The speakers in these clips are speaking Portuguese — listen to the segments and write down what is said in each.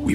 We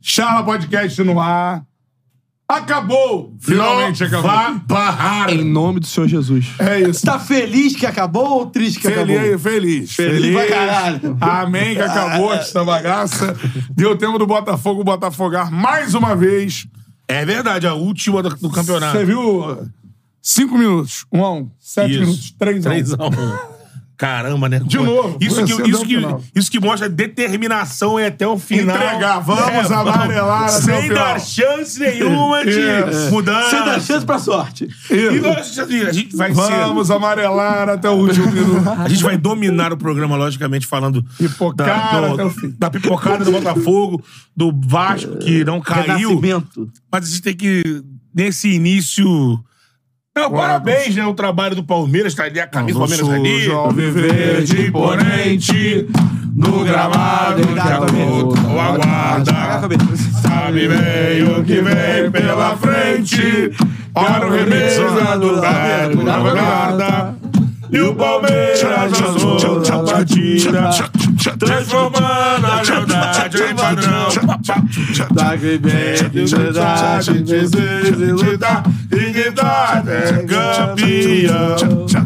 Charla Podcast no ar. Acabou! Finalmente acabou. Barrar. Em nome do Senhor Jesus. É isso. Tá feliz que acabou ou triste que acabou? Feliz, feliz. Feliz pra caralho. Amém, que acabou essa bagaça. Deu tempo do Botafogo Botafogar mais uma vez. É verdade, a última do, do campeonato. Você viu? Cinco minutos. Um a um. Sete Isso. minutos. Três a um. 3 a 1. Caramba, né? De novo, Isso que, vencedor isso, que, final. isso que mostra determinação é até o final. É, Entregar, vamos amarelar até o Sem final. dar chance nenhuma de Isso. mudança. Sem dar chance pra sorte. E nós, a gente vai ser... Vamos amarelar até o último minuto. A gente vai dominar o programa, logicamente, falando Pipocada da, até o fim. da pipocada do Botafogo, do Vasco, que não caiu. Renascimento. Mas a gente tem que, nesse início. Não, parabéns, né? O trabalho do Palmeiras, tá ali a camisa do Palmeiras tá ali. Uhum. sujo ao viver de imponente, no gramado que a luta o aguarda. Sabe bem o que vem pela frente, para o remessa do lado da guarda. E o Palmeiras lançou na partida, transformando a lealdade em padrão. Tá bebendo, verdade, Desiludida, tá dignidade é campeão.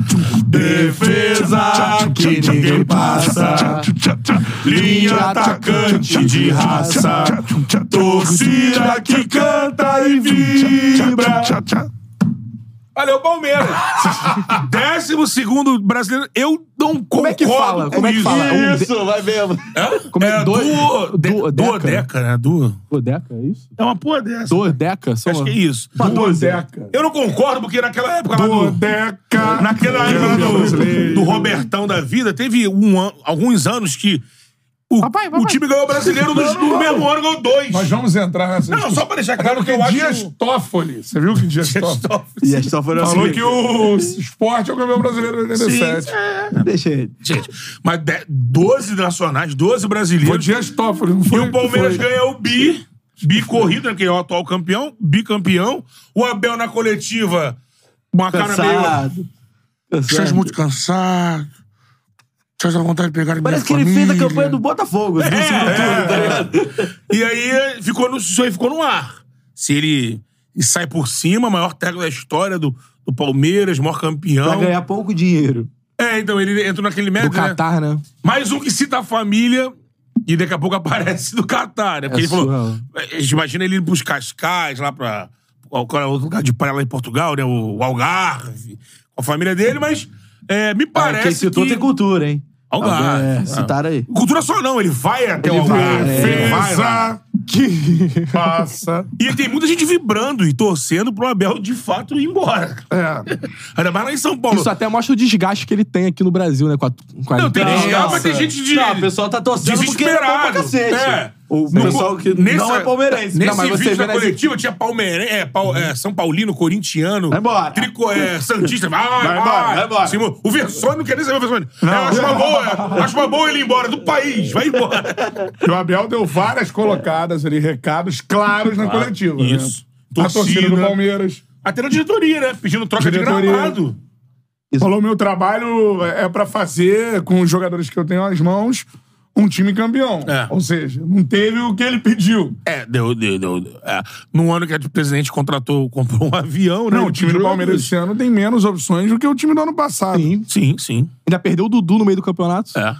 Defesa que ninguém passa. Linha atacante de raça. Torcida que canta e vibra. é Valeu, Palmeiras! Décimo segundo brasileiro. Eu não concordo Como é que fala? com Como é que isso. fala? Um de- Isso. vai mesmo. Como É, duo, de, duo- duodeca, né? Duo. Duodeca, é isso? É uma porra dessa. Duodeca? São... Acho que é isso. Duodeca. Eu não concordo, porque naquela época lá do, Duodeca. Naquela época do, do Robertão da vida, teve um an- alguns anos que o, Papai, papai. o time ganhou o brasileiro no, no mesmo ano, ganhou dois. Nós vamos entrar nessa Não, só pra deixar claro que eu Porque acho... um- Dias Toffoli. Você viu que Dias Toffoli... E a gente só foi Falou que o esporte é o campeão brasileiro em 87. é. Deixa ele. Gente, mas de- 12 nacionais, 12 Foi brasileiros. Dias Toffoli, não foi? e o Palmeiras foi. ganha o bi, bi corrida, né, que é o atual campeão, bicampeão. O Abel na coletiva, uma cara meio... Cansado. Cansado. cansados. Vocês dão vontade de pegar Parece que ele fez a campanha do Botafogo. assim, do É. segundo turno, tá ligado? E aí ficou no, isso aí ficou no ar. Se ele sai por cima, maior técnico da história do, do Palmeiras, maior Pra campeão. ganhar pouco dinheiro. É, então ele entrou naquele Do médio, né? Catar, né? Mais um que cita a família e daqui a pouco aparece do Catar, né? Porque É ele falou. surreal. A gente Imagina ele ir pros Cascais, lá pra. qual- qual é o outro lugar de praia lá em Portugal, né? O Algarve, com a família dele, mas. é, me Ah, Quem parece. citou que... tem cultura, hein? Algarve. É, Ah. citaram aí. é. Cultura só não, ele vai até o Algarve. ele vai lá. Defesa que passa. E tem muita gente vibrando e torcendo pro Abel de fato ir embora. É. Ainda mais lá em São Paulo. Isso até mostra o desgaste que ele tem aqui no Brasil, né? Com a, com a Não, tem Não, desgaste, nossa. mas tem gente de. Não, o pessoal tá torcendo porque ele é bom pra Desesperado. cacete. É. O Sim. pessoal que não Nessa- é palmeirense. Nesse Não, mas você vídeo vê da nas- coletiva tinha palmeirense, é, pau- é, São Paulino, corintiano, Vai embora. trico, é, Santista. Vai, vai, embora, vai embora. Sim, o Versone não quer nem saber o Versone. É, eu acho uma boa, é, acho uma boa ele ir embora do país, vai embora. E o Abel deu várias colocadas ali, recados claros na coletiva. né? Ah, isso. A torcida do Torcida. Palmeiras. Até na diretoria, né? Pedindo troca Diretoria. de gramado. Falou: meu trabalho é pra fazer, com os jogadores que eu tenho nas mãos, um time campeão. É. Ou seja, não teve o que ele pediu. É, deu, deu, deu. deu. É, num ano que o presidente contratou, comprou um avião, né? Não, o time do Jogadores. Palmeiras esse ano tem menos opções do que o time do ano passado. Sim, sim. Ainda perdeu o Dudu no meio do campeonato. É.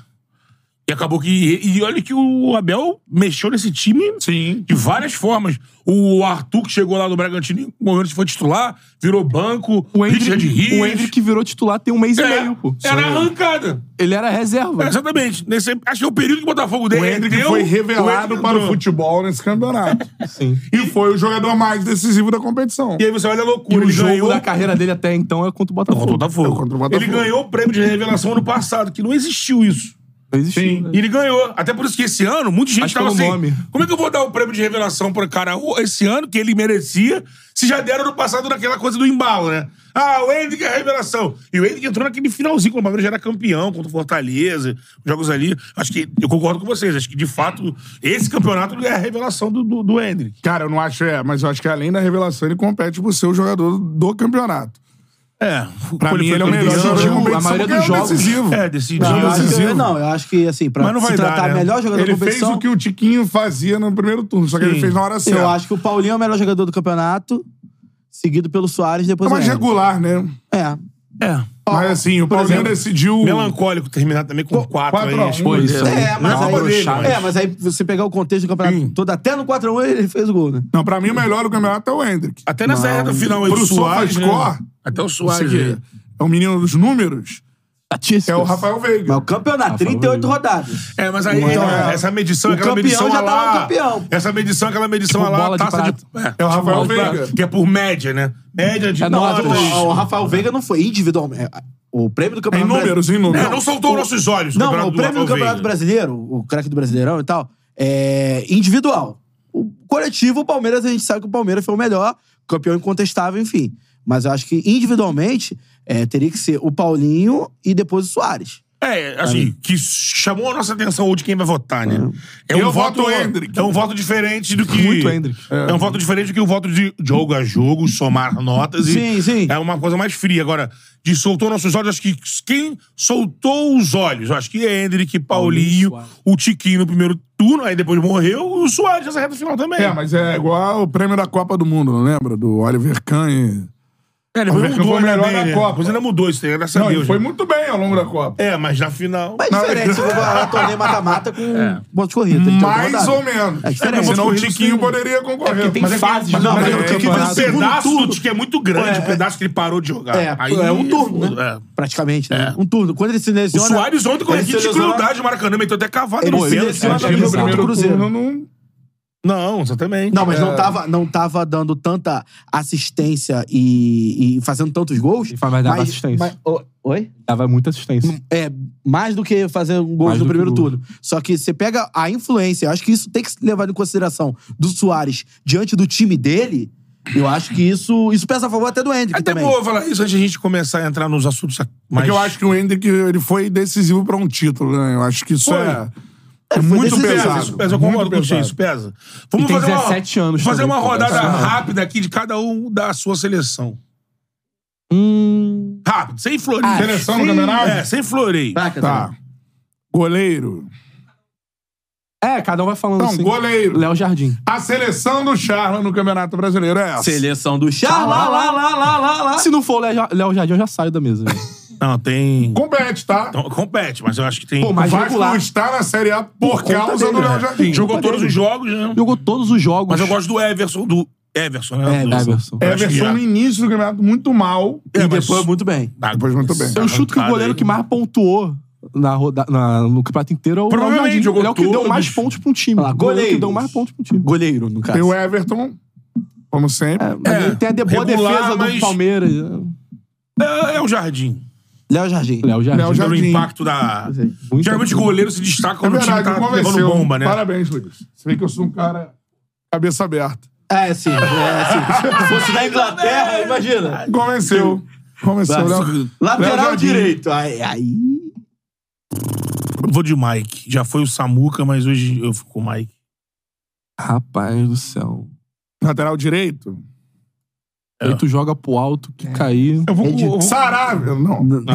E acabou que. E, e olha que o Abel mexeu nesse time Sim. de várias formas. O Arthur, que chegou lá do Bragantino, morrendo se foi titular, virou banco, O Richard Hendrick, Rios. o Hendrick que virou titular tem um mês e É, meio, pô. era arrancada. Ele era reserva. É, exatamente. Nesse, acho que é o período que o Botafogo deu. O Hendrick foi revelado para o futebol nesse campeonato. Sim. E foi o jogador mais decisivo da competição. E aí você olha a E loucura. o ele jogo ganhou da carreira dele até então é contra o Contra o Botafogo. Botafogo. É, contra o Botafogo. Ele ganhou o prêmio de revelação ano passado, que não existiu isso. Não existiu, né? E ele ganhou. Até por isso que esse ano, muita gente Acho tava pelo assim. nome. Como é que eu vou dar o prêmio de revelação pra cara o- esse ano, que ele merecia, se já deram no passado naquela coisa do embalo, né? Ah, o Hendrick é a revelação. E o Hendrick entrou naquele finalzinho, quando o Palmeiras já era campeão contra o Fortaleza, jogos ali. Acho que eu concordo com vocês. Acho que, de fato, esse campeonato é a revelação do, do, do Hendrick. Cara, eu não acho, é, mas eu acho que além da revelação, ele compete por ser o jogador do campeonato. É. Pra quando mim, ele é o campeão, melhor jogador de a competição, maioria porque dos é o jogos. decisivo. É, decidiu. Não, Eu acho que- decisivo. não, eu acho que, assim, pra Mas não se vai tratar dar, né? melhor jogador Ele da fez competição, o que o Tiquinho fazia no primeiro turno, só que ele fez na hora certa. eu acho que o Paulinho é o melhor jogador do campeonato, seguido pelo Soares, depois É mais o Hendrick. regular, né? É. É. Mas assim, o Paulinho exemplo, decidiu... Melancólico terminar também com quatro quatro a aí. um. Pô, isso aí. É, mas Dá uma aí- brochada. É, mas aí você pegar o contexto do campeonato todo, até no 4x1 ele fez o gol, né? Não, pra mim o melhor do campeonato é o Hendrick. Até nessa reta final aí Pro do Soares, Soares, né? Cor, Até o esse Soares. aqui né? é o menino dos números, é Estatísticas. o Rafael Mas o Veiga. campeonato, Rafael 38 Veiga. rodadas. né? É, mas aí Não é. então, essa medição, O é aquela campeão medição já lá, tava campeão. Essa medição, é aquela medição Tipo, lá, bola de taça de, prata. É o Rafael Bola de Veiga. que é por média, né? Média de É notas. notas. O, o Rafael Veiga não foi individualmente. O prêmio do Em campeonato. números, em números. É, não soltou nossos olhos. Não, não, é campeonato o prêmio do Rafael Campeonato Veiga. Brasileiro, o craque do Brasileirão e tal, é individual. O coletivo, o Palmeiras, a gente sabe que o Palmeiras foi o melhor, campeão incontestável, enfim. Mas eu acho que individualmente é, teria que ser o Paulinho e depois o Soares. É, assim, que chamou a nossa atenção hoje de quem vai votar, né? É Eu voto Hendrick. É um voto diferente do que. Muito Hendrick. É. um voto diferente do que o voto de jogo a jogo, somar notas e. Sim, sim. É uma coisa mais fria. Agora, de soltou nossos olhos, acho que quem soltou os olhos? Acho que é Hendrick, Paulinho, o Tiquinho no primeiro turno, aí depois morreu, e o Soares nessa reta final também. É, mas é igual o prêmio da Copa do Mundo, não lembra? Do Oliver Kahn e... É, Mas depois é que mudou foi ainda melhor bem, na né? Copa. Depois ainda mudou isso, né? graças a Não, Deus. ele foi né? muito bem ao longo da Copa. É, mas na final. Mas é Não, diferente, é- eu vou torneio mata-mata com É. então pontos de corrida. 38 Mais rodadas. ou menos. É diferente. Senão o Corrida, Tiquinho sim. poderia concorrer. porque tem Mas é que- fases, mas né? não, Não, mas mas é o que Tiquinho fez um campeonato- pedaço do Tiquinho é muito grande, É, o pedaço que ele parou de jogar. É, Aí- é um turno, né? É. Praticamente, né? Um turno. Quando ele se O lesiona... Soares ontem com a ele equipe se de lesiona- crueldade, o Maracanã meteu até cavado Ele no se pênalti. lesiona- Acho que no Exato, primeiro Cruzeiro. turno não... Não, exatamente. Não, mas É. não, tava, não tava dando tanta assistência e, e fazendo tantos gols. Ele vai dar assistência. mas- o- oi? Dava muita assistência. É, mais do que fazer um gol Mais no do que primeiro gol. turno. Só que você pega a influência, eu acho que isso tem que ser levado em consideração do Soares diante do time dele. Eu acho que isso, isso pesa a favor até do Hendrick Até também. vou falar isso antes de a gente começar a entrar nos assuntos mais. Porque eu acho que o Hendrick ele foi decisivo pra um título, né? Eu acho que isso Foi. é... Foi muito decisivo. pesado. Isso pesa, eu Muito concordo com você, pesado. isso pesa. Vamos E tem fazer uma- 17 anos Fazer também, uma pô, rodada tá. rápida aqui de cada um da sua seleção. Hum. Rápido, sem floreio. Ah, Seleção no campeonato? É, sem floreio. Fraca, Tá. né? Goleiro. É, cada um vai falando Não, assim. goleiro. Léo Jardim. A seleção do Charla no Campeonato Brasileiro é essa. Seleção do Chá, lá, lá, lá, lá, lá, lá. Se não for o Léo Léo Jardim, eu já saio da mesa. velho. Não, tem. Compete, tá? Então, compete, mas eu acho que tem. Pô, o mas Vasco regular. está na Série A por, conta causa do dele, Léo né? Jardim. Jogou culpa todos os dele. jogos, né? Jogou todos os jogos. Mas eu gosto do Everson, do Everson, né? É, Do- do Everson. Eu acho que é. Everson já- no início do campeonato muito mal. É, E mas- depois, muito bem. Ah, Depois muito É bem. Eu chuto que o arrancada goleiro aí. que mais pontuou na roda, na, no campeonato inteiro é o Léo Provavelmente Jardim. jogou Ele é o que deu todos. mais pontos pra um time. Olha lá, O goleiro que goleiros. deu mais pontos pra um time. Goleiro, no caso. Tem É, o Everton, como sempre. É, mas É, ele tem a de- boa regular, defesa mas- do Palmeiras. É, é o Jardim. Léo Jardim. Léo Jardim. Léo Jardim. Pelo um impacto da. é Muito Geralmente o goleiro se destaca É quando o verdade, time me tá levando bomba, né? Parabéns, Luiz. Você vê que eu sou um cara cabeça aberta. É, sim. É, sim. Se fosse da Inglaterra, imagina. Convenceu. Convenceu, Léo. Léo Lateral Jardim. direito. Aí, aí. Eu Vou de Mike. Já foi o Samuca, mas hoje eu fico com o Mike. Rapaz do céu. Lateral direito? Aí tu joga pro alto, que cair. Eu vou, eu vou, Sarável, não.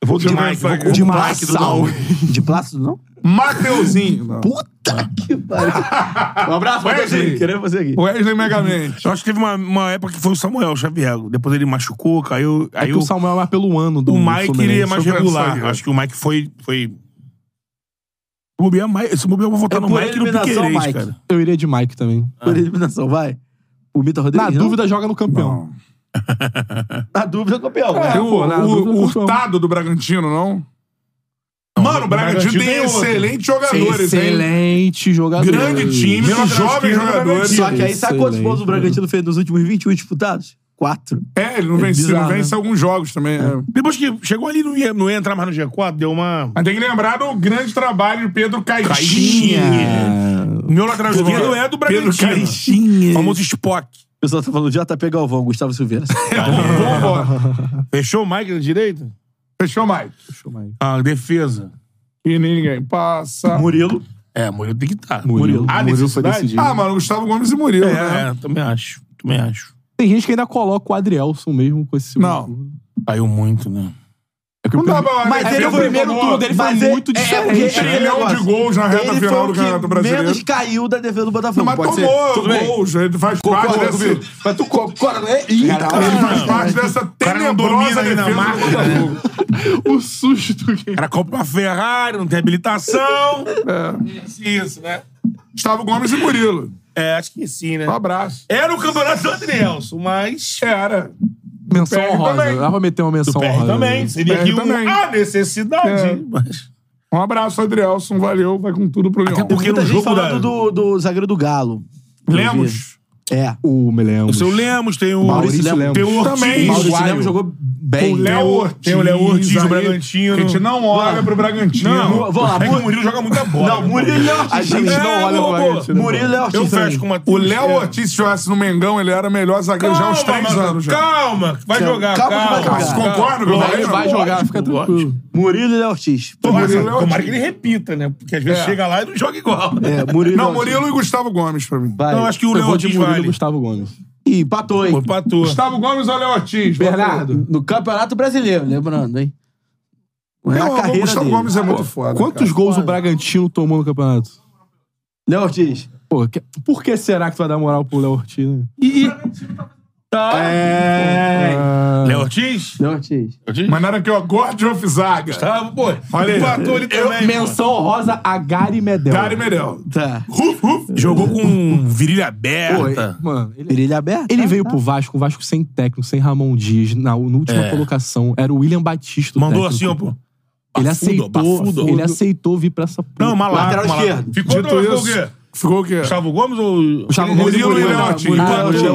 eu vou de Deixa eu Mike. pensar Vou aqui. com o De Mike do Sal. Dalmo. De Plácido, não? Mateuzinho. não. Puta que pariu. Um abraço, Wesley. Wesley. Queremos você aqui. Wesley Megamente. Eu acho que teve uma, uma época que foi o Samuel Xavier. Depois ele machucou, caiu. É Aí que o, o Samuel é mais pelo ano do o Mike ele é Fluminense. mais Sobre essa regular. aí, Acho que o Mike foi, foi Se bobear, Mike- Se bobear, eu vou votar É no por Mike e no eliminação, Piqueires, Mike. cara. Eu iria de Mike também. Por eliminação, vai. O Mita Na Rodrigues. não? dúvida, joga no campeão. Na dúvida, é campeão. É, né? o, pô, na o- dúvida, o campeão. Hurtado do Bragantino, não? Mano, o Bragantino, Bragantino tem tem outro. excelentes jogadores, hein? Excelente jogador. Grande time, Meu lateral jovens esquerdo, jogadores. Bragantino. Só que aí, sabe quantos pontos o Bragantino fez nos últimos 28 disputados? Quatro. É, ele não vence, ele bizarro, não vence alguns jogos também. é. Depois que chegou ali, não ia, não ia entrar mais no G4, deu uma. Mas tem que lembrar do grande trabalho de Pedro Caixinha. Caixinha. Meu lateral esquerdo é do Bragantino. Pedro Caixinha. Famoso Spock. O pessoal tá falando JP Galvão, Gustavo Silveira. Bomba. Fechou o Mike na direita? Fechou, Mike? Ah, defesa. E ninguém passa. Murilo. É, Murilo tem que estar. Murilo. Ah, Murilo foi necessidade? decidido. Ah, mano, Gustavo Gomes e Murilo, né? É, também acho. Também acho. Tem gente que ainda coloca o Adrielson mesmo com esse segundo Não. turno. Caiu muito, né? É que o Não dá primeiro- pra Mas ele, é o primeiro tomou turno dele foi Mas é- muito é- é diferente. Um trilhão de gols na reta Ele foi final o do Campeonato que Brasileiro. menos caiu da defesa do Não, Botafogo. mas pode tomou ser? Tudo bem. gols. Ele faz parte Concordo desse... comigo. Mas tu concorda, né? Ih, Cara, ele caralho. faz parte dessa cara não né? domina tenebrosa a Dinamarca, defesa do Botafogo. O susto que... né? Era compra uma Ferrari, não tem habilitação. Isso, né? Gustavo Gomes e Murilo. É, acho que sim, né? Um abraço. Era o campeonato do Adrielson, mas. Era. Menção PR honrosa. também. Dá pra meter uma menção PR honrosa. também. Seria PR que também. um, a necessidade. É. Mas... Um abraço, Adrielson. Valeu. Vai com tudo pro Leão. porque Muita no gente jogo falando da- do, do zagueiro do Galo. Lemos. É. O me lembro. O seu Lemos, tem o. Maurício Tem o Lemos. Ortiz. Também. Maurício Uruguaio. Lemos jogou bem. O Léo Ortiz. Tem o É Léo Ortiz, o aí. Bragantino. A gente não olha pro Bragantino. Não, vamos lá, é que Mur- o Murilo joga muita bola. Não, né? Murilo e A Ortiz. gente também. não olha bobo. pro Bragantino. Murilo e Ortiz. Eu também. fecho com uma O Léo Ortiz, se tivesse no Mengão, ele era melhor zagueiro já há uns três mano, anos. Já. Calma, vai Calma. jogar, Calma que calma. vai jogar. Vocês concordam com o Vai, Léo? vai jogar, fica Lógico. tranquilo. Murilo e Ortiz. Tomara, Murilo é o tomara que time. ele repita, né? Porque às vezes É. chega lá e não joga igual. É, Murilo. Não, e Ortiz. Murilo e Gustavo Gomes pra mim. Vai. Não, acho que o Eu Léo vou de Ortiz Murilo e vale. Gustavo Gomes. Ih, empatou, hein? Empatou. Gustavo Gomes ou Léo Ortiz? É Bernardo. No Campeonato Brasileiro, lembrando, hein? É Não, a o carreira Gustavo dele. Gomes é muito foda. Quantos cara. gols o Bragantino tomou no campeonato? Léo Ortiz. Pô, que- por que será que tu vai dar moral pro Léo Ortiz? né? Léo Ortiz? Léo Ortiz. Mas não era que eu acorde ou Zaga. Tá, pô. Olha aí. Empatou ele também. Menção honrosa a Gary Medel. Dari Merel. Tá. Ruf, ruf. Jogou com virilha Pô, ele- aberta. mano, ele, Virilha aberta. tá? ele veio pro Vasco, o Vasco sem técnico, sem Ramon Dias, na, na última É. colocação. Era o William Batista. o Mandou técnico. assim, ó, pô. Ele Bafudo, aceitou, bafudo. ele aceitou vir pra essa porra. Não, malaco, Lateral malaco. esquerdo. Ficou Dito do ficou o isso, quê? ficou o quê? Gustavo Gomes ou... Gustavo Murilo Gomes e e Murilo, Léo né? Ortiz. Murilo e Empatou. Léo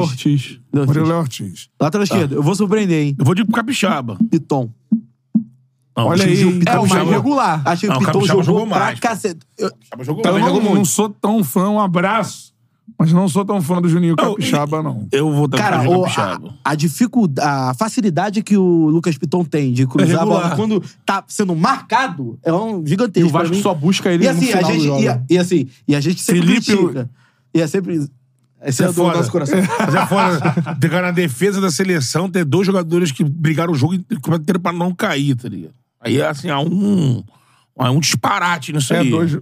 Ortiz. Léo Ah, Ortiz. Ortiz. Murilo Léo Ortiz. Lateral esquerdo. Eu vou surpreender, hein? Eu vou de Capixaba. Piton. Não, Olha acho que aí. o Capixaba- É o mais regular. Achei que Não, o o Piton Capixaba jogou, jogou pra mais. cacete. Eu- Capixaba jogou Eu bem, não, jogou não muito. sou tão fã, um abraço, mas não sou tão fã do Juninho Capixaba, não. Eu vou também Cara, de o- Capixaba. a, a dificuldade, a facilidade que o Lucas Piton tem de cruzar a bola regular. quando tá sendo marcado é um gigantesco. E o pra Vasco mim. só busca ele E no assim, a final do gente, jogo. e, a- e assim, e a gente sempre Felipe- critica. E é sempre. Esse é, do foda. nosso coração. Mas é fora. Pegar na defesa da seleção, ter dois jogadores que brigaram o jogo inteiro pra não cair, tá ligado? Aí, assim, há um. Há um disparate nisso É aí. dois.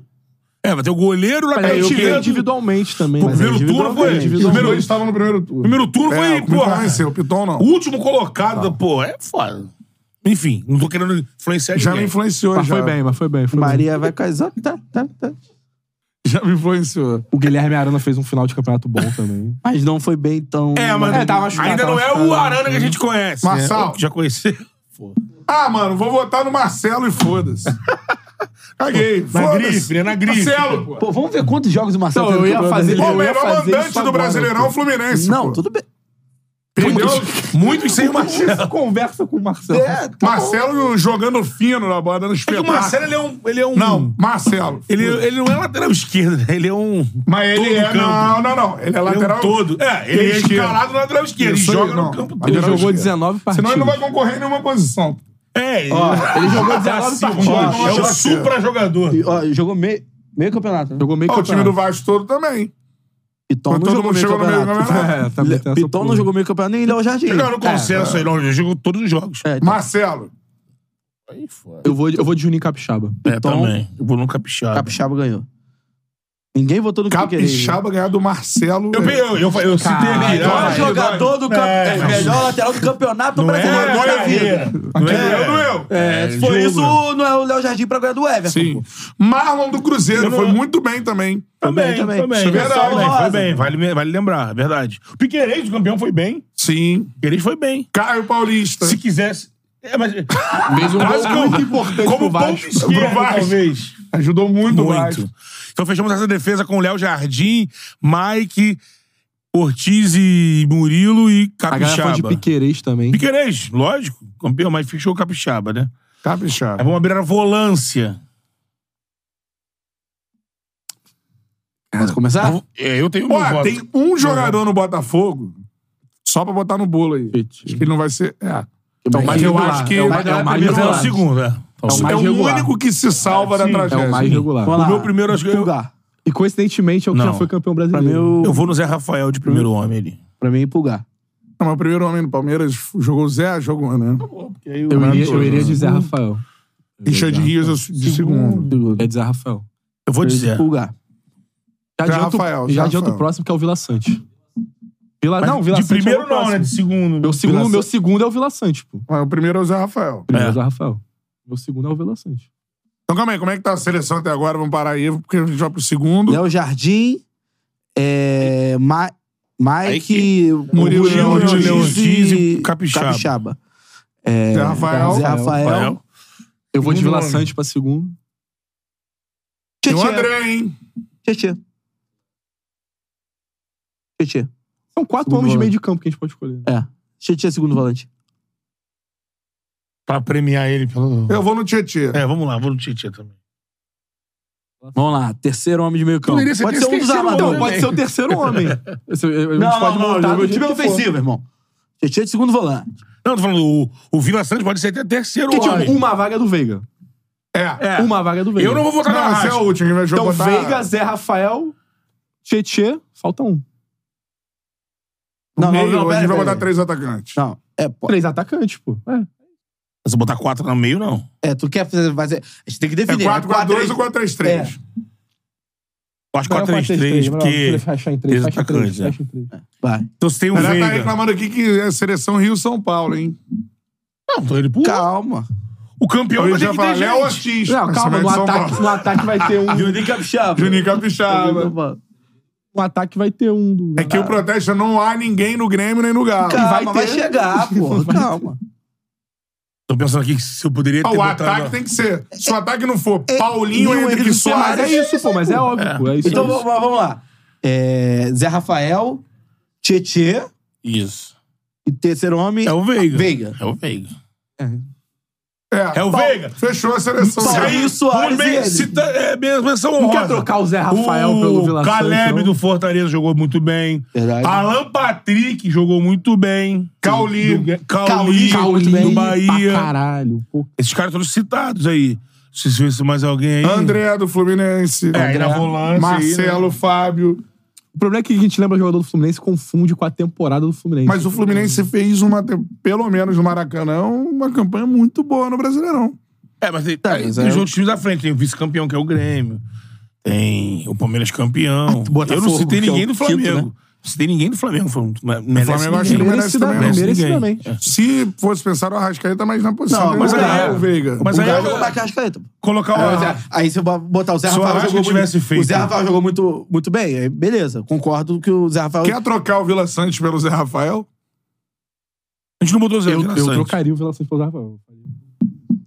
É, vai ter o goleiro, o lateral É, eu queria esquerdo. individualmente também. Pô, mas primeiro é turno foi. individualmente. Os dois estavam no primeiro turno. Primeiro turno é, foi, o Piton porra. venceu, o Piton não. O último colocado, Tá. pô, é foda. Enfim, não tô querendo influenciar Já me ninguém. influenciou, Mas já. foi bem, mas foi bem. foi bem. Maria vai casar. Tá, tá, tá. Já me influenciou. O Guilherme Arana fez um final de campeonato bom também. Mas não foi bem tão. É, mas É, tá machucado, ainda tá não é o machucado. Arana que a gente conhece. Marçal. né? Já conheci. Ah, mano, vou votar no Marcelo e foda-se. Caguei, Na foda-se. grife, né? Na grife. Marcelo, pô. Pô, vamos ver quantos jogos o Marcelo Então, eu tem ia no fazer- Brasileiro. Pô, o eu ia melhor fazer mandante isso do agora, Brasileirão é o Fluminense. Não, pô. tudo bem. Perdeu. Muitos sem o Marcelo. Conversa com o Marcelo. É, tá Marcelo jogando fino na bola, dando É que o espetáculo. Marcelo, ele é um. Ele é um Não, Marcelo. Ele, ele não é lateral esquerdo, né? Ele é um. Mas ele todo é. campo. Não, não, não. Ele é Ele é um lateral. todo. É, ele é esquerdo. escalado no lateral esquerdo. Ele Isso aí, joga não. no campo todo. Ele Lateral jogou esquerdo. 19 Senão ele não vai partidas. concorrer em nenhuma posição. Tá, É, ele, Ele jogou 19 Assim, partidas. é Ó, um supra-jogador. Ó, jogou meio, meio campeonato. Né? Jogou meio Ó, o time do campeonato. Vasco todo também. Piton Mas não todo jogou mundo meio chegou no meio do campeonato. É, também tem essa Piton porra. não jogou meio campeonato nem Léo Jardim. Chegaram no É, consenso aí, não. Ele jogou todos os jogos. É, então, Marcelo. Eu vou, eu vou de Juninho Capixaba. É, também. Eu vou Então, no Capixaba. Capixaba ganhou. Ninguém votou no é né? Piqueires. Capixaba ganhar do Marcelo. Eu, eu, eu, eu citei aqui. Melhor Ah, é jogador do campeonato. É, melhor lateral do campeonato Não é, brasileiro. Glória à carreira. vida. Não é, É. eu, não eu. É, se for jogo. isso, não é o Léo Jardim pra ganhar do Everton. Sim. Marlon do Cruzeiro Eu não- foi muito bem também. Também, também. também. Isso é verdade, verdade. também, Rosa. Foi bem, vale, vale lembrar, é verdade. O Piqueires, o campeão, foi bem. Sim. O Piqueires foi bem. Caio Paulista. Se quisesse... É, mas... Fez um Quase que eu- como pro Vasco. ponto esquerdo, Pro Vasco. talvez. Ajudou muito, o Muito. Vasco. Então fechamos essa defesa com Léo Jardim, Mike, Ortiz e Murilo e A galera Capixaba. foi de Piqueires também. Piqueires, lógico. Campeão, mas fechou o Capixaba, né? Aí Capixaba. vamos abrir a volância. Vamos começar? É, eu tenho meu Ó, voto. tem um jogador no Botafogo só pra botar no bolo aí. Acho que ele não vai ser. É. Então, mas eu regular. acho que É o é mais- é o mais Primeiro é o regular. segundo, né? o mais o regular. único que se salva da Sim, é o É tragédia. o mais regular. Vamos O lá. meu primeiro, acho que eu, Pulgar. E coincidentemente é o que Não. já foi campeão brasileiro. eu vou no Zé Rafael de primeiro homem ali. Pra mim, pulgar. Não, mas o primeiro homem do Palmeiras jogou Zé, jogou, né? Eu iria, eu iria de Zé Rafael. Encheu de rios eu- de segundo. É de Zé Rafael. Eu vou dizer. Pulgar. Já Zé adianto, Rafael, Zé já adianto Rafael. o próximo, que é o Vila Sante. Vila, Mas não, Vila de Sante é primeiro não, o próximo. né? De segundo. né? Meu segundo, Vila meu Sa- segundo é o Vila Sante, pô. Mas o primeiro é o Zé Rafael. Primeiro é É. o Zé Rafael. Meu segundo é o Vila Sante. Então calma aí, como é que tá a seleção até agora? Vamos parar aí, porque a gente vai pro segundo. Léo Jardim. É, Ma Mike. Murilo, Murilo, Ortiz e Capixaba. É, Zé Rafael. Zé Rafael. Rafael. Eu vou de Segundo Vila homem. Sante pra segundo. Tem o Tietê. André, hein? Tietê. Tietê. São quatro Segundo homens de homem. meio de campo que a gente pode escolher. É. Tietê é segundo volante. Pra premiar ele pelo. Eu vou no Tietê. É, vamos lá, vou no Tietchan também. Vamos lá. Terceiro homem de meio campo. Poderia ser né? Pode ter ser um dos esquecido, armadores. não, Pode ser o terceiro homem. Esse- eu- a gente Não, pode não, montar não. do Meu jeito time é que for. ofensivo, irmão. Tietê de segundo volante. Não, tô falando, o, o Vila Santos pode ser até terceiro Porque homem. tinha uma vaga do Veiga. É. É. Uma vaga do Veiga. Eu não vou votar na Não, esse é o Arrasca. último que vai Então, jogar. Veiga, Zé Rafael, Tietê, falta um. Não, Meio, não, não. a pera, gente vai pera, botar pera. três atacantes. Não. É, pô. Três atacantes, pô. É. Se botar quatro no meio, não. É, tu quer fazer. fazer a gente tem que É definir. né? 4-4-2 ou 4-3-3? É, Eu acho é 4-3-3, porque. três atacantes, é. né? Vai. Então você tem o Ela tá Veiga. reclamando aqui que é seleção Rio-São Paulo, hein? Não, tô ele pro. Calma. O campeão Eu vai ter já que ter falei, Léo gente. Ortiz. Não, calma, Esse no vai de São ataque, Paulo. no ataque vai ter um. Juninho Capixaba. Juninho Capixaba. No ataque vai ter um do. É que o protesto não há ninguém no Grêmio nem no Galo. Calma, vai vai, ter- chegar, pô. é Calma. Tô pensando aqui que se eu poderia ter. Ah, O botado- ataque tem que ser. Se o ataque não for É, Paulinho, e o Henrique Henrique Mas Soares. é isso, pô, mas é óbvio, pô. É isso. Então é isso. vamos, vamos lá. É, Zé Rafael, Tietê Isso. e terceiro homem. É o Veiga. Veiga. É o Veiga. É, É o Veiga. Fechou a seleção. Paulo. Aí o Soares Vamos e bem, ele. cita, é mesmo, menção Não honrosa. quer trocar o Zé Rafael o pelo Vila Sante, Caleb não? do Fortaleza jogou muito bem. Verdade. Alan Patrick jogou muito bem. Cauli. Do- Cauli, Cauli. Cauli Cauli do bem Pra Bahia. caralho, pô. Esses caras todos citados aí. Se fosse mais alguém aí. André do Fluminense. É, aí na volância aí, Marcelo, Fábio. O problema é que a gente lembra o jogador do Fluminense e confunde com a temporada do Fluminense. Mas o Fluminense fez uma, te- pelo menos no Maracanã, uma campanha muito boa no Brasileirão. É, mas tem, aí mas tem é- os outros times da frente. Tem o vice-campeão, que é o Grêmio. Tem o Palmeiras campeão. eu não Botafogo, citei que é o ninguém do quinto, Flamengo. né? Não citei ninguém do Flamengo. um- é- Flamengo o Flamengo acho que não ninguém. merece também, não. merecidamente. merecidamente. Se fosse pensar o Arrascaeta, mas na posição Não, dele mas não aí é é- o Veiga. mas O aí Galo- é- Jogou mais que a Arrascaeta, pô. Colocar Aí, o o... Zé- aí se eu botar o Zé Se o Rafael. Arrasca jogou tivesse muito, feito. O Zé Rafael jogou muito, muito bem. aí Beleza, concordo que o Zé Rafael. Quer trocar o Vila Santos pelo Zé Rafael? A gente não botou o Zé eu, Vila eu Sante. trocaria o Vila Sante pelo Zé Rafael.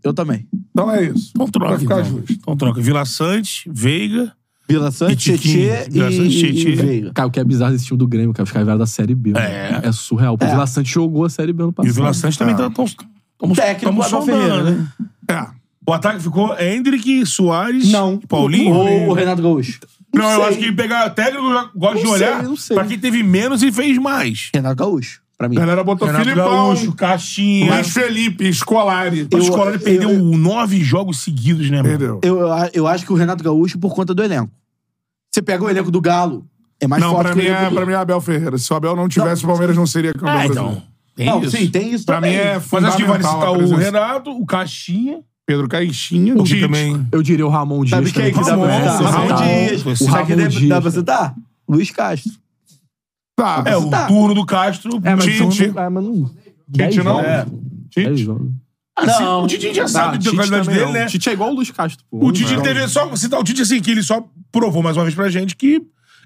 Eu também. Então é isso. Então troca, Pra ficar então. justo. Então troca. Vila Sante, Veiga... Vila E Sante, Tiquinho. Tietê Vila e, Sante, e, Tietê. e Veiga. Cara, o que é bizarro desse time do Grêmio, cara, os caras vieram da Série B. É. mano. É surreal. Pô, O É. Vila Sante jogou a Série B no E passado. o Vila Sante também tá... Tão, tamo, Técnico tamo Abel sondando, Ferreira, né? É. O ataque ficou Hendrick, Soares, Não. Paulinho. Ou o Renato Gaúcho. Não, eu sei. acho que pegar técnico, eu gosto de sei, olhar não sei. pra quem teve menos e fez mais. Então, Renato Gaúcho, pra mim. A galera botou Renato Filipão, Gaúcho, Caixinha. Luiz Felipe, Scolari. um. A Eu- escola ele perdeu eu- nove jogos seguidos, né, mano? Entendeu? Eu, eu a- eu acho que o Renato Gaúcho por conta do elenco. Você pega o elenco do Galo, é mais não, forte pra que mim, o elenco é, do... pra mim é Abel Ferreira. Se o Abel não tivesse, o Palmeiras não seria campeão Ah, brasileiro. então. Tem Não, isso. sim, tem isso Pra mim também. é Mas acho que vale fundamental a citar o presença. Renato, o Caixinha. Pedro Caixinha. O Tite. também. Eu diria o Ramon Dias. Sabe quem é também. que dá pra citar? Ramon, Ramon Ramon, Dias. é você- Sabe Ramon quem dá- dá Dias. pra citar? Luiz Castro. Tá, é o Tá. turno do Castro. É, mas são- Tite. é, mas não. Tite não? É. Dez Tite. jogos. Assim, o Tite a gente já sabe da qualidade dele, né? Tite é igual o Luiz Castro, pô. O Tite teve só. Citar o Tite assim, que ele só provou mais uma vez pra gente que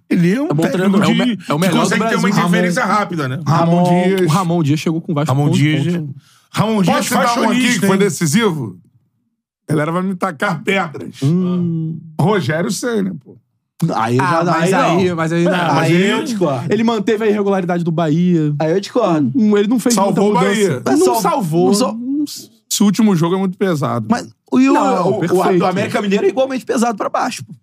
ele é um bom técnico treinador. que, É o me- é o que melhor do consegue ter Brasil. uma Ramon. interferência rápida, né? Ramon O Dias. Ramon Dias chegou com vários Ramon pontos. Dias. pontos. Ramon é Dias Posso citar um aqui fashionista, que foi hein? decisivo? A galera vai me tacar pedras. Rogério Senna, pô. Aí eu já Ah, mas não. Ah, aí, mas aí, não. Ah, Aí ele- eu discordo. Ele manteve a irregularidade do Bahia. Aí eu discordo. Hum, Ele não fez Salvou muita o Bahia. mudança. Mas Não sal- salvou. não sal- Não- Esse último jogo é muito pesado. Mas o, e o, Não, o- o- perfeito. o América Mineiro é igualmente pesado pra baixo. pô.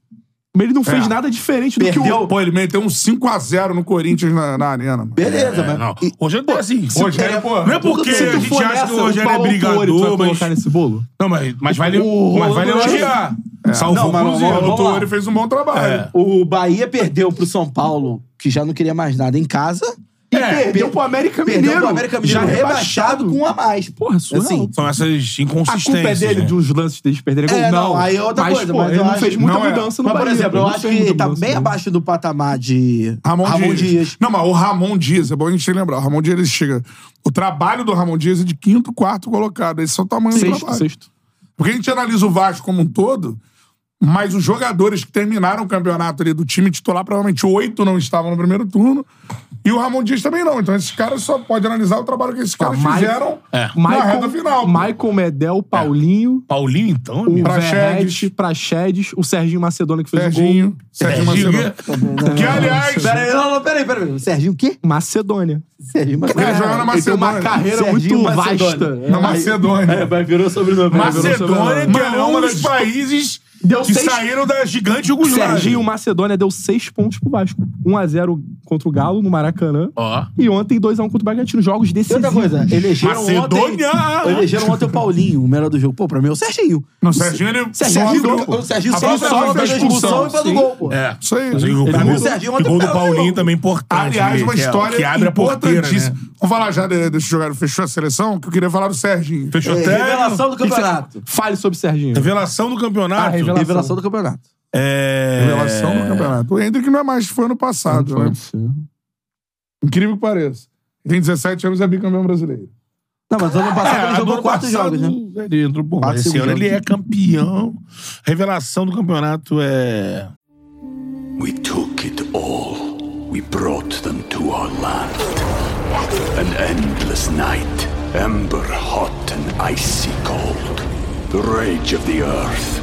Ele não fez É. nada diferente do que o... Perdeu? Pô, ele meteu um 5x0 no Corinthians na, na arena. mano. Beleza, É, mas... não. e- Rogério é assim. Rogério, pô, Não é porque Se a tu gente for acha que o nessa, Rogério é Paulo Autori, tu vai brigador, mas. colocar nesse bolo? Não, mas, mas vale, O mas vale Rolando elogiar. É. Salvou Não, mas o Cruzeiro. vamos- O vamos lá. Tuori fez um bom trabalho. É. O Bahia perdeu pro São Paulo, que já não queria mais nada em casa. E É, perdeu pro América Perdeu Mineiro, pro América Mineiro. já Já rebaixado. rebaixado com um a mais. Porra, surreal. Assim, São essas A inconsistências. culpa é dele né? de uns lances deles perderem gol? É, não, aí é outra mas, coisa, Pô, mas ele eu não acho- fez muita não é. mudança no Mas, por Bahia. exemplo, ele eu não acho fez que muita tá mudança, bem né? abaixo do patamar de Ramon, Dias. Dias. Não, mas o Ramon Dias, é bom a gente lembrar. O Ramon Dias, ele chega... O trabalho do Ramon Dias é de quinto, quarto colocado. Esse é o tamanho do Sexto, trabalho. sexto. Porque a gente analisa o Vasco como um todo, mas os jogadores que terminaram o campeonato ali do time titular, provavelmente oito não estavam no primeiro turno. E o Ramon Dias também não. Então esses caras só podem analisar o trabalho que esses Tá, caras Ma- fizeram é. na reta Michael, final. É. Michael Medel, Paulinho, Paulinho, então, o amigo. Verrete, Praxedes, o Serginho Macedônia que fez o Serginho, gol. Serginho É, Macedônia. É, Que, aliás, Pera aí, não, não, pera aí, pera aí. Serginho o quê? Macedônia. Serginho, mas... ele joga É, na Ele tem uma Macedônia. carreira é Serginho muito Macedônia. vasta. na Macedônia. É, mas virou sobrenome. Mas- Macedônia, que é Mano, um uma dos das- países Deu que seis- saíram da gigante Yugoslávia. Serginho Macedônia deu seis pontos pro Vasco. 1x0 contra o Galo no Maracanã. Ó. E ontem 2x1 contra o Bragantino. Jogos E decisivos. outra coisa, elegeram ontem... Macedônia! Elegeram ontem o Paulinho, o melhor do jogo. Pô, pra mim é o Serginho. Não, Serginho, ele Serginho, sobe, o Serginho a sempre própria sobe vez da da expulsão e faz o sim. gol, pô. É. Isso aí. O Ele gol, o Serginho o ontem gol do pegou no Paulinho gol. também é importante. Aliás, né? uma Que é- história que abre a porteira, importantíssima. né? Vamos falar já de- desse jogador que fechou a seleção, que eu queria falar do Serginho. Fechou É, até. revelação do campeonato. Fale sobre Serginho. Revelação do campeonato. Ah, revelação. Revelação do campeonato. É... Revelação do campeonato. O Hendrick não é mais, foi ano passado, né? Incrível que pareça. Tem 17 anos e é bicampeão brasileiro. Não, mas ano É, passado ele do jogou ano quatro passado, jogos, né? Ele entrou bom. Quatro Esse segundos ano ele jogos. é campeão. Revelação do campeonato é. We took it all. We brought them to our land. An endless night, ember hot and icy cold. The rage of the earth.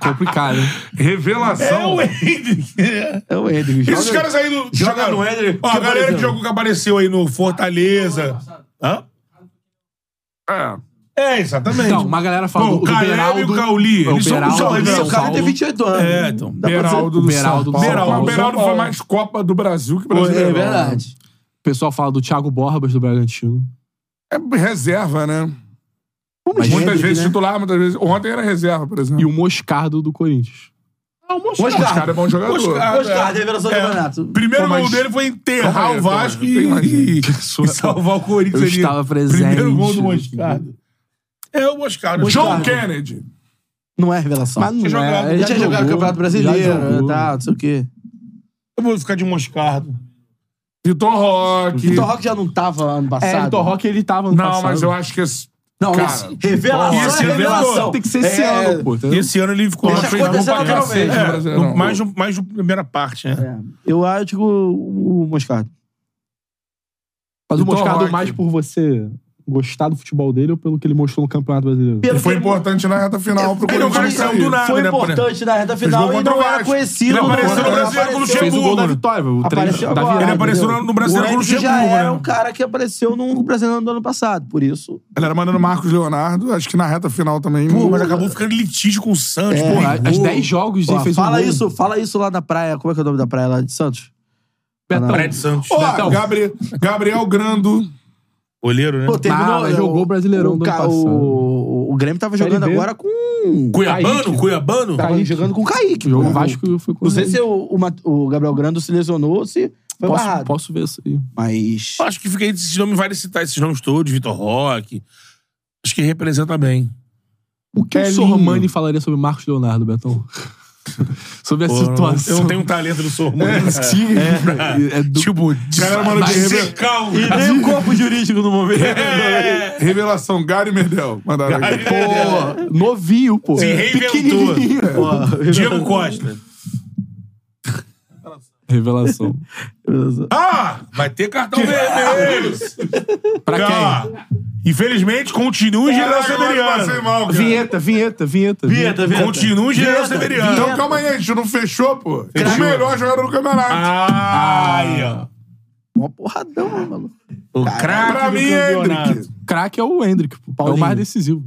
Complicado. hein? Revelação. É o Hendrick. joga- Esses caras aí do. joga jogaram- no Éder, Ó, a que galera que apareceu. jogou que apareceu aí no Fortaleza. Hã? É. É, exatamente. Não, uma galera Pô, falou o do Caleb Beraldo. e o Cauli. É, o Eles são Beraldo são- do eles- São O cara Paulo. tem 28 anos. né? É, então. Dá pra dizer- Beraldo do Beraldo São do Paulo. São Paulo. O Beraldo São foi Paulo. mais Copa do Brasil que É brasileiro. verdade. O pessoal fala do Thiago Borbas do Bragantino. É reserva, né? Mas muitas Hendrick, vezes né? titular, muitas vezes. Ontem era reserva, por exemplo. E o Moscardo do Corinthians. Esse cara é bom jogador. Oscar. Oscar, revelação É. do campeonato. Primeiro Pô, mas- gol dele foi Calma enterrar aí, o calma aí, Vasco eu e, tenho mais e- gente. e salvar o Corinthians. Eu ali. estava Primeiro gol do presente. Moscardo. É o Moscardo. John John Kennedy. Kennedy. Não é revelação. Mas não Tinha jogado. é. Ele já tinha jogado no jogou, Campeonato já Brasileiro, jogou. tá, não sei o quê. Eu vou ficar de Moscardo. Vitor Roque. Vitor Roque já não tava ano passado. É, Vitor Roque ele tava no Não, passado. mas eu acho que esse. Não, Cara, esse- revelação esse é ano revelação. Tem que ser esse É, ano, pô. entendeu? E esse ano ele ficou Ele na já frente do aconteceu Boca. naturalmente, É, no Brasileirão. no- mais, no- mais na primeira parte, né? é. Eu acho que o, o Moscardo. Mas o Vitor Moscardo Roque. mais por você gostar do futebol dele ou pelo que ele mostrou no Campeonato Brasileiro? Pelo Ele foi que- importante na reta final pro Ele é um não Corinthians. saiu sair. do nada, Foi né, importante na Jogou reta final e contra não o era Vasco. conhecido. Ele não apareceu era- no Brasileiro apareceu- quando Fez o chegou, gol da né? vitória, o três Apareceu da agora, virada. Ele apareceu entendeu? no- no Brasileiro O quando Hendrick já chegou, né? era um cara que apareceu no Brasileiro do ano passado, por isso. Galera mandando Marcos Leonardo, acho que na reta final também. Pô, mas acabou ficando litígio com o Santos. É. Pô, porra. as 10 jogos Ó, ele fez um fala gol. isso, fala isso lá na praia. Como é que é o nome da praia lá de Santos? Betão. Fred Santos. Ó, Betão. Gabriel, Gabriel Grando. Olheiro, né? Pô, terminou, mas jogou o Brasileirão o, do ano Ca- passado. o, o Grêmio tava Série jogando B. agora com. Cuiabano? Kaique. Cuiabano? Tava jogando com o Kaique. O pô. Vasco foi com Não sei se o, o Mat- o Gabriel Grando se lesionou ou se foi posso, barrado. posso ver isso aí. Mas. Acho que fica aí, esses nomes, vale citar esses nomes todos, Vitor Roque. Acho que representa bem. O que o Elinho. Sormani falaria sobre Marcos Leonardo, Betão? sobre a Pô, eu não- situação. Eu não tenho um talento do Sormani. É, é do... Tipo, Galera, mano, vai de rebe- secar o- um nem o corpo jurídico no momento. É. Revelação, Gary Medel. Mandaram aqui. Pô, novinho, pô. Se reinventou. Diego Costa. Revelação. Ah, vai ter cartão vermelho. Pra quem? Ah, Infelizmente, continua o General Caralho, eu passei Severiano. mal, cara. Vinheta, vinheta, vinheta. Vinheta, vinheta. Continua o General Severiano. Então calma aí, a gente não fechou, pô. O melhor jogador do campeonato. Ai, Ah, ó. Uma porradão, né, maluco. O craque pra do mim, campeonato. Hendrick. Craque é o Hendrick, pô. É o mais decisivo.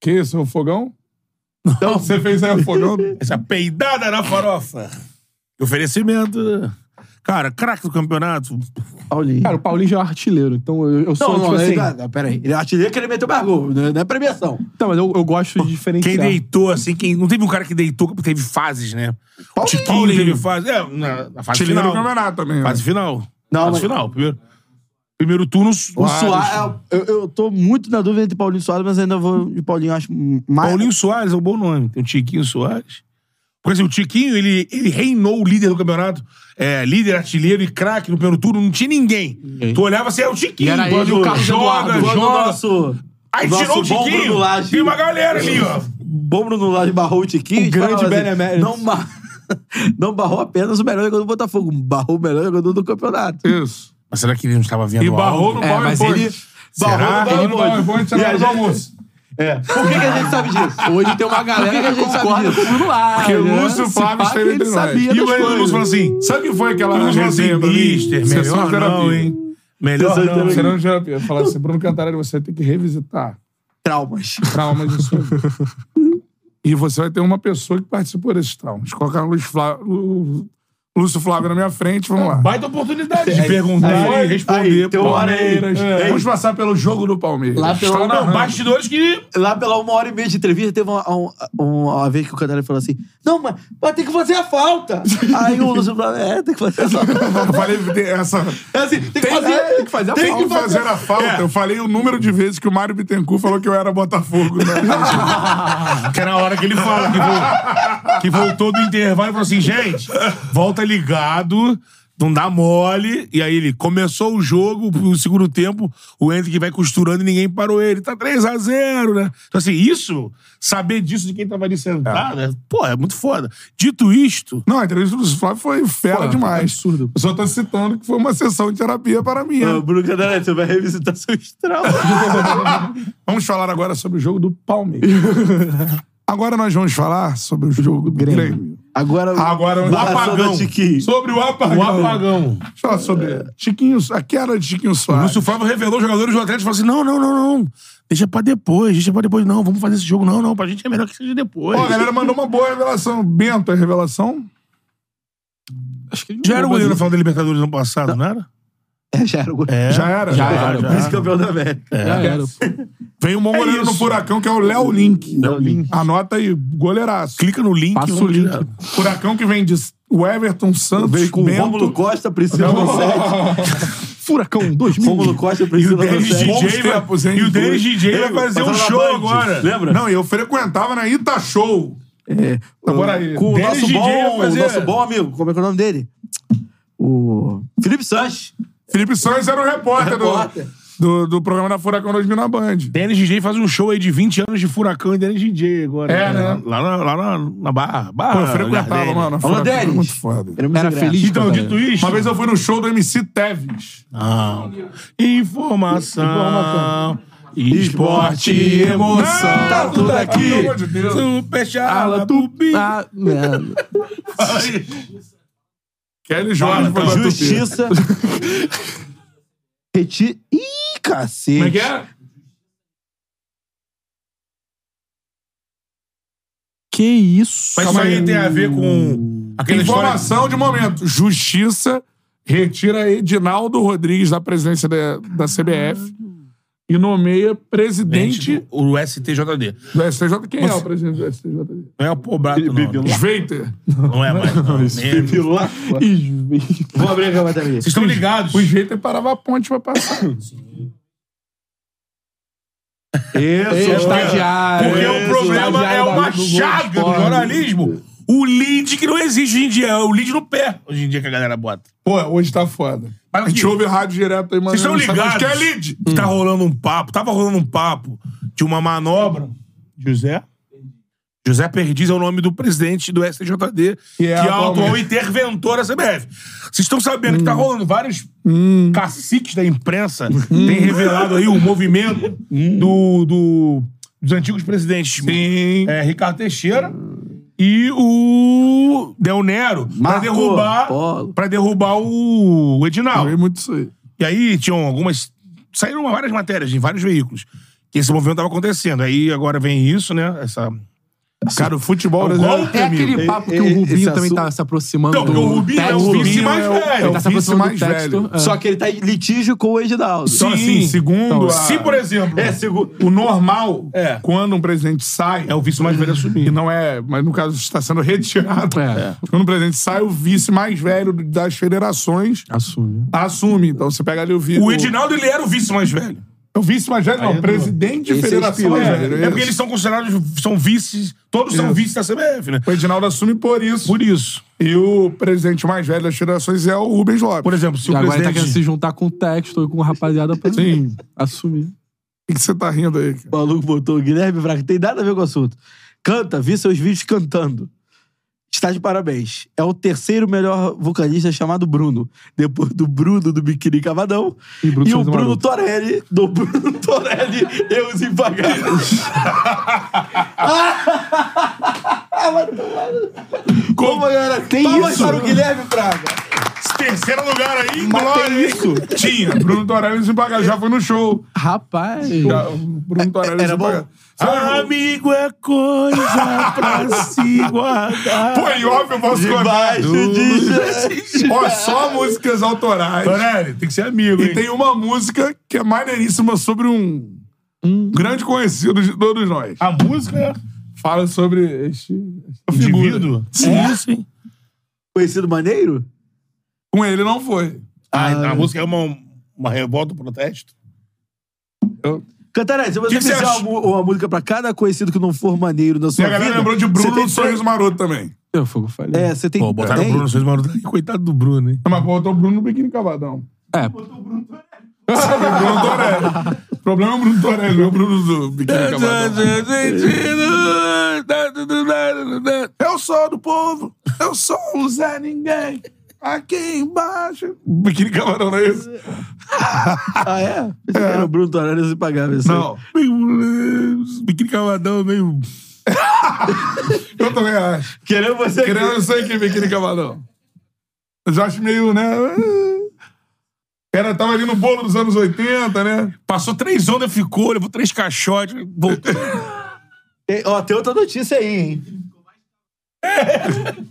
Que isso, o fogão? Você fez aí o fogão? Essa peidada na farofa. Oferecimento. Cara, craque do campeonato. Paulinho. Cara, o Paulinho já é um artilheiro, então eu, eu sou, não, tipo não, assim... ele, não, não, peraí. Ele é artilheiro que ele meteu mais gol, não é não é premiação. Não, mas eu, eu gosto de diferenciar. Quem deitou, assim, quem. Não teve um cara que deitou, porque teve fases, né? O Paulinho. Tiquinho teve fase. É, na, na fase Chileno no final. campeonato também. né? Fase final. Não, fase mas- final. Primeiro, primeiro turno, o, O Soares. Soares, eu, eu tô muito na dúvida entre Paulinho e Soares, mas ainda vou de Paulinho, acho mais. Paulinho Soares é um bom nome. Tem o Tiquinho Soares. Porque assim, o Tiquinho, ele, ele reinou o líder do campeonato. É, líder, artilheiro e craque no primeiro turno. Não tinha ninguém. Tu olhava assim, é o Tiquinho. E era ele e o Carlos joga, Eduardo. Quando o joga. nosso. Aí nosso tirou o bom Tiquinho. Bruno Lage- Tem uma galera ali, ó. Bom Bruno Lage barrou o Tiquinho. a O gente falava assim, grande benemérito. Não, ba- não barrou apenas o melhor jogador do Botafogo, barrou o melhor jogador do campeonato. Isso. Mas será que ele não estava vendo E o barrou áudio? no É, mas PowerPoint. ele- Será? Barrou Ele no no PowerPoint. PowerPoint, E a cenário do gente- almoço. Por que, que a gente sabe disso? Hoje tem uma galera que, Por que que a gente concorda sabe com o Bruno Lage, Porque o né? Lúcio Se Flávio pá, esteve ele entre nós. sabia E das o Lúcio coisas. falou assim... Sabe o que foi aquela Bruno falou assim, Ah, resenha pra mim? mister, Sessão de melhor terapia. não, hein? Melhor Sessão de não. terapia. Serão de terapia. Falar assim, Bruno Cantarelli, você tem que revisitar Traumas. traumas de sua vida. E você vai ter uma pessoa que participou desses traumas. Colocar o Luiz Flávio, Lu- Lúcio Flávio na minha frente, vamos lá. Baita oportunidade de perguntar Vai e responder. um tem uma hora aí. Palmeiras. É. Vamos passar pelo jogo do Palmeiras. Lá pelo- Está Não, Não, narrando. bastidores que Lá pela uma hora e meia de entrevista, teve uma, um- uma, vez que o Cantarelli falou assim: Não, mas, mas tem que fazer a falta. Aí o Lúcio falou: É, tem que fazer a falta. Eu falei de- essa. É assim, tem que fazer. é, tem que fazer a Tem falta. que fazer É. a falta. Eu falei o número de vezes que o Mário Bittencourt falou que eu era Botafogo. né? Ah, Que era a hora que ele fala, que, vol- que voltou do intervalo e falou assim, gente, volta ligado, não dá mole. E aí ele começou o jogo, o segundo tempo, o Hendrick vai costurando e ninguém parou ele. Tá 3x0, né? Então assim, isso, saber disso de quem tava ali sentado, é, pô, é muito foda. Dito isto, Não, a entrevista do Lúcio Flávio foi fera Pô, demais. absurdo. Eu só tô citando que foi uma sessão de terapia para mim. né? Ô, Bruno Cantarelli, você vai revisitar seus traumas. Vamos falar agora sobre o jogo do Palmeiras. agora nós vamos falar sobre o jogo do Grêmio. Agora, Agora o Barra apagão. Soda Tiquinho. Sobre o apagão. o apagão. Deixa eu falar sobre Chiquinho, a queda de Chiquinho O Soares. Lúcio Flávio revelou os jogadores do Atlético e falou assim: não, não, não, não. Deixa pra depois, deixa pra depois. Não, vamos fazer esse jogo. Não, não, pra gente é melhor que seja depois. Pô, a galera mandou uma boa revelação. Bento é revelação? Acho que ele Já era o jogou goleiro na Brasil. final da Libertadores ano passado, não era? É, já era o É. Já era. Já Já era. era. já. vice-campeão da é América. Já era. Vem um bom É goleiro isso. no furacão, que é o Léo Link. Léo Link. Anota aí, goleiraço. Clica no link. Passa vamos o link. direto. Furacão que vem de o Everton Santos, Veio com o Bento. Rômulo Costa, Priscila Rossetti. Furacão 2000. Rômulo Costa, E o Priscila Dennis Rossetti. Bons DJ, vai, tempos, hein? e o Dennis DJ vai Lembra? fazer um Passava na show Band. agora. Lembra? Não, eu frequentava na Itashow. É, Agora aí. Com o Dennis nosso, DJ vai bom, o fazer- nosso bom amigo, como é que é o nome dele? O Felipe Sanches. Felipe Santos era o repórter, do- Repórter. Do, do, programa da Furacão 2000 na Band. Dennis DJ faz um show aí de 20 anos de Furacão e Dennis DJ agora. É, né? Lá, na, lá na, na Barra. Barra Pô, eu frequentava, Jardim. mano. a Alô, Furacão era Dennis. muito foda. Queremos Era ingresso. feliz. Então, cara. dito isso... Uma vez eu fui no show do MC Teves. Não. Informação... Esporte e emoção. Não, tá tudo pelo aqui. amor de Deus. Super Ah, chala, tu... tupi. Ah, merda. Kelly Jorge foi pra Tupi. Justiça. Reti... Ih, cacete. Como é que é? Que isso? Mas isso aí tem a ver com aquela história... Informação de momento. Justiça retira Edinaldo Rodrigues da presidência da, da CBF e nomeia presidente Gente, O STJD. do STJ. Quem é o presidente do STJ? Não é o Pobrato, não. né? Sveiter. Não é mais. não. Nem- Lá. Vou abrir a câmera também. Vocês estão ligados. O Sveiter parava a ponte pra passar. Isso. Estagiário. É. Porque o problema é uma chaga do jornalismo. O lead que não existe hoje em dia. É o lead no pé, hoje em dia, que a galera bota. Pô, hoje tá foda. Mas A gente aqui, ouve rádio direto aí, mano. Vocês estão Não sabe onde ligados Que é lead. que tá rolando um papo, tava rolando um papo de uma manobra. José? José Perdiz é o nome do presidente do STJD, que é, o atual atualmente. Hum. interventor da CBF. Vocês estão sabendo que tá rolando vários caciques da imprensa Hum. tem revelado aí o movimento do, do- dos antigos presidentes. Sim. É, Ricardo Teixeira e o Del Nero pra Marco derrubar, Polo. pra derrubar o o Edinaldo. Ouvi muito isso aí. E aí tinham algumas. Saíram várias matérias em vários veículos. Que esse movimento estava acontecendo. Aí agora vem isso, né? Essa. Cara, o futebol O brasileiro... golpe, É amigo. aquele papo que o Rubinho também tá se aproximando Então, porque o do Rubinho é o Textor. vice mais é o- velho. Ele tá se aproximando mais do Textor. velho. É. Só que ele tá em litígio com o Edinaldo. Então, assim, segundo Então, a- Se, por exemplo. Ah. É, O normal, É. quando um presidente sai... o vice mais velho a E assumir. não é... Mas, no caso, está sendo retirado. É. Quando o presidente sai, o vice mais velho das federações Assume. assume. Então, você pega ali o vice... O Edinaldo, ele era o vice mais velho. O vice mais velho, não. Presidente de Esse é federação espírito, mais É, velho. é porque Isso. eles são considerados. São vices. Todos são Isso. vices da CBF, né? O Edinaldo assume por isso. Por isso. E o presidente mais velho das federações é o Rubens Lopes. Por exemplo, se E o agora ele tá querendo presidente. se juntar com o Textor e com a rapaziada pra Sim. assumir. O que você tá rindo aí, cara? O maluco botou o Guilherme Braga, tem nada a ver com o assunto. Canta, vi seus vídeos cantando. Está de parabéns. É o terceiro melhor vocalista chamado Bruno. Depois do Bruno do Biquíni Cavadão. E, Bruno o Souza Bruno Maroto. Torelli, do Bruno Torelli, Eu os Impagáveis. Como a galera tem Palmas isso? para o Guilherme Braga. Esse terceiro lugar aí, Mas glória, tem hein? isso. Tinha. Bruno Torelli se pagar. Já foi no show. Rapaz. Já, É, o Bruno Torelli era se pagar. bom? Amigo é coisa pra se guardar. Pô, e óbvio, eu posso contar. Debaixo de... Ó, só músicas autorais. Torelli, tem que ser amigo, E hein? tem uma música que é maneiríssima sobre um grande conhecido de todos nós. A música Fala sobre este... é indivíduo. É isso, hein? Conhecido maneiro? Com ele não foi. Ah, então a música é uma, uma revolta, um protesto? Cantarelli, se você Que que você fizer acha? uma, uma música pra cada conhecido que não for maneiro na E sua a vida... galera lembrou de você Bruno tem do Sorriso Maroto também. Eu fogo falei. É, você tem... tem? vocês maroto aí. Coitado do Bruno, hein? Não, Mas botou o Bruno no biquíni cavadão. É. Bruno Torelli. O problema é o Bruno Torelli, não é o Bruno do biquíni cavadão. é, Eu sou É do povo, eu sou um Zé Ninguém. Aqui embaixo. Biquíni Camarão, não é isso? Ah, é? Esse cara é o Bruno Torelli os impagáveis. Não. Biquíni cavadão, meio... Eu também acho. Querendo você aqui. Querendo eu sei que é Biquíni Camarão. Mas eu acho meio, né? Era, tava ali no bolo dos anos 80, né? Passou três ondas, ficou, levou três caixotes, voltou. Tem, ó, tem outra notícia aí, hein?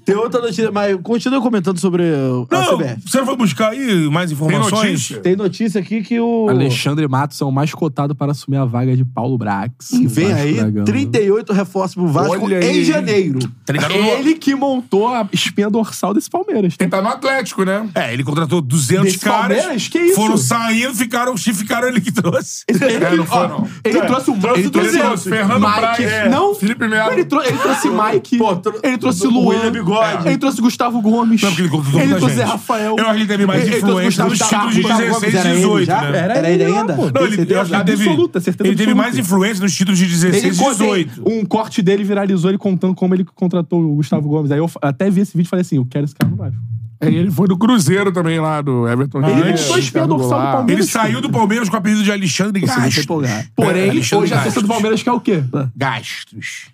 tem outra notícia, mas continua comentando sobre o- a Não, CBF. você não foi buscar aí mais informações? notícia? Tem notícia aqui que o... Alexandre Matos é o mais cotado para assumir a vaga de Paulo Brax. Vem Vasco aí, da Gama. 38 reforços pro Vasco Olha em aí. janeiro. Entregaram no- Ele que montou a espinha dorsal desse Palmeiras. Ele tá no Atlético, né? É, ele contratou 200 Desse caras. Palmeiras? Que isso? Foram saindo, ficaram, ficaram ele que trouxe. É, não foi, não. Ele trouxe o Ele trouxe Fernando Praia, é. Não. Felipe Melo. Ele, trou ele trouxe Mike. Pô, tro- ele trouxe o Luan. William Bigode. Ele trouxe Gustavo Gomes. Não, porque ele contratou muita trouxe gente. Rafael. Eu acho que ele teve mais Ele- ele trouxe influência nos Gustavo títulos de Gomes. 16 Era e ele 18, já? né? Era ele ainda? lá, pô. Não, ele, eu acho que ele teve, absoluta, certeza ele teve absoluta. mais influência nos títulos de 16 e Ele co- 18. Um corte dele viralizou ele contando como ele contratou o Gustavo Gomes. Aí eu fa- até vi esse vídeo e falei assim: eu quero esse cara no Vasco. É, e ele foi do Cruzeiro também, lá do Everton. Ele Ribeiro, montou a espinha Ricardo dorsal do Goulart. Palmeiras. É. Ele saiu do Palmeiras com o apelido de Alexandre Gastos. É, empolgar. Porém, Alexandre hoje é a Gastos. torcida do Palmeiras quer o quê? Gastos.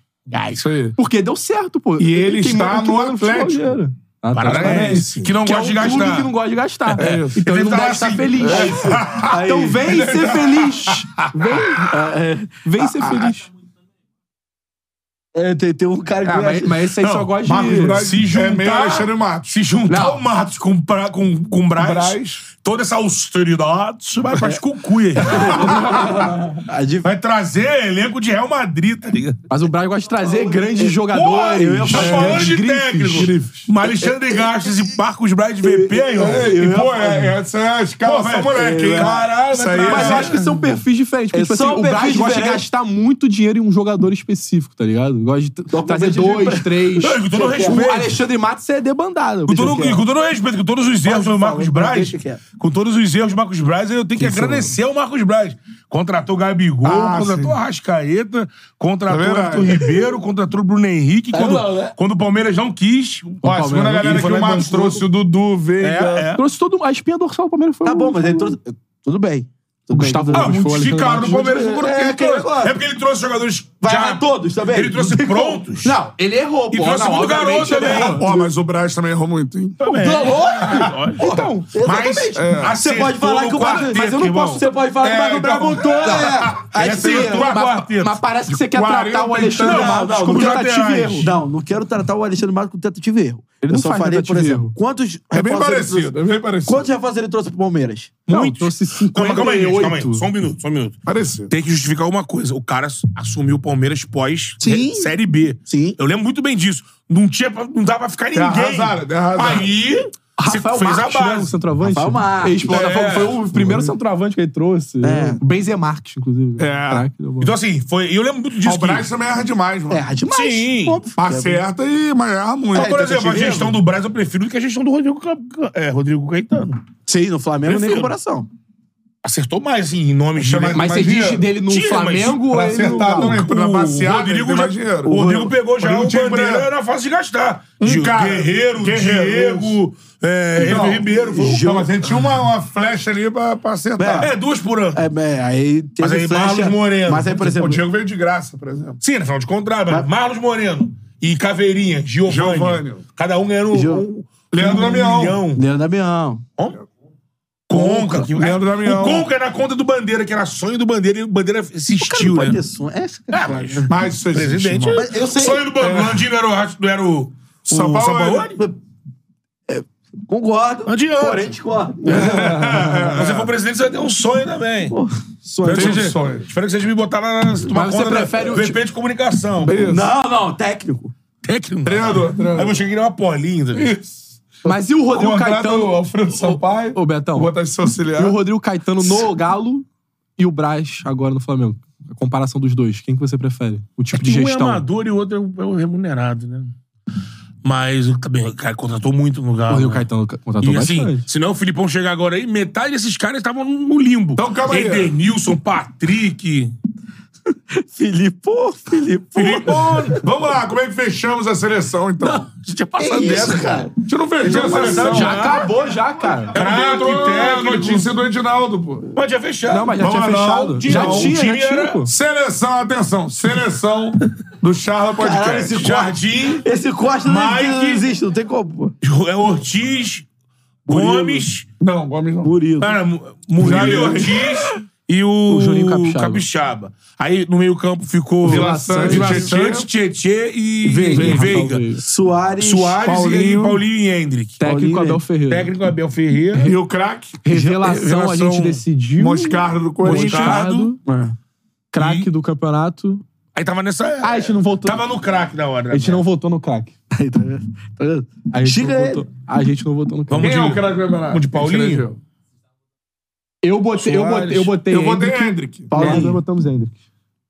Isso aí. Porque deu certo, pô. E ele Quem está manda que no manda futebol Atlético. dinheiro. Atlético Paranaense, Paranaense. que não Que é gosta de um clube gastar. que não gosta de gastar. isso. Então ele não tá deve assim. estar feliz. Então vem é, ser feliz. Vem, vem ser feliz. É, tem, tem um cara que. Ah, mas, mas esse aí só gosta de. se juntar, é meio Alexandre Matos. Se juntar Não. o Matos com, pra, com, com o Braz, Braz. toda essa austeridade vai pra cucuia. Ah, de- vai trazer elenco de Real Madrid, tá ligado? Mas o Braz gosta de trazer grandes Porra, jogadores. eu ia grandes falando de grifes. técnico. Mas Alexandre Gastos e Marcos Braz de VP aí, ó. E, pô, é, né? essa é a Pô, escalação, velho, moleque. hein? Caralho, Isso aí vai é, Mas eu trazer. acho que são perfis diferentes. Porque, É tipo só assim, um o perfil Braz gosta de diferente. gastar muito dinheiro em um jogador específico, tá ligado? Gosta de t- trazer dois, três. Não, Com todo O respeito. Alexandre Matos é debandado. Com todo, com todo respeito, com todos os erros do Marcos Braz, deixa quieto. com todos os erros do Marcos Braz, eu tenho que agradecer ao Marcos Braz. Contratou Gabigol, Ah, contratou sim. Arrascaeta, contratou É verdade. Everton Ribeiro, contratou o Bruno Henrique. Quando, não, né? quando o Palmeiras não quis, Ó, segundo a Palmeiras, galera ele que foi o lá e Matos bancou. trouxe o Dudu, é, Veiga. é. Trouxe todo... A espinha dorsal do Palmeiras foi... um Tá bom, mas ele foi- trouxe. Tudo bem. Tudo bem, Gustavo tudo bem. Ah, muitos Alexandre ficaram no Matos. Palmeiras por É, é, ele aquele trouxe. negócio. É porque ele trouxe jogadores. Vai já- errar todos tá também? Ele trouxe prontos. Não, ele errou, E pô. trouxe Não, muito garoto obviamente, ele também. errou. Ó, mas o Braz também errou muito, hein? Também. Então, Mas Ah, Você pode falar que o Marcos. Mas eu não posso. Você pode falar que o É, Marcos Braz então- voltou, né? Aí Essa aí sim. eu tô- mas, quarteto. mas parece que você quer 40 tratar o Alexandre não, Matos não, como como tentativa e laterais. erro. Não, não quero tratar o Alexandre Mato com tentativa e erro. Ele eu não só faz falei, por tentativa e exemplo, erro. quantos É bem reforços ele trouxe- parecido, é bem parecido. Ah. Quantos reforços ele trouxe pro Palmeiras? Não, trouxe 58. Calma, calma aí, gente, calma aí. Só um minuto, só um minuto. Parecido. tem que justificar alguma coisa. O cara assumiu o Palmeiras pós Sim. sé- Série B. Sim. Eu lembro muito bem disso. Não, tinha, pra- não dava pra ficar ninguém. arrasaram, arrasaram. Aí, você Rafael fez Marques, a né, o base. centroavante. Rafael Marques. Ele explora- É. Foi o primeiro centroavante que ele trouxe. É. O Benzer Marques, inclusive. É. Craque, deu bola. Então, assim, foi, eu lembro muito disso. O Braz que- também erra demais, mano. Erra É, demais. Sim. Óbvio. Acerta e mas erra muito. Por então, exemplo, a tentativa e gestão do Braz eu prefiro do que a gestão do Rodrigo, Ca- Ca- é, Rodrigo Caetano. Sim, no Flamengo nem Prefiro. comparação. Acertou mais, assim, em nome de... Mas- Mas você Imagina, diz dele no tira, mas Flamengo ou Pra ele no... acertar também, pra O baciar, Rodrigo, tem já- mais dinheiro. o Rodrigo pegou já Rodrigo o tinha Bandeira dinheiro. na fase de gastar. Um Gil- cara. Guerreiro, Guerreiro. Diego, é, Então, Everton Ribeiro. foi um- Então, mas ele tinha uma, uma flecha ali pra, pra acertar. É, duas por ano. É, bem, aí teve Mas aí flecha, Marlos Moreno. Mas aí, por O exemplo, Diego veio de graça, por exemplo. Sim, na final de contrato. mas Marlos Moreno e Caveirinha, Giovanni. Giovânio. Cada um era um, Gio- um Leandro Damião. milhão. Leandro Damião. Conca. Que, é, Leandro Damião. O Conca era na conta do Bandeira, que era sonho do Bandeira, e o Bandeira O cara não insistiu, pode né? ter sonho. É, isso que é Ah, foda. mas Mas isso existe, presidente... é. irmão. Mas eu sei- Sonho do Bandeira. O Landino era o... Não era o... Sampaoli. o Sampaoli? é, Concordo. Não adianta. Porém, discordo. É, Se você for presidente, você vai ter um sonho também. Sonho. Espero que tem seja- sonho. Espero que vocês me botar lá na... Tomar Mas você conta prefere da, o- do VP de comunicação. Não, não, técnico. Técnico. Treinador, treinador. Aí eu cheguei uma polinha. tá ligado? Mas e o Rodrigo Contrata o Caetano... Alfredo Sampaio. Ô, Betão. Vou botar esse auxiliar. E o Rodrigo Caetano no Galo e o Braz agora no Flamengo. A comparação dos dois. Quem que você prefere? O tipo de Que Um é gestão. amador e o outro é o- é o remunerado, né? Mas o também, o cara contratou muito no O Galo. Rodrigo né? Caetano contratou E assim, bastante. senão o Filipão chegar agora aí, metade desses caras estavam no limbo. Então, calma aí. Edenilson, Patrick. Filipô, Filipô. Felipe, Vamos lá, como é que fechamos a seleção, então? A gente ia passar dessa. cara. A gente não fechou a seleção. Ah, Já acabou, já, cara. Crato, técnico, notícia do Edinaldo, pô. Mas já fechado. Não, mas já Vamos tinha lá, não. fechado. Tinha, Já não. tinha, já Tinha, tinha, era- pô. Seleção, atenção, seleção do Charla Podcast. Caralho, esse Jardim, Esse Costa não é Mike. existe, não tem como. pô. é Ortiz, Gomes, Não, Gomes não. Murilo. cara, Mu- Murilo e Jair. Ortiz e o, O Juninho Capixaba. Capixaba. Aí no meio campo ficou Vila Sante, Tietê, Tietê e Veiga. Veiga. Veiga. Soares. Soares Paulinho. e Paulinho e Hendrick. Técnico Paulinho, Abel Ferreira. Técnico Abel Ferreira. E o craque, Revelação, a Revelação, gente decidiu. Moscardo do Corinthians. Moscardo. É. Craque do campeonato. Aí tava nessa. Ah, a gente não votou. Tava no craque na hora. A gente não votou no craque. Aí, tá vendo? Tá vendo? A gente Diga não ele. votou. A gente não votou no craque. Vamos Quem é o de- craque do campeonato? o de Paulinho? Quem elegeu? Eu botei, eu botei, eu botei. Eu botei Hendrick. Hendrick. Paulo nós dois botamos Hendrick.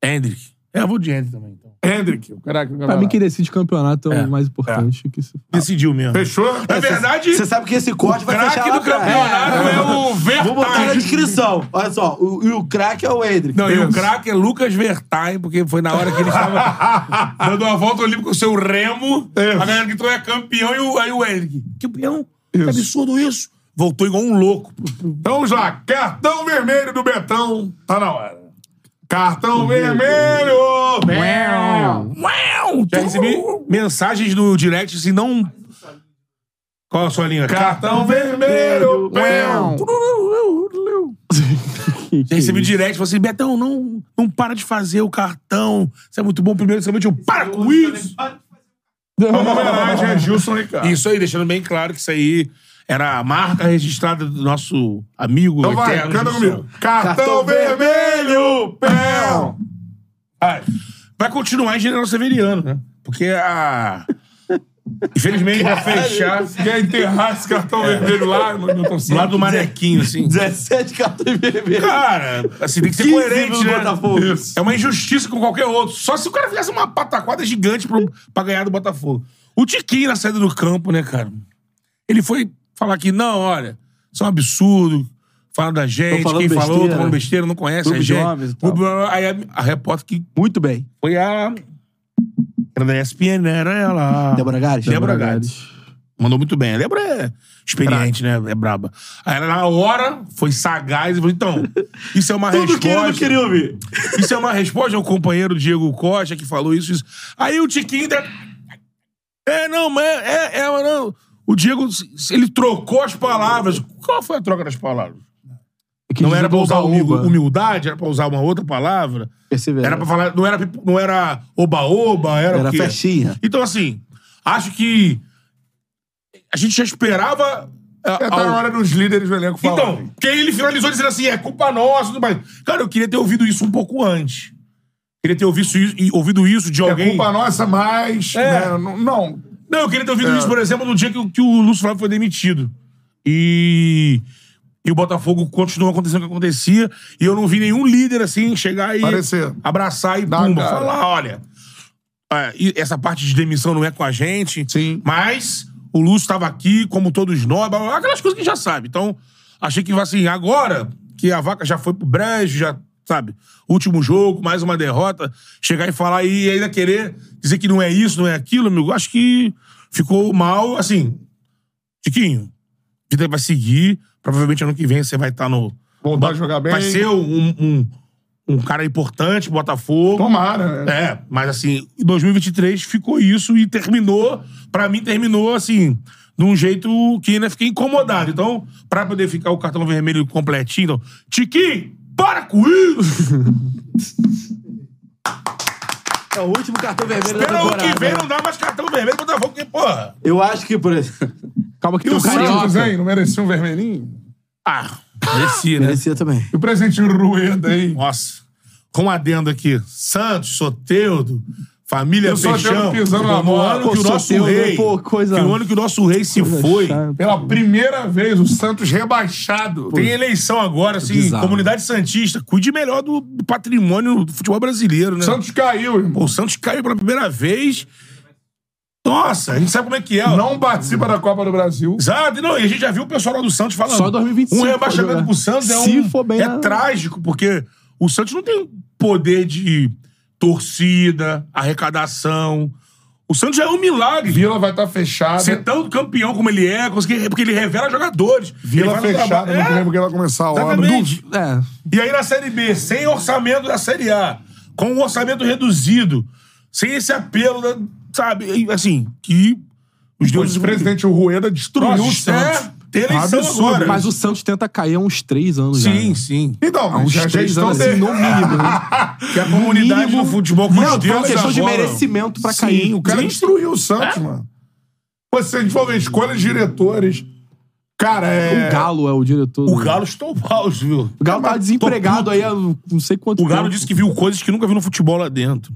Hendrick. É, eu vou de Hendrick também, então. Hendrick, o craque do Pra mim, quem campeonato. decide campeonato é, É. o mais importante. Que se... Decidiu mesmo. Fechou? Na verdade, Você sabe que esse corte o vai fechar craque lá do atrás. campeonato é, o Vou botar na Vertain. descrição. Olha só, o, e o craque é o Hendrick. Não, e o craque é Lucas Vertain, porque foi na hora que ele estava dando uma volta olímpica com o seu Remo. Isso. A galera que entrou é campeão e o, aí o Hendrick. Campeão? Que Isso. absurdo isso. Voltou igual um louco. Então já, cartão vermelho do Betão, tá na hora. Uhum. Cartão vermelho! Uau! Já recebi mensagens no direct assim, não. Qual a sua linha? Cartão vermelho! Que, que Já recebi isso? direct, falei assim, Betão, não, não para de fazer o cartão. Isso é muito bom. Primeiro, você eu para com isso. É uma homenagem a Gilson Ricardo. Isso aí, deixando bem claro que isso aí era a marca registrada do nosso amigo Então vai, eterno canta Gilson. comigo. Cartão, Cartão vermelho, pé. Vai, Ah, vai continuar em General Severiano, né? Porque a... Infelizmente vai fechar Quer enterrar esse cartão vermelho lá, Milton Santos? É. lá do Manequinho, assim. 17 cartões vermelhos. Cara, assim, tem que ser 15 coerente, do né? Botafogo. É uma injustiça com qualquer outro. Só se o cara fizesse uma pataquada gigante pro, pra ganhar do Botafogo. O Tiquinho na saída do campo, né, cara? Ele foi falar que, não, olha, isso é um absurdo. Falam da gente, Tão falando quem falou, besteira. tá falando besteira, não conhece Grupo a de gente. homens e tal. Blá, blá, blá. Aí a, a repórter que Muito bem. foi a. Era da ESPN, né? era ela. Débora Gares? Débora Gades. Mandou muito bem. Ela é bra- experiente, né? É braba. Aí ela, na hora, foi sagaz e falou: então, isso é uma Tudo que ele resposta. não queria ouvir. Isso é uma resposta ao companheiro Diego Costa que falou isso, isso. Aí o Tiquinho. da- É, não, mas é, é, é, não. O Diego, ele trocou as palavras. Qual foi a troca das palavras? Ele quis Não era pra usar desdobrar humil- Uba. humildade, era pra usar uma outra palavra. Perceberam. Era pra falar. Não era pipo- não era oba-oba, era, Era o quê? festinha. Então, assim, acho que a gente já esperava. ah, É tá ao- na hora dos líderes do elenco falar. então, porque aí ele finalizou dizendo assim, é culpa nossa e tudo mais. Cara, eu queria ter ouvido isso um pouco antes. Queria ter ouvido isso, e- ouvido isso de é alguém. culpa nossa, mas... É. né, não- não, Não, eu queria ter ouvido isso, por exemplo, no dia que, o- que o Lúcio Flávio foi demitido. E. E o Botafogo continuou acontecendo o que acontecia. E eu não vi nenhum líder assim chegar e Parecer. abraçar e Dá a pumba. cara. Falar, olha. é, e essa parte de demissão não é com a gente. Sim. Mas o Lúcio estava aqui, como todos nós, blá, blá, blá, aquelas coisas que já sabe. Então, achei que assim, agora que a vaca já foi pro brejo, já, sabe, último jogo, mais uma derrota, chegar e falar e ainda querer dizer que não é isso, não é aquilo, amigo, acho que ficou mal, assim. Tiquinho, a vida vai seguir. Provavelmente ano que vem você vai estar no. voltar a jogar bem. Vai ser um, um, um cara importante, Botafogo. Tomara, né? É, mas assim, em 2023 ficou isso e terminou, pra mim terminou assim, de um jeito que ainda fiquei incomodado. Então, pra poder ficar o cartão vermelho completinho, então, Tiquinho, para com isso! É o último cartão vermelho da Pelo ano temporada. que vem não dá mais cartão vermelho, Botafogo, porque, porra. Eu acho que, por exemplo... Calma que E tem o um Santos, carioca. hein? Não merecia um vermelhinho? Ah, merecia, né? Merecia também. E o presente Rueda, hein? Nossa. Com um adendo aqui, Santos, Soteudo, família E o Soteldo Peixão. pisando na no bola. ano que o Pô, nosso Soteldo, rei, pô, coisa- que no ano que o nosso rei se foi, chata. Pela primeira vez, o Santos rebaixado. Tem eleição agora, assim, Bizarro. comunidade santista, cuide melhor do, do patrimônio do futebol brasileiro, né? O Santos caiu, irmão. Pô, o Santos caiu pela primeira vez. Nossa, a gente sabe como é que é. ó. Não participa da Copa do Brasil. Exato, não, e a gente já viu o pessoal lá do Santos falando. Só em 2025 Um pode rebaixamento jogar. pro Santos é um. Se for bem é na- trágico, porque o Santos não tem poder de torcida, arrecadação. O Santos já é um milagre. Vila vai estar fechada. Ser tão campeão como ele é, conseguir- porque ele revela jogadores. Vila Ele vai no fechada, trabalho- não É, lembro que vai começar a obra. exatamente. É, E aí na Série B, sem orçamento da Série A, com um orçamento reduzido, sem esse apelo, da- sabe? E, Assim, que os deuses... O presidente Rueda destruiu Nossa, o isso é Santos. ter eleição Absurdo. agora. mas o Santos tenta cair há uns três anos já. né? Sim, sim. Então, Há uns mas a três gestão anos, assim, dele... no mínimo, né? Que a comunidade mínimo- do futebol com Não, os foi uma deuses questão de agora. É? merecimento pra Sim, cair. o cara Sim. destruiu o Santos, mano. Pô, Se a gente for ver escolhas de diretores... Cara, é... O Galo é o diretor. O do- Galo um estou paus, viu? O Galo tá desempregado puto. aí há não sei quanto O Galo tempo. disse que viu coisas que nunca viu no futebol lá dentro.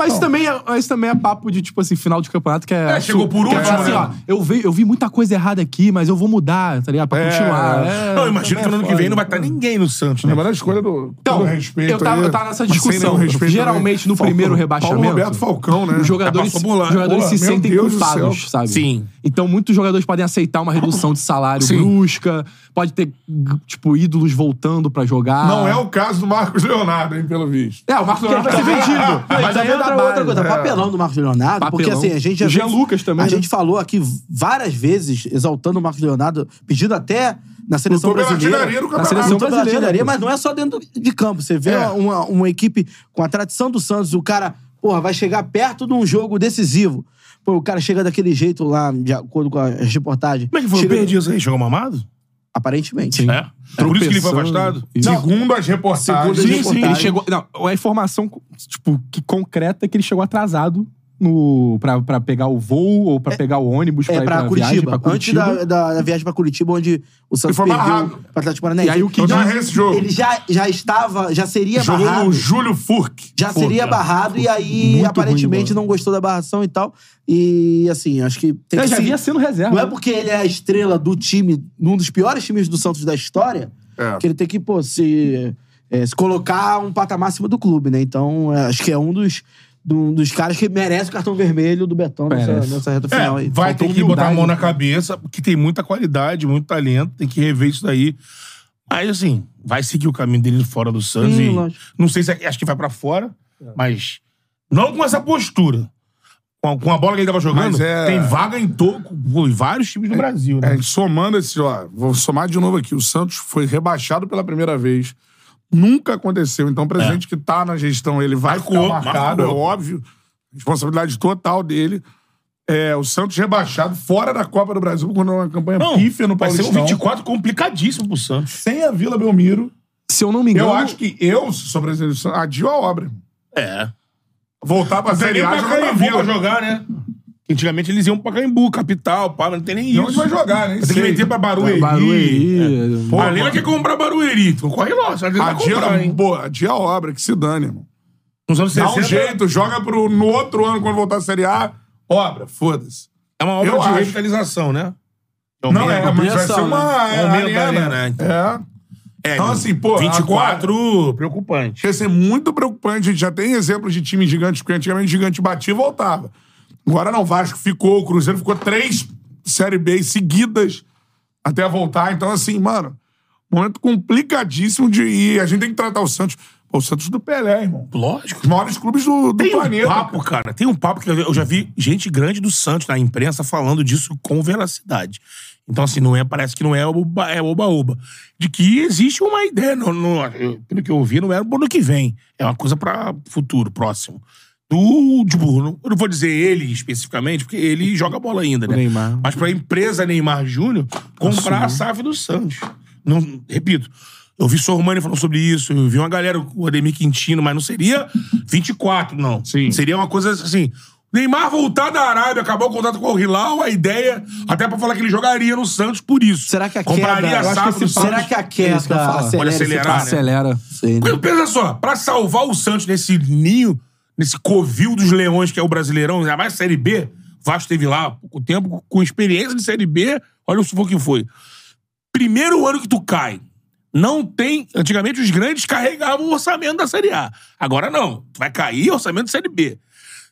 Mas isso também, é, isso também é papo de, tipo assim, final de campeonato que é. É, chegou por que é último, assim, né? ó, eu vi, eu vi muita coisa errada aqui, mas eu vou mudar, tá ligado? Pra continuar. né? É, não, imagina que no ano que vem não vai estar ninguém no Santos, né? Lembra da É escolha do... Então, todo respeito eu tava, aí, eu tava nessa mas sem discussão. nenhum respeito Geralmente, também. no primeiro Paulo- rebaixamento, Paulo Roberto Falcão, né? os jogadores, Passou por lá. os jogadores Pô, se meu sentem Deus do culpados, céu. sabe? Sim. Então, muitos jogadores podem aceitar uma redução de salário Sim. brusca, pode ter, g- tipo, ídolos voltando pra jogar. Não é o caso do Marcos Leonardo, hein, pelo visto. É, o Marcos Leonardo vai ser ah, vendido. Mas Mas aí é também entra é outra, outra coisa, papelão do Marcos Leonardo, Papelão. porque assim, a gente já O Jean fez- Lucas A também, né? gente falou aqui várias vezes, exaltando o Marcos Leonardo, pedindo até na seleção Lutou pela brasileira. artilharia no na campeonato. seleção Lutou pela brasileira, artilharia, mas não é só dentro de campo. Você vê É. uma, uma equipe com a tradição do Santos, o cara, porra, vai chegar perto de um jogo decisivo. Pô, o cara chega daquele jeito lá, de acordo com a reportagem. Como é que foi? Eu Chega- perdi isso aí. Chegou mamado? Aparentemente. É. Por isso que ele foi tropeçando. afastado? Isso. Segundo as reportagens. Segundo as Sim, sim. Ele reportagens. chegou. Não, é a informação, tipo, que concreta é que ele chegou atrasado no, pra, pra pegar o voo ou pra pegar o ônibus pra É, ir pra, pra, Curitiba. viagem, pra Curitiba. Antes da, da- da viagem pra Curitiba, onde o Santos foi perdeu barrado. pro Atlético Paranaense. E aí o que Então diz- não é esse jogo. Ele já, já estava, já seria Jogou barrado. o Júlio Furk. Já seria Puta. barrado e aí, Muito ruim de aparentemente, bola. não gostou da barração e tal. E, assim, acho que tem Eu que já se- vinha sendo reserva. Não é porque ele é a estrela do time, num dos piores times do Santos da história, É. que ele tem que, pô, se, é, se colocar um patamar acima do clube, né? Então, é, acho que é um dos, do- dos caras que merece o cartão vermelho do Betão nessa, Merece. nessa reta É, final aí. vai Faltou ter que botar a mão humildade. na cabeça, porque tem muita qualidade, muito talento, tem que rever isso daí. Aí, assim, vai seguir o caminho dele fora do Santos. Sim, e lógico. não sei se é- acho que vai pra fora, mas não com essa postura. Com a, com a bola que ele tava jogando, Mas é- tem vaga em toco em vários times do Brasil, né? É, somando esse, ó, vou somar de novo aqui. O Santos foi rebaixado pela primeira vez. Nunca aconteceu. Então, o presidente É. que tá na gestão, ele vai Marcou, ficar marcado, marcou. é óbvio. Responsabilidade total dele. É, o Santos rebaixado fora da Copa do Brasil quando é uma campanha Não, pífia no vai ser um Paulistão. 24 complicadíssimo pro Santos. Sem a Vila Belmiro. Se eu não me Eu engano. acho que eu, se sou presidente do Santos, adio a obra. É. Voltar pra Série Seria A, pra jogar na Caimbu pra Vila. jogar, né? Antigamente eles iam pra Caimbu, capital, pá, mas não tem nem E isso. onde vai jogar, né? Tem que meter pra Barueri. Barueri. É. Pô, é a Leila mano. quer comprar Barueri. Então corre lá, você vai Adia, comprar, hein? pô, adia a obra, que se dane, irmão. Nos anos Dá 60, um jeito, joga pro, no outro ano, quando voltar a Série A, obra, foda-se. é uma obra Eu de acho. revitalização, né? Não é, mas vai ampliação, ser uma né? Aumenta a arena. arena, então. É. É, Então, assim, pô, 24, agora- preocupante. Ia ser assim, é muito preocupante. A gente já tem exemplos de times gigantes, porque antigamente gigante batia e voltava. Agora não, o Vasco ficou, o Cruzeiro ficou três Série B seguidas até voltar. Então, assim, mano, momento complicadíssimo de ir. A gente tem que tratar o Santos. Pô, o Santos do Pelé, irmão. Lógico. Os maiores clubes do, do Tem um planeta. papo, cara. Tem um papo que eu eu já vi gente grande do Santos na imprensa falando disso com veracidade. Então, assim, não é, parece que não é oba- é oba-oba. de que existe uma ideia. Não, não- eu- pelo que eu ouvi, não é pro ano que vem. É uma coisa pra futuro, próximo. Do, tipo, não- eu não vou dizer ele especificamente, porque ele joga bola ainda, né? Neymar. Mas pra empresa Neymar Júnior comprar a SAF do Santos. Não, repito, eu vi Sormani falando sobre isso, eu vi uma galera, o Ademir Quintino, mas não seria 24, não. Sim. Seria uma coisa assim. Neymar voltar da Arábia, acabar o contrato com o Hilal, a ideia, até pra falar que ele jogaria no Santos por isso. Será que a Compraria queda... a SAF do Santos. É será que a queda isso que eu ia falar. acelera Pode esse acelerar, passo? Acelera. Sei, né? Porque pensa só, pra salvar o Santos nesse ninho, nesse covil dos leões que é o Brasileirão, ainda mais Série B, o Vasco esteve lá há pouco tempo, com experiência de Série B, olha o sufoco que foi. Primeiro ano que tu cai, não tem... Antigamente os grandes carregavam o orçamento da Série A. Agora não, tu vai cair orçamento de Série B.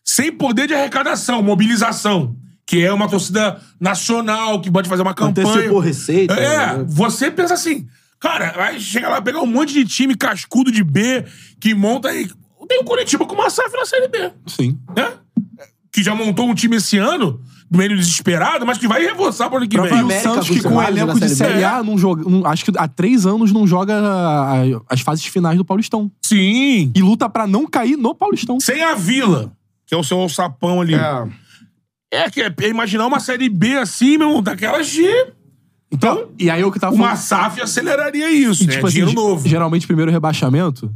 Sem poder de arrecadação, mobilização, que é uma torcida nacional, que pode fazer uma campanha. Antecipou receita. É, né? você pensa assim, cara, vai chegar lá pegar um monte de time cascudo de B que monta aí. Tem o Curitiba com uma SAF na Série B, Sim. né? Que já montou um time esse ano, meio desesperado, mas que vai reforçar pro ano que E vem. o América Santos, que com com o Vários elenco na de Série B. um Série É. A, não joga, não- acho que há três anos não joga a- a- as fases finais do Paulistão. Sim. E luta pra não cair no Paulistão. Sem a Vila, que é o seu alçapão ali. É, É. que é, é imaginar uma Série B assim, meu irmão, daquelas de... Então, E aí o que tava uma SAF aceleraria isso, E, né? tipo assim, Dinheiro ge- novo. Geralmente, primeiro rebaixamento,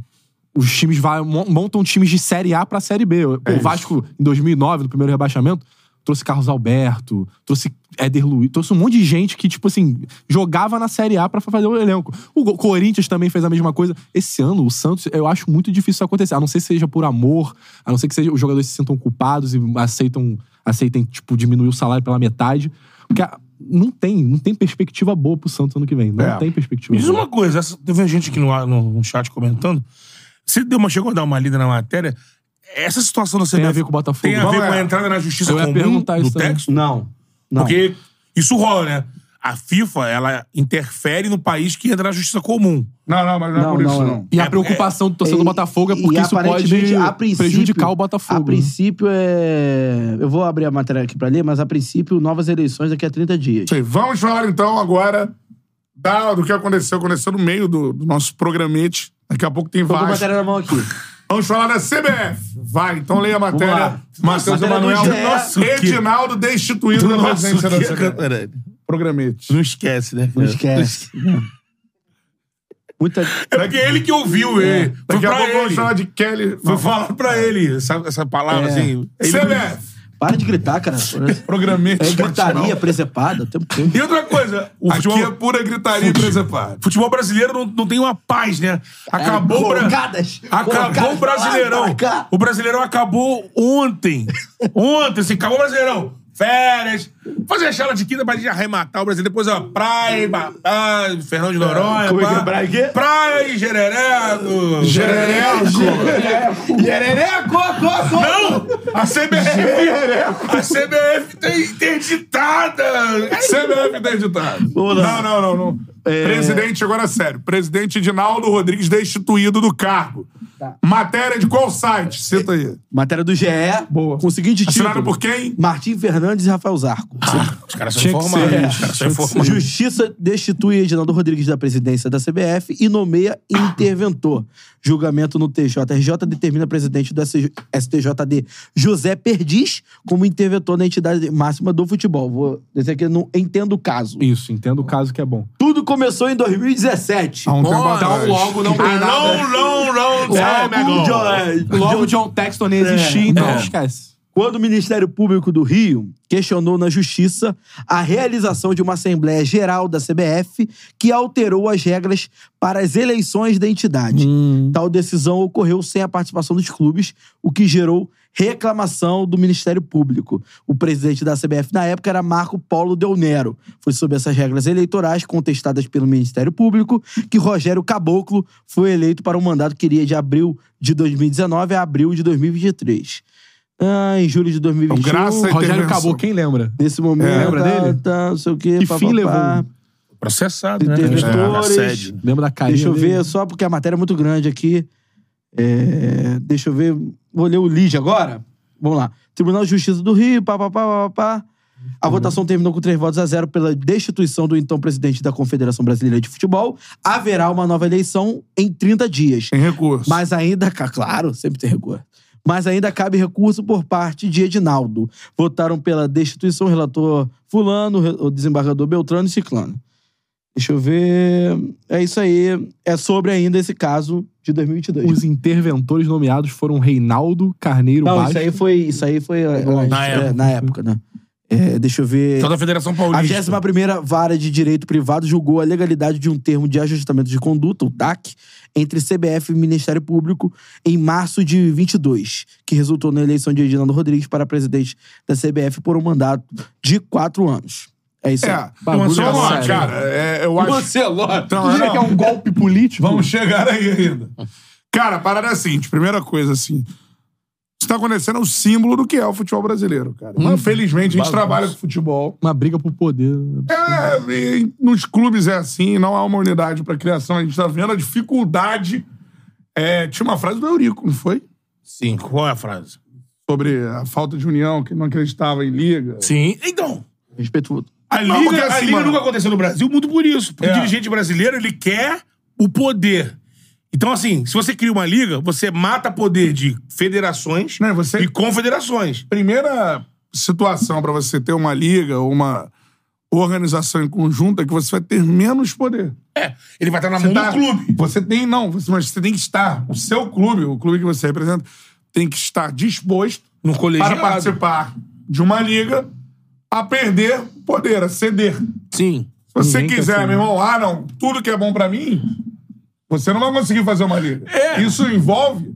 os times vai, mon- montam times de Série A pra Série B. Pô, É o Vasco, em 2009, no primeiro rebaixamento, trouxe Carlos Alberto, trouxe Éder Luiz, trouxe um monte de gente que, tipo assim, jogava na Série A pra fazer o elenco. O Go- Corinthians também fez a mesma coisa. Esse ano, o Santos, eu acho muito difícil isso acontecer. A não ser que seja por amor, a não ser que seja, os jogadores se sintam culpados e aceitam, aceitem, tipo, diminuir o salário pela metade. Porque a- não tem, não tem perspectiva boa pro Santos ano que vem. Não É. tem perspectiva Me Tipo, diz boa. uma coisa, essa, teve gente aqui no, no, no chat comentando. Você deu uma, chegou a dar uma lida na matéria. Essa situação da CBF Tem a ver com o Botafogo. Tem a ver Vamos com a lá. entrada na justiça Eu ia comum perguntar do isso também. Texas? Não. Não. Porque isso rola, né? A FIFA, ela interfere no país que entra na é justiça comum. Não, não, mas não, Não, é por isso, não, é. não. E É, a preocupação do torcedor do E- Botafogo é e porque isso aparentemente, a pode princípio- prejudicar o A Botafogo. né? princípio é. Eu vou abrir a matéria aqui pra ler, mas a princípio, novas eleições daqui a 30 dias. Isso aí. Vamos falar então agora da- do que aconteceu. Aconteceu no meio do, do nosso programete. Daqui a pouco tem Tô com a vários. matéria na mão aqui. Vamos falar da CBF. Vai, então leia a matéria. lá. Matheus Matéria do Emanuel. GE. Nosso Edinaldo destituído da presidência da CBF. Programete. É. Não esquece, né? Não esquece. Muita... É porque ele que ouviu ele. Foi É, Daqui a pra pouco eu vou ele. chamar de Kelly. Foi falar pra ele essa, essa palavra, É. assim. Ele- CBF. Para de gritar, cara. Programete. É gritaria, presepada, o tempo todo. E outra coisa, o Aqui futebol, é pura gritaria e presepada. futebol brasileiro não, não tem uma paz, né? Acabou, o Bra- Colocadas. acabou Colocadas o pra lá, Brasileirão. pra cá. O Brasileirão acabou ontem. Ontem, assim, acabou o Brasileirão. Férias. Fazer a chala de quinta pra gente arrematar o Brasil. Depois, ó, praia, ba- ah, Fernando de Noronha. Como é que é? pá. Praia e quê? Praia e Jerereco. Não! A CBF! a CBF tá interditada! CBF tá editado. Não, não, não. não. Presidente, agora é sério. Presidente Edinaldo Rodrigues destituído do cargo. Tá. Matéria de qual site? Cita aí. Matéria do GE. Boa. Com o seguinte título. Assinado por quem? Martim Fernandes e Rafael Zarco. Os caras são Tinha que informados. ser. Os caras são informados. Justiça destitui Edinaldo Rodrigues da presidência da CBF e nomeia interventor. Julgamento no TJRJ determina presidente do SJ STJD José Perdiz como interventor na entidade máxima do futebol. Vou dizer que eu não entendo o caso. Isso, entendo o caso que é bom. Tudo começou em 2017. Há um tempo Bora. atrás. Logo não tem A long, long, long time ago. John- Logo o John Texton nem existia, então esquece. quando o Ministério Público do Rio questionou na Justiça a realização de uma Assembleia Geral da CBF que alterou as regras para as eleições da entidade. Tal decisão ocorreu sem a participação dos clubes, o que gerou reclamação do Ministério Público. O presidente da CBF na época era Marco Polo Del Nero. Foi sob essas regras eleitorais contestadas pelo Ministério Público que Rogério Caboclo foi eleito para um mandato que iria de abril de 2019 a abril de 2023. Ah, em julho de 2021. É graça a Rogério intervenção. acabou, quem lembra? Nesse momento, um É. lembra tá, dele? É, tá, não sei o quê. Que pá, fim pá, levou? né? pá. Processado, né? Interventores. Assédio. Lembra da né? carinha Deixa eu dele? ver, só porque a matéria é muito grande aqui. É, deixa eu ver. Vou ler o lead agora. Vamos lá. Tribunal de Justiça do Rio, pá, pá, pá, pá, pá. A votação terminou com três votos a zero pela destituição do então presidente da Confederação Brasileira de Futebol. Haverá uma nova eleição em 30 dias. Em recurso. Mas ainda, ca- claro, sempre tem recurso. Mas ainda cabe recurso por parte de Edinaldo. Votaram pela destituição o relator Fulano, o re- o desembargador Beltrano e Ciclano. Deixa eu ver. É isso aí. É sobre ainda esse caso de 2022. Os interventores nomeados foram Reinaldo Carneiro Não, Bastos. isso aí foi. Isso aí foi. é, Na é, época. na época, né? É, deixa eu ver. Toda a Federação A Paulista. 21ª Vara de Direito Privado julgou a legalidade de um termo de ajustamento de conduta, o TAC, entre CBF e Ministério Público em março de 22, que resultou na eleição de Edinaldo Rodrigues para presidente da CBF por um mandato de quatro anos. É isso aí. É, Bagulho mas vamos lá, sério. cara. é, eu acho. Marcelo, Então, é, não. um golpe político? Vamos chegar aí ainda. Cara, a parada é a seguinte: primeira coisa, assim. Isso tá acontecendo é o símbolo do que é o futebol brasileiro, cara. Hum. Infelizmente, a gente trabalha com futebol. Uma briga por poder. É, e nos clubes é assim, não há uma unidade pra criação. A gente tá vendo a dificuldade. É, tinha uma frase do Eurico, não foi? Sim, qual é a frase? Sobre a falta de união, que ele não acreditava em liga. Sim, então. Respeito. A Liga, porque a assim, liga mano, nunca aconteceu no Brasil, muito por isso. Porque É. o dirigente brasileiro, ele quer o poder. Então, assim, se você cria uma liga, você mata poder de federações Né, você- e confederações. primeira situação pra você ter uma liga ou uma organização em conjunto é que você vai ter menos poder. É, ele vai estar na Você mão tá- do clube. Você tem, não, você, mas você tem que estar. O seu clube, o clube que você representa, tem que estar disposto No colegiado. para participar de uma liga a perder poder, a ceder. Se Sim. você Ninguém quer quiser, ceder. meu irmão, ah, não, tudo que é bom pra mim, você não vai conseguir fazer uma liga. É. Isso envolve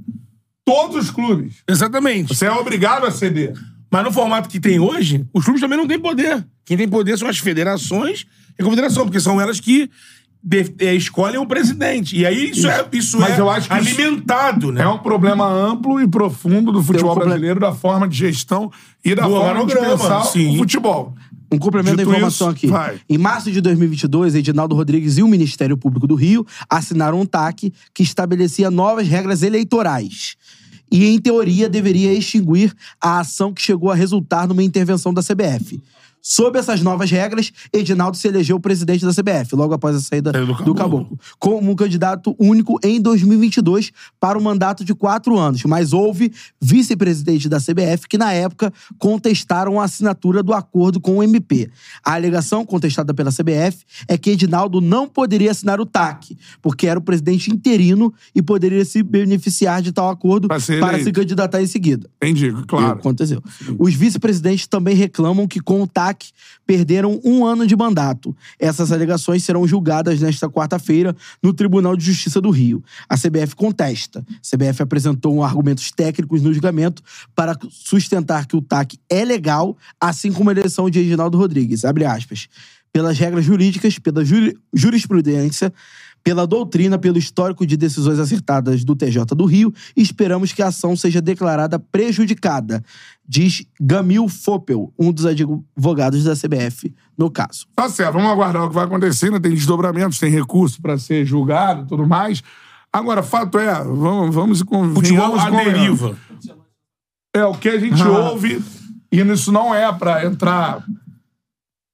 todos os clubes. Exatamente. Você é obrigado a ceder. Mas no formato que tem hoje, os clubes também não têm poder. Quem tem poder são as federações e a confederação, porque são elas que de- eh, escolhem o presidente. E aí isso, é, isso Mas é eu acho que isso- alimentado, né? É um problema amplo e profundo um do futebol comple- brasileiro, da forma de gestão e da Do forma de organograma, pensar é um sim. o futebol. Um complemento da Dito informação isso, aqui. vai. Em março de 2022, Edinaldo Rodrigues e o Ministério Público do Rio assinaram um TAC que estabelecia novas regras eleitorais. E, em teoria, deveria extinguir a ação que chegou a resultar numa intervenção da CBF. Sob essas novas regras, Edinaldo se elegeu presidente da CBF, logo após a saída Saída do do Caboclo. Caboclo. como um candidato único em 2022 para um mandato de quatro anos. Mas houve vice-presidente da CBF que, na época, contestaram a assinatura do acordo com o MP. A alegação contestada pela CBF é que Edinaldo não poderia assinar o TAC, porque era o presidente interino e poderia se beneficiar de tal acordo Pra ser para se eleito. candidatar em seguida. Entendi, E claro. aconteceu. Os vice-presidentes também reclamam que, com o TAC, perderam um ano de mandato. Essas alegações serão julgadas nesta quarta-feira no Tribunal de Justiça do Rio. A CBF contesta. A CBF apresentou um argumentos técnicos no julgamento para sustentar que o TAC é legal, assim como a eleição de Reginaldo Rodrigues. Abre aspas. Pelas regras jurídicas, pela juri- jurisprudência, pela doutrina, pelo histórico de decisões acertadas do TJ do Rio, esperamos que a ação seja declarada prejudicada, diz Gamil Fopel, um dos advogados da CBF no caso. Tá certo, vamos aguardar o que vai acontecer, né? Tem desdobramentos, tem recurso pra ser julgado e tudo mais. Agora, fato é, vamos, vamos e convenhamos. Futebol à e convenhamos. deriva. Ah. É o que a gente ouve, e isso não é pra entrar.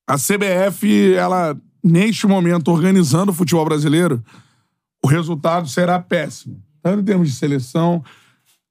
A CBF, ela, neste momento, organizando o futebol brasileiro, o resultado será péssimo. Tanto em termos de seleção,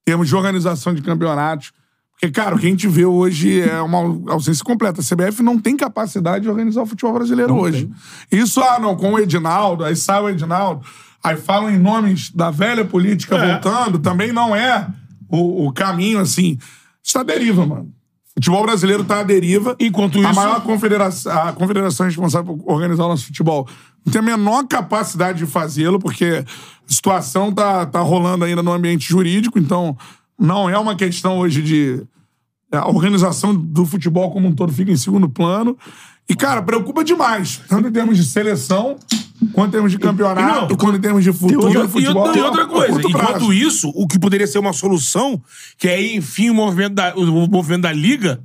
em termos de organização de campeonatos. Porque, cara, o que a gente vê hoje é uma ausência completa. A CBF não tem capacidade de organizar o futebol brasileiro hoje. Isso, ah, não, com o Edinaldo, aí sai o Edinaldo, aí falam em nomes da velha política voltando, também não é o, o caminho, assim. Está à deriva, mano. O futebol brasileiro está à deriva. Enquanto a isso- Maior confederação, a confederação responsável por organizar o nosso futebol não tem a menor capacidade de fazê-lo, porque a situação tá, tá rolando ainda no ambiente jurídico, então não é uma questão hoje de é, a organização do futebol como um todo fica em segundo plano. E, cara, preocupa demais. Tanto em termos de seleção, quanto em termos de campeonato, não, quanto em termos de futuro E, do futebol. outra, e outra a coisa, curto prazo. enquanto isso, o que poderia ser uma solução, que é, enfim, o movimento da, o movimento da liga,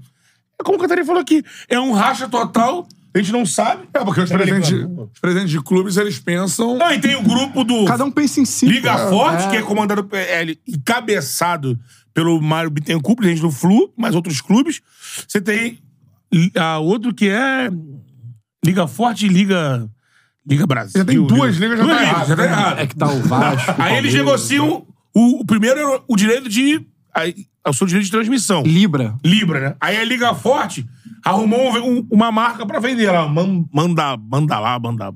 é como o Catarina falou aqui, é um racha total, a gente não sabe. É, porque os presidentes, os presidentes de clubes, eles pensam... Não, e tem o grupo do Cada um pensa em si. Liga cara. Forte, que é comandado pelo PL, encabeçado pelo Mário Bittencourt, presidente do Flu, mas outros clubes. Você tem li- a outro que é Liga Forte e Liga... Liga Brasil. Você tem duas Liga- ligas, já Duas tá ligas, errado, já tá né? errado. É que tá o Vasco. o Aí eles Palmeiras. negociam o, o primeiro era o direito de. aí, o seu direito de transmissão. Libra. Libra, né? Aí a Liga Forte arrumou um- um- uma marca pra vender lá. Man, manda, manda lá, manda.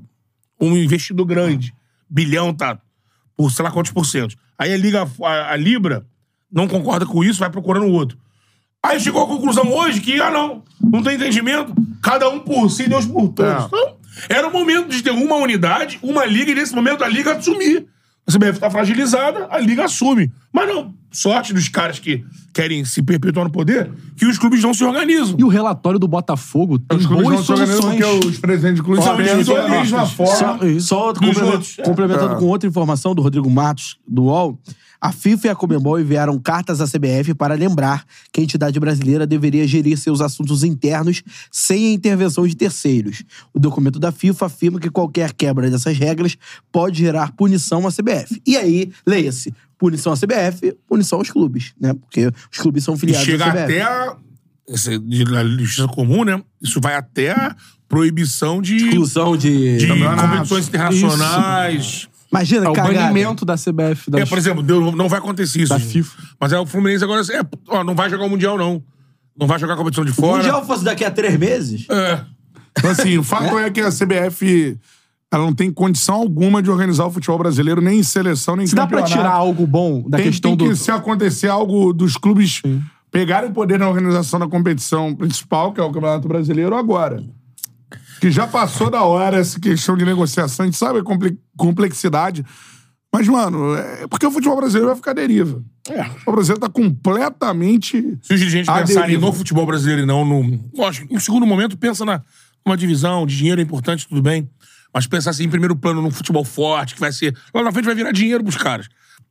Um investidor grande. Bilhão tá por sei lá quantos por cento. Aí a Liga a, a Libra não concorda com isso, vai procurando outro. Aí chegou à conclusão hoje que, ah, não, não tem entendimento, cada um por si, Deus por todos. É. Então, era o momento de ter uma unidade, uma liga, e nesse momento a liga assumir. A CBF tá fragilizada, a liga assume. Mas não, sorte dos caras que querem se perpetuar no poder, que os clubes não se organizam. E o relatório do Botafogo tem Os clubes não boas se organizam soluções. porque é os presidentes de clubes São pensam da individualistas. mesma Só, forma. né? só outro Dos complemento- outros. complementando É. com outra informação do Rodrigo Matos, do UOL, a FIFA e a Comembol enviaram cartas à CBF para lembrar que a entidade brasileira deveria gerir seus assuntos internos sem a intervenção de terceiros. O documento da FIFA afirma que qualquer quebra dessas regras pode gerar punição à CBF. E aí, leia-se, punição à CBF, punição aos clubes, né? Porque os clubes são E filiados chega à CBF. até a. esse- de- na justiça comum, né? Isso vai até a proibição de, Exclusão de... de Campeonatos. competições internacionais. Imagina, É o cagada. banimento da CBF. Das... É, por exemplo, deu- não vai acontecer isso. Da Então, gente. FIFA. Mas é o Fluminense agora. É, ó, não vai jogar o Mundial, não. Não vai jogar a competição de O fora. Mundial fosse daqui a três meses... É. Então, assim, o fato é que a CBF ela não tem condição alguma de organizar o futebol brasileiro, nem em seleção, nem em Se dá pra campeonato. tirar algo bom da tem, questão tem do. que, se acontecer algo dos clubes pegarem o poder na organização da competição principal, que é o Campeonato Brasileiro, agora. Que já passou da hora essa questão de negociação, a gente sabe a compli- complexidade. Mas, mano, é porque o futebol brasileiro vai ficar à deriva. O É. futebol brasileiro tá completamente. Se os dirigentes à pensarem deriva. no futebol brasileiro e não no. Lógico, em segundo momento, pensa na, numa divisão de dinheiro é importante, tudo bem. Mas pensar assim, em primeiro plano, num futebol forte, que vai ser. Lá na frente vai virar dinheiro pros caras.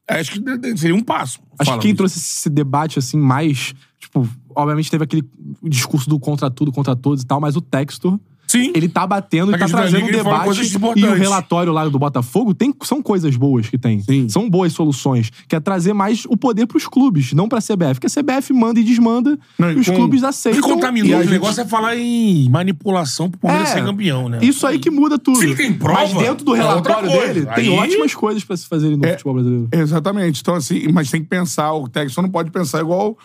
É, Acho que de- de- seria um passo. Acho que Fala, quem Luiz. trouxe esse debate, assim, mais. Tipo, obviamente teve aquele discurso do contra tudo, contra todos e tal, mas o Textor Sim. Ele tá A batendo e tá questão da trazendo um liga, ele fala coisas debate. E o importantes. relatório lá do Botafogo tem, são coisas boas que tem. São boas soluções. Que é trazer mais o poder pros clubes, não pra CBF. Porque a CBF manda e desmanda Não, e e os com- clubes O aceitam. que contaminou e a o gente- negócio é falar em manipulação pro Palmeiras É. ser campeão, né? Isso aí que muda tudo. Se ele tem prova, Mas dentro do é outra relatório coisa. dele, tem Aí- é ótimas coisas pra se fazerem no futebol brasileiro. Exatamente. Então, assim, mas tem que pensar, o técnico só não pode pensar igual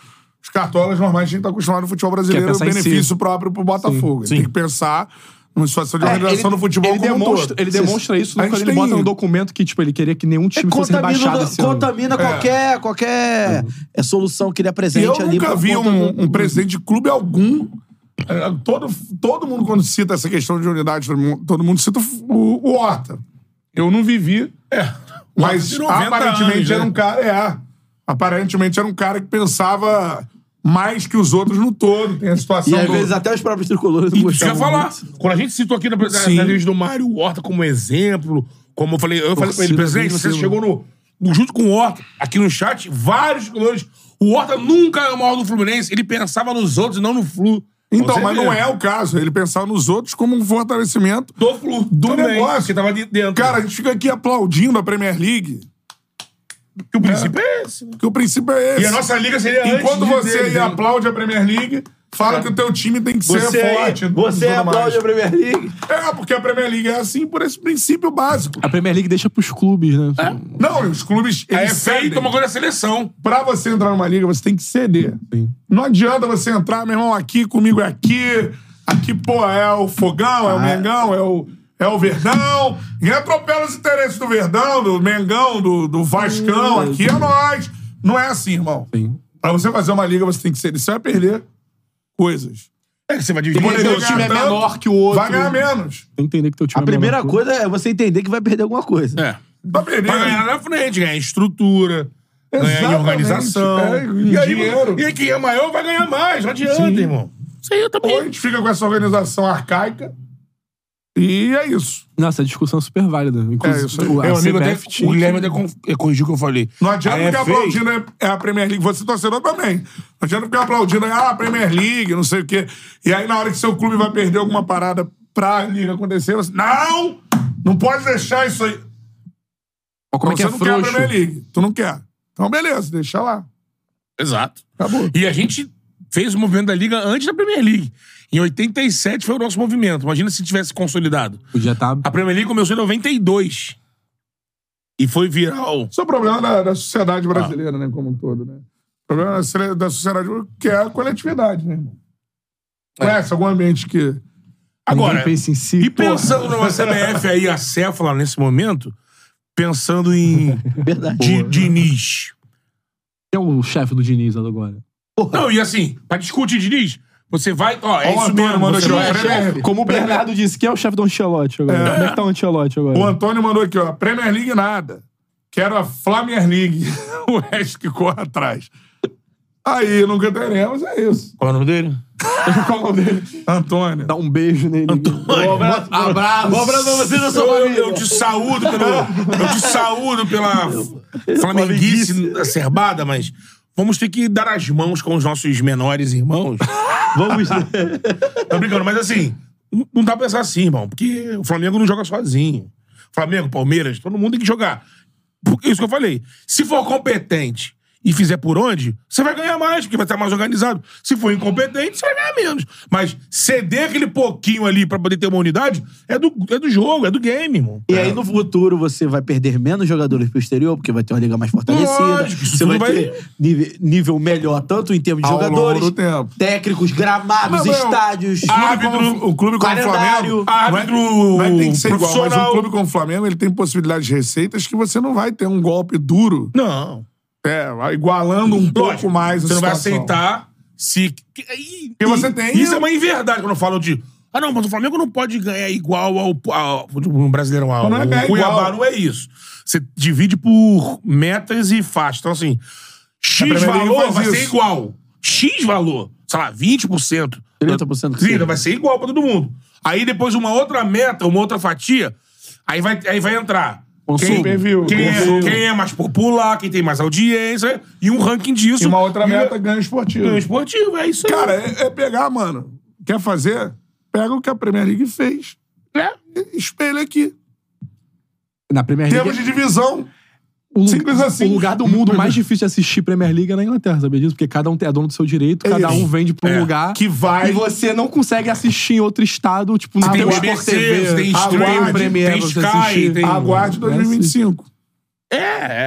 os cartolas normais que a gente tá acostumado no futebol brasileiro, o pensar em si. benefício próprio pro Botafogo. Ele Sim. Tem que pensar numa situação de É, organização do futebol ele como um demonstra, todo. Ele demonstra isso A quando gente ele tem- bota no documento que, tipo, ele queria que É nenhum time fosse É, contamina rebaixado do- esse ano. É. contamina qualquer, qualquer é, solução que E ele apresente eu ali. nunca por vi conta um, do- um presidente de clube algum. eh, Todo, todo mundo, quando cita essa questão de unidade, todo mundo, todo mundo cita o, o Horta. Eu não vivi. É, Horta Mas de 90 aparentemente anos, era né? um cara. É, aparentemente era um cara que pensava mais que os outros no todo. Tem a situação. E às do- vezes até os próprios tricolores não Isso que eu ia gostavam falar. muito. Quando a gente citou aqui na na- na Sim. entrevista do Mário Horta como exemplo, como eu falei, eu falei com ele, Torcida presidente, você venceu. chegou no, no- junto com o Horta, aqui no chat, vários colores. O Horta nunca é o maior do Fluminense, ele pensava nos outros e não no Flu. Então, Você mas vê. não é o caso. Ele pensava nos outros como um fortalecimento Do Flu. do também, negócio. Que tava ali dentro. Cara, a gente fica aqui aplaudindo a Premier League. que o princípio é esse. né? Que o princípio é esse. E a nossa liga seria Enquanto antes de você deles, aí né? É. aplaude a Premier League, fala que o teu time tem que Você, ser aí, forte. você tudo mais. aplaude a Premier League. É, porque a Premier League é assim por esse princípio básico. A Premier League deixa pros clubes, né? É. Não, os clubes Aí é eles feito cedem. uma coisa da seleção. Pra você entrar numa liga, você tem que ceder. Não adianta você entrar, meu irmão, aqui, comigo é aqui. Aqui, pô, é o Fogão, é Ah, o Mengão, é o, é o Verdão. E atropela os interesses do Verdão, do Mengão, do, do Vascão. Aqui é nós. Não é assim, irmão. Sim. Pra você fazer uma liga, você tem que ceder. Você vai perder coisas. É que você vai dividir. Por exemplo, Teu time é ganhar tanto, menor que o outro. Vai ganhar menos. Tem que entender que teu time A é menor primeira que o coisa é você entender que vai perder alguma coisa. É. Vai perder. Pra ganhar na frente, ganhar em estrutura, ganhar em Exatamente. organização. É, em e, aí, dinheiro. e aí quem é maior vai ganhar mais, não adianta, irmão. Isso aí eu Ou a também. gente fica com essa organização arcaica. E é isso. Não, essa discussão é super válida. Inclusive, É, isso aí. o- a Meu amigo até, CBF o Guilherme até con- corrigiu o que eu falei. Não adianta A ficar FA aplaudindo né, é a Premier League. Você torcedor também. Não adianta ficar aplaudindo ah, a Premier League, não sei o quê. E aí, na hora que seu clube vai perder alguma parada pra liga acontecer, você. Não! Não pode deixar isso aí. Ó, como é que você é não quer a frouxo? Premier League. Tu não quer. Então, beleza, deixa lá. Exato. Acabou. E a gente fez o movimento da Liga antes da Premier League. Em 87 foi o nosso movimento. Imagina se tivesse consolidado. É. Podia tá estar... A Premier League começou em 92. E foi viral. Isso é o problema da, da Ah. sociedade brasileira, né? Como um todo, né? O problema da, sociedade- da sociedade que é a coletividade, né, irmão? É. Conhece algum ambiente que. Agora, pensa em si, e porra. pensando numa CBF aí, a Céfala, nesse momento, pensando em Verdade. Di- Diniz. Quem é o chefe do Diniz agora? Não, e assim, pra discutir Diniz, você vai. Ó, Ó, é o isso Antônio mesmo. mandou você é aqui, ó, vai- Premier- Como o Bernardo disse, quem é o chefe do Ancelotti agora? Como é que tá o Ancelotti agora? O Antônio mandou aqui, ó. Premier League nada. Quero a Flamier League. o resto que corre atrás. Aí, nunca teremos, é isso. Qual é o nome dele? Qual é o nome dele? Antônio. Dá um beijo nele. um Abraço. Bom abraço pra você da Eu, sua família. eu te saúdo pelo. Eu te saúdo pela flamenguice acerbada, mas vamos ter que dar as mãos com os nossos menores irmãos. Vamos. né? Tô brincando, mas assim, não- não dá pra pensar assim, irmão, porque o Flamengo não joga sozinho. Flamengo, Palmeiras, todo mundo tem que jogar. Porque isso que eu falei. Se for competente e fizer por onde, você vai ganhar mais, porque vai estar mais organizado. Se for incompetente, você vai ganhar menos. Mas ceder aquele pouquinho ali pra poder ter uma unidade é do, é do jogo, é do game, irmão. E aí, no futuro, você vai perder menos jogadores pro exterior, porque vai ter uma liga mais fortalecida. Lógico, isso você tudo vai, vai- ter nível, nível melhor, tanto em termos de Ao longo jogadores, do tempo. técnicos, gramados, Não, mas estádios. Ah, Árbitro, o clube como o Flamengo. Calendário. Árbitro não é que tem que ser igual, mas profissional. um clube como o Flamengo, ele tem possibilidades de receitas que você não vai ter um golpe duro. Não. É, igualando um pouco Lógico, mais a Você não vai situação. aceitar se. que- e- Porque você e- tem- um- Isso é uma inverdade quando falam de. Ah, não, mas o Flamengo não pode ganhar igual ao. ao um brasileiro ao. Mas não é ganhar o Cuiabá igual. não é isso. Você divide por metas e faixas. Então, É, assim, A X Premier League valor faz vai ser isso. igual. X valor, sei lá, 20%. 30% que Sim, seja. vai ser igual pra todo mundo. Aí depois uma outra meta, uma outra fatia, aí vai, aí vai entrar. Quem, Consumo. quem, é, Consumo. quem é mais popular, quem tem mais audiência, e um ranking disso. E uma outra meta, é E- ganho esportivo. ganho esportivo, é isso aí. Cara, é, é pegar, mano. Quer fazer? pega o que a Premier League fez, É. né? Espelha aqui. Na Premier League. é Temos de divisão. o, lu- simples assim. o lugar do mundo mais difícil de assistir Premier League é na Inglaterra, sabia disso? Porque cada um é dono do seu direito, cada isso. um vende pra um É, lugar. que vai- E você não consegue assistir em outro estado, tipo, não Tem um BBC, você tem streaming, tem Sky, tem- Aguarde Aguarde 2025. 2025. É,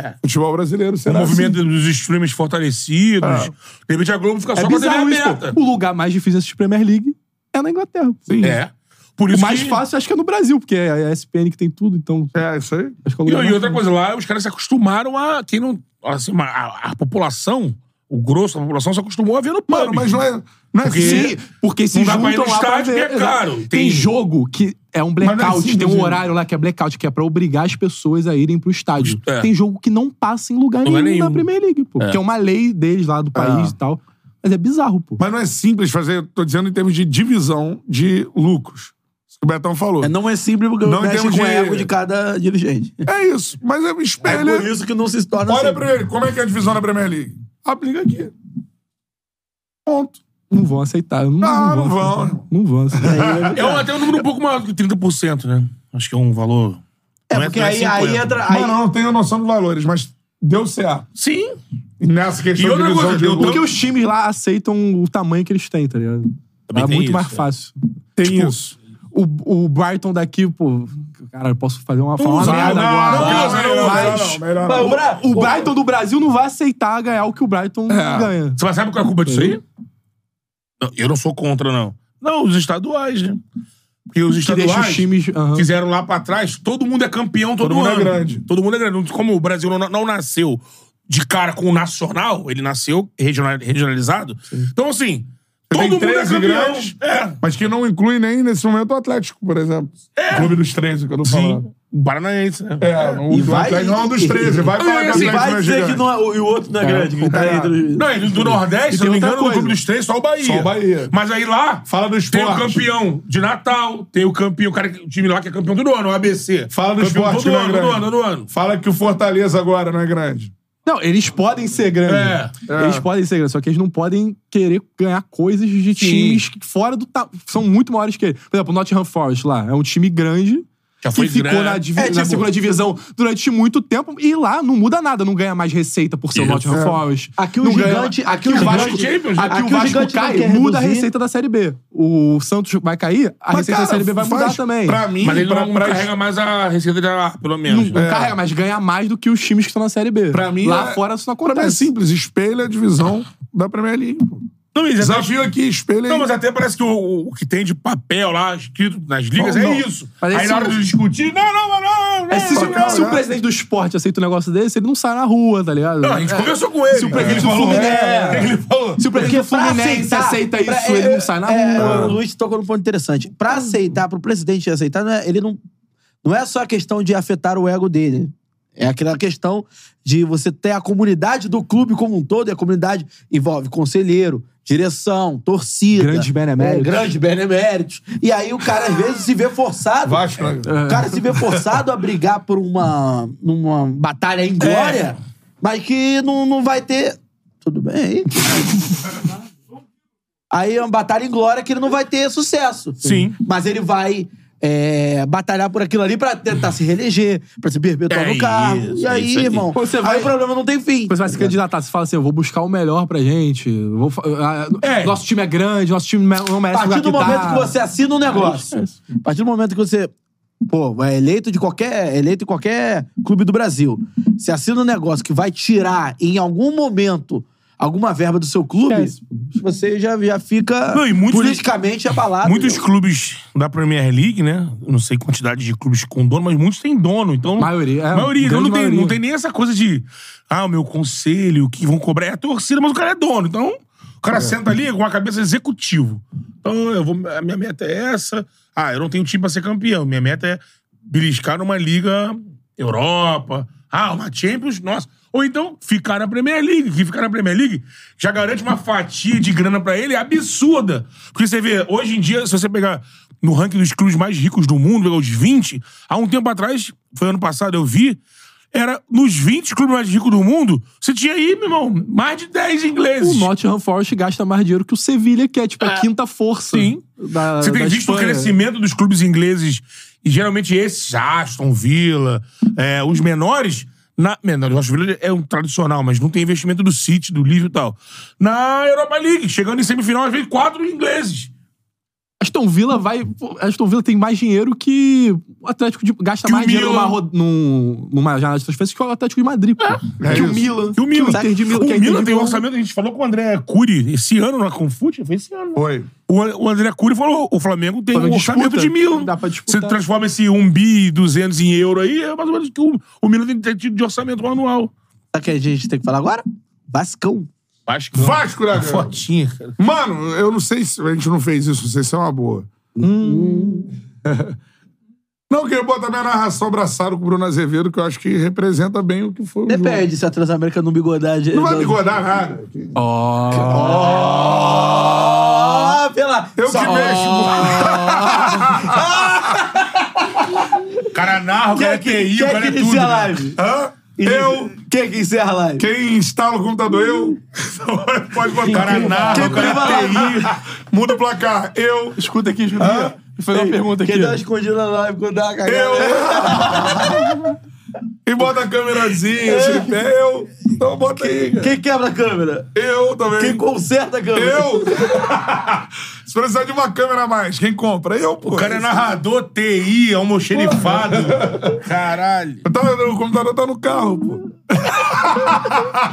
é. Futebol brasileiro O Um será assim. movimento dos streamers fortalecidos. De repente a Globo fica É só com a TV bizarro isso, aberta. pô. O lugar mais difícil de assistir Premier League é na Inglaterra. Sim. É. Por isso O mais que- fácil acho que é no Brasil, porque é a ESPN que tem tudo, então É, isso aí. acho que é o E, lugar e mais outra coisa fácil. lá, os caras se acostumaram a. Quem não, assim, a, a- a população, o grosso da população se acostumou a ver no pub. Mano, mas não é. Não é Porque- Sim, porque se Não dá juntam pra ir no lá pra estádio ver. porque é caro. Exato. Tem- Tem jogo que é um não é blackout, simples, tem um né? horário lá que é blackout, que é pra obrigar as pessoas a irem pro estádio. É. Tem jogo que não passa em lugar, Lugar nenhum, na nenhum. Premier League, pô. Que é uma lei deles lá do país e tal. Mas é bizarro, pô. Mas não é simples fazer, eu tô dizendo em termos de divisão de lucros. Isso que o Betão falou. É, É, Não é simples porque Não mexe temos com o dinheiro. ego de cada dirigente. isso. Mas é É espelha. por isso que não se torna Olha simples. primeiro, como é que é a divisão da Premier League? Aplica aqui. Ponto. Não vão aceitar. Não, Ah, não não vão. vão. aceitar. Não vão aceitar. É um- até um número um pouco maior que 30%, né? Acho que é um valor. É não porque não aí, aí 50. entra. Aí, Mano, eu não tenho noção dos valores, mas deu certo. Sim. Nessa questão E outra de divisão coisa, de eu tô- lucros. Porque os times lá aceitam o tamanho que eles têm, tá ligado? Também é tem muito isso, mais é. fácil. Tem isso. O, o Brighton daqui, pô. Cara, eu posso fazer uma, falar uma usa, merda não, agora. não, mas- não, não, não, mas- não, é melhor não. mas o Bra- O Brighton do Brasil não vai aceitar ganhar o que o Brighton ganha. Você sabe qual é a culpa disso aí? Não, eu não sou contra, não. Não, os estaduais, né? Porque os Que deixa estaduais os times. aham. fizeram lá pra trás, todo mundo é campeão todo, Todo mundo é ano. grande. Todo mundo é grande. Como o Brasil não, não nasceu de cara com o nacional, ele nasceu regional- regionalizado. Então, assim, todo tem mundo é 13 campeão. grandes. É. Mas que não inclui nem nesse momento o Atlético, por exemplo. É. O Clube dos 13, que eu não falo. Sim. O Paranaense, né? É, o E do vai- Atlético não é um dos 13. Vai falar que o assim, Atlético vai não é dizer que gigante. não é, o- e o outro não é, grande. Que tá é. entre os- Não, e do Nordeste, se tem não me outra engano, no coisa. Clube dos Três, só o Bahia. Só o Bahia. Mas aí lá, Fala do tem o esporte. campeão de Natal, tem o campeão, o, cara, que- o time lá que é campeão do ano, o ABC. Fala do campeão esporte que todo não é ano, todo grande. ano, todo ano. Fala que o Fortaleza agora não é grande. Não, eles podem ser grandes. É, é. Eles podem ser grandes, só que eles não podem querer ganhar coisas de times que fora do. ta- São muito maiores que eles. Por exemplo, o Nottingham Forest lá é um time grande. Já foi que ficou grande. na, divi- É, tipo- na segunda divisão durante muito tempo e lá não muda nada, não ganha mais receita por ser o Isso. Nottingham Forest. Aqui o Não ganha- gigante- aqui o aqui o Vasco, gigante- Champions, né? aqui aqui o o Vasco gigante não cai, quer muda a reduzir. receita da Série B. O Santos vai cair, a Mas, receita cara, da Série B vai mudar faz- também. Pra mim, Mas ele pra, não pra- carrega mais a receita de lá, pelo não menos. né? não carrega, mas ganha mais do que os times que estão na Série B. Pra mim lá é- fora isso não pra mim é acontece. simples. Espelha a divisão da Premier League. pô. Não, mas até- Desafio aqui, espelha não, aí. mas até parece que o, o- o que tem de papel lá, escrito nas ligas, Não, é não. isso. Mas aí esse- na hora de discutir, não, não, não, não. não, É, se, não, se o não. presidente do esporte aceita um negócio desse, ele não sai na rua, tá ligado? Não, a gente É. conversou com ele. Se o presidente do Ele falou, Fluminense- é, o que ele falou? Se o presidente do Fluminense aceita isso, pra- ele é, não sai na rua. é, O Luiz tocou num ponto interessante. Pra aceitar, pro presidente aceitar, não é, ele não. Não é só a questão de afetar o ego dele. É aquela questão de você ter a comunidade do clube como um todo, e a comunidade envolve conselheiro, direção, torcida. Grandes beneméritos. É, grandes beneméritos. E aí o cara, às vezes, se vê forçado. Vasco, né? O cara se vê forçado a brigar por uma, numa batalha em glória, mas que não, não vai ter. Tudo bem aí. Aí é uma batalha em glória que ele não vai ter sucesso. Sim. Mas ele vai é, batalhar por aquilo ali pra tentar se reeleger, pra se perpetuar É no cargo. isso, e é aí, isso aí. irmão, Você aí vai- o problema não tem fim. Você vai se candidatar, você fala assim, eu vou buscar o melhor pra gente. eu vou fa- ah, É. Nosso time é grande, nosso time não A merece partir lugar do que momento tá. que você assina um negócio, a partir do momento que você, pô, é eleito de qualquer, é eleito em qualquer clube do Brasil, você assina um negócio que vai tirar em algum momento alguma verba do seu clube, Esquece. você já, já fica Não, e muitos- politicamente abalado. Muitos entendeu? clubes da Premier League, né? Eu Não sei quantidade de clubes com dono, mas muitos têm dono. Então, Maioria, é, maioria. Então grande não, tem, maioria. não tem nem essa coisa de, ah, o meu conselho, o que vão cobrar é a torcida, mas o cara é dono. Então, o cara senta ali com a cabeça executivo. Então, eu vou, a minha meta é essa. Ah, eu não tenho time pra ser campeão. Minha meta é beliscar numa Liga Europa. Ah, uma Champions, nossa. Ou então, ficar na Premier League. Que ficar na Premier League já garante uma fatia de grana pra ele absurda. Porque você vê, hoje em dia, se você pegar no ranking dos clubes mais ricos do mundo, pegar os 20, há um tempo atrás, foi ano passado, eu vi, era nos 20 clubes mais ricos do mundo, você tinha aí, meu irmão, mais de 10 ingleses. O Nottingham Forest gasta mais dinheiro que o Sevilha, que é tipo a quinta força. Sim. da- Você tem da visto o Espanha. crescimento dos clubes ingleses, e geralmente esses, Aston Villa, é, os menores. Na, menores, o Aston Villa é um tradicional, mas não tem investimento do City, do Liverpool e tal. Na Europa League, chegando em semifinal, às vezes quatro ingleses. Aston Villa vai. pô, Aston Villa tem mais dinheiro que. O Atlético de, gasta Que o mais dinheiro Milan. É. numa, ro- num- numa janela de transferências que o Atlético de Madrid. pô. que o Milan. E o Milan. Que o Inter de Milan, o que Milan a Inter de tem um Milão- orçamento, a gente falou com o André Cury esse ano na Confute, foi esse ano. né? Foi. O, An- o André Cury falou: o Flamengo tem Flamengo um orçamento disputa, de Milan. dá pra Você disputar. transforma esse 1 bi 200 em euro aí, é mais ou menos o que o, o Milan tem que ter tido de orçamento anual. Sabe o que a gente tem que falar agora? Vascão. Acho que Vasco, né, cara? Fotinha, cara. Mano, eu não sei se a gente não fez isso, não sei se é uma boa. Hum. Não, eu queria botar minha narração abraçada com o Bruno Azevedo, que eu acho que representa bem o que foi o jogo. Depende se a Transamérica não bigodar. Não vai bigodar nada. Ó. Ah, pela. Eu que mexo. O cara narra, o cara é TI, o quem cara é é que tudo. inicia a né? live? Hã? Eu. Quem é que encerra a live? Quem instala o computador, eu. Pode botar. Paraná, Quem o cara priva lá. Muda o placar, eu. Escuta aqui, escuta aqui. Vou fazer uma pergunta aqui. Quem dá uma escondida na live quando dá uma cagada? Eu. e bota a câmerazinha, assim, É. eu. Então bota aí, cara. Quem quebra a câmera? Eu também. Quem conserta a câmera? Eu? Se precisar de uma câmera a mais, quem compra? Eu, pô. O cara é narrador, TI, almoxerifado. Caralho. Tá, o computador tá no carro, pô.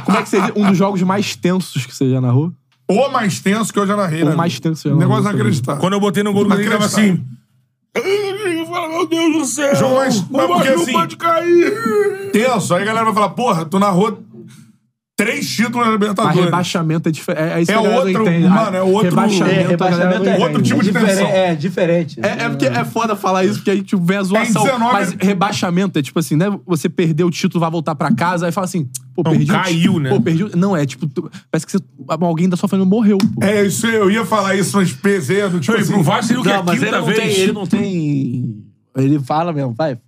Como é que seria um dos jogos mais tensos que você já narrou? Ou mais tenso que eu já narrei, Ou né? mais tenso que eu já narrei, Negócio também. inacreditável. Quando eu botei no gol do Grêmio, tava assim. Inacreditável. Eu falo, Meu Deus do É, céu. João, mas- o mas porque Brasil assim- pode cair. Tenso, aí a galera vai falar, porra, tu narrou três títulos na Mas Libertadores. rebaixamento é diferente. É, é isso É que a galera não outro- entende. mano, é outro- Rebaixamento, É, a galera não é- entende. outro tipo é de diferente- tensão. É, diferente. É, é porque é foda falar isso, porque aí tipo, vem a zoação. Em 19 Mas rebaixamento é tipo assim, né? Você perdeu o título, vai voltar pra casa, aí fala assim, pô, perdi o caiu, título, né? Pô, perdi o... Não, é tipo, tu- parece que você- alguém da sua família morreu, pô. É isso aí, eu ia falar isso, mas pesedo, tipo Foi assim. pro Vasco seria o que? Não, A mas ele quinta não, vez? tem, ele não tem. Ele fala mesmo, vai.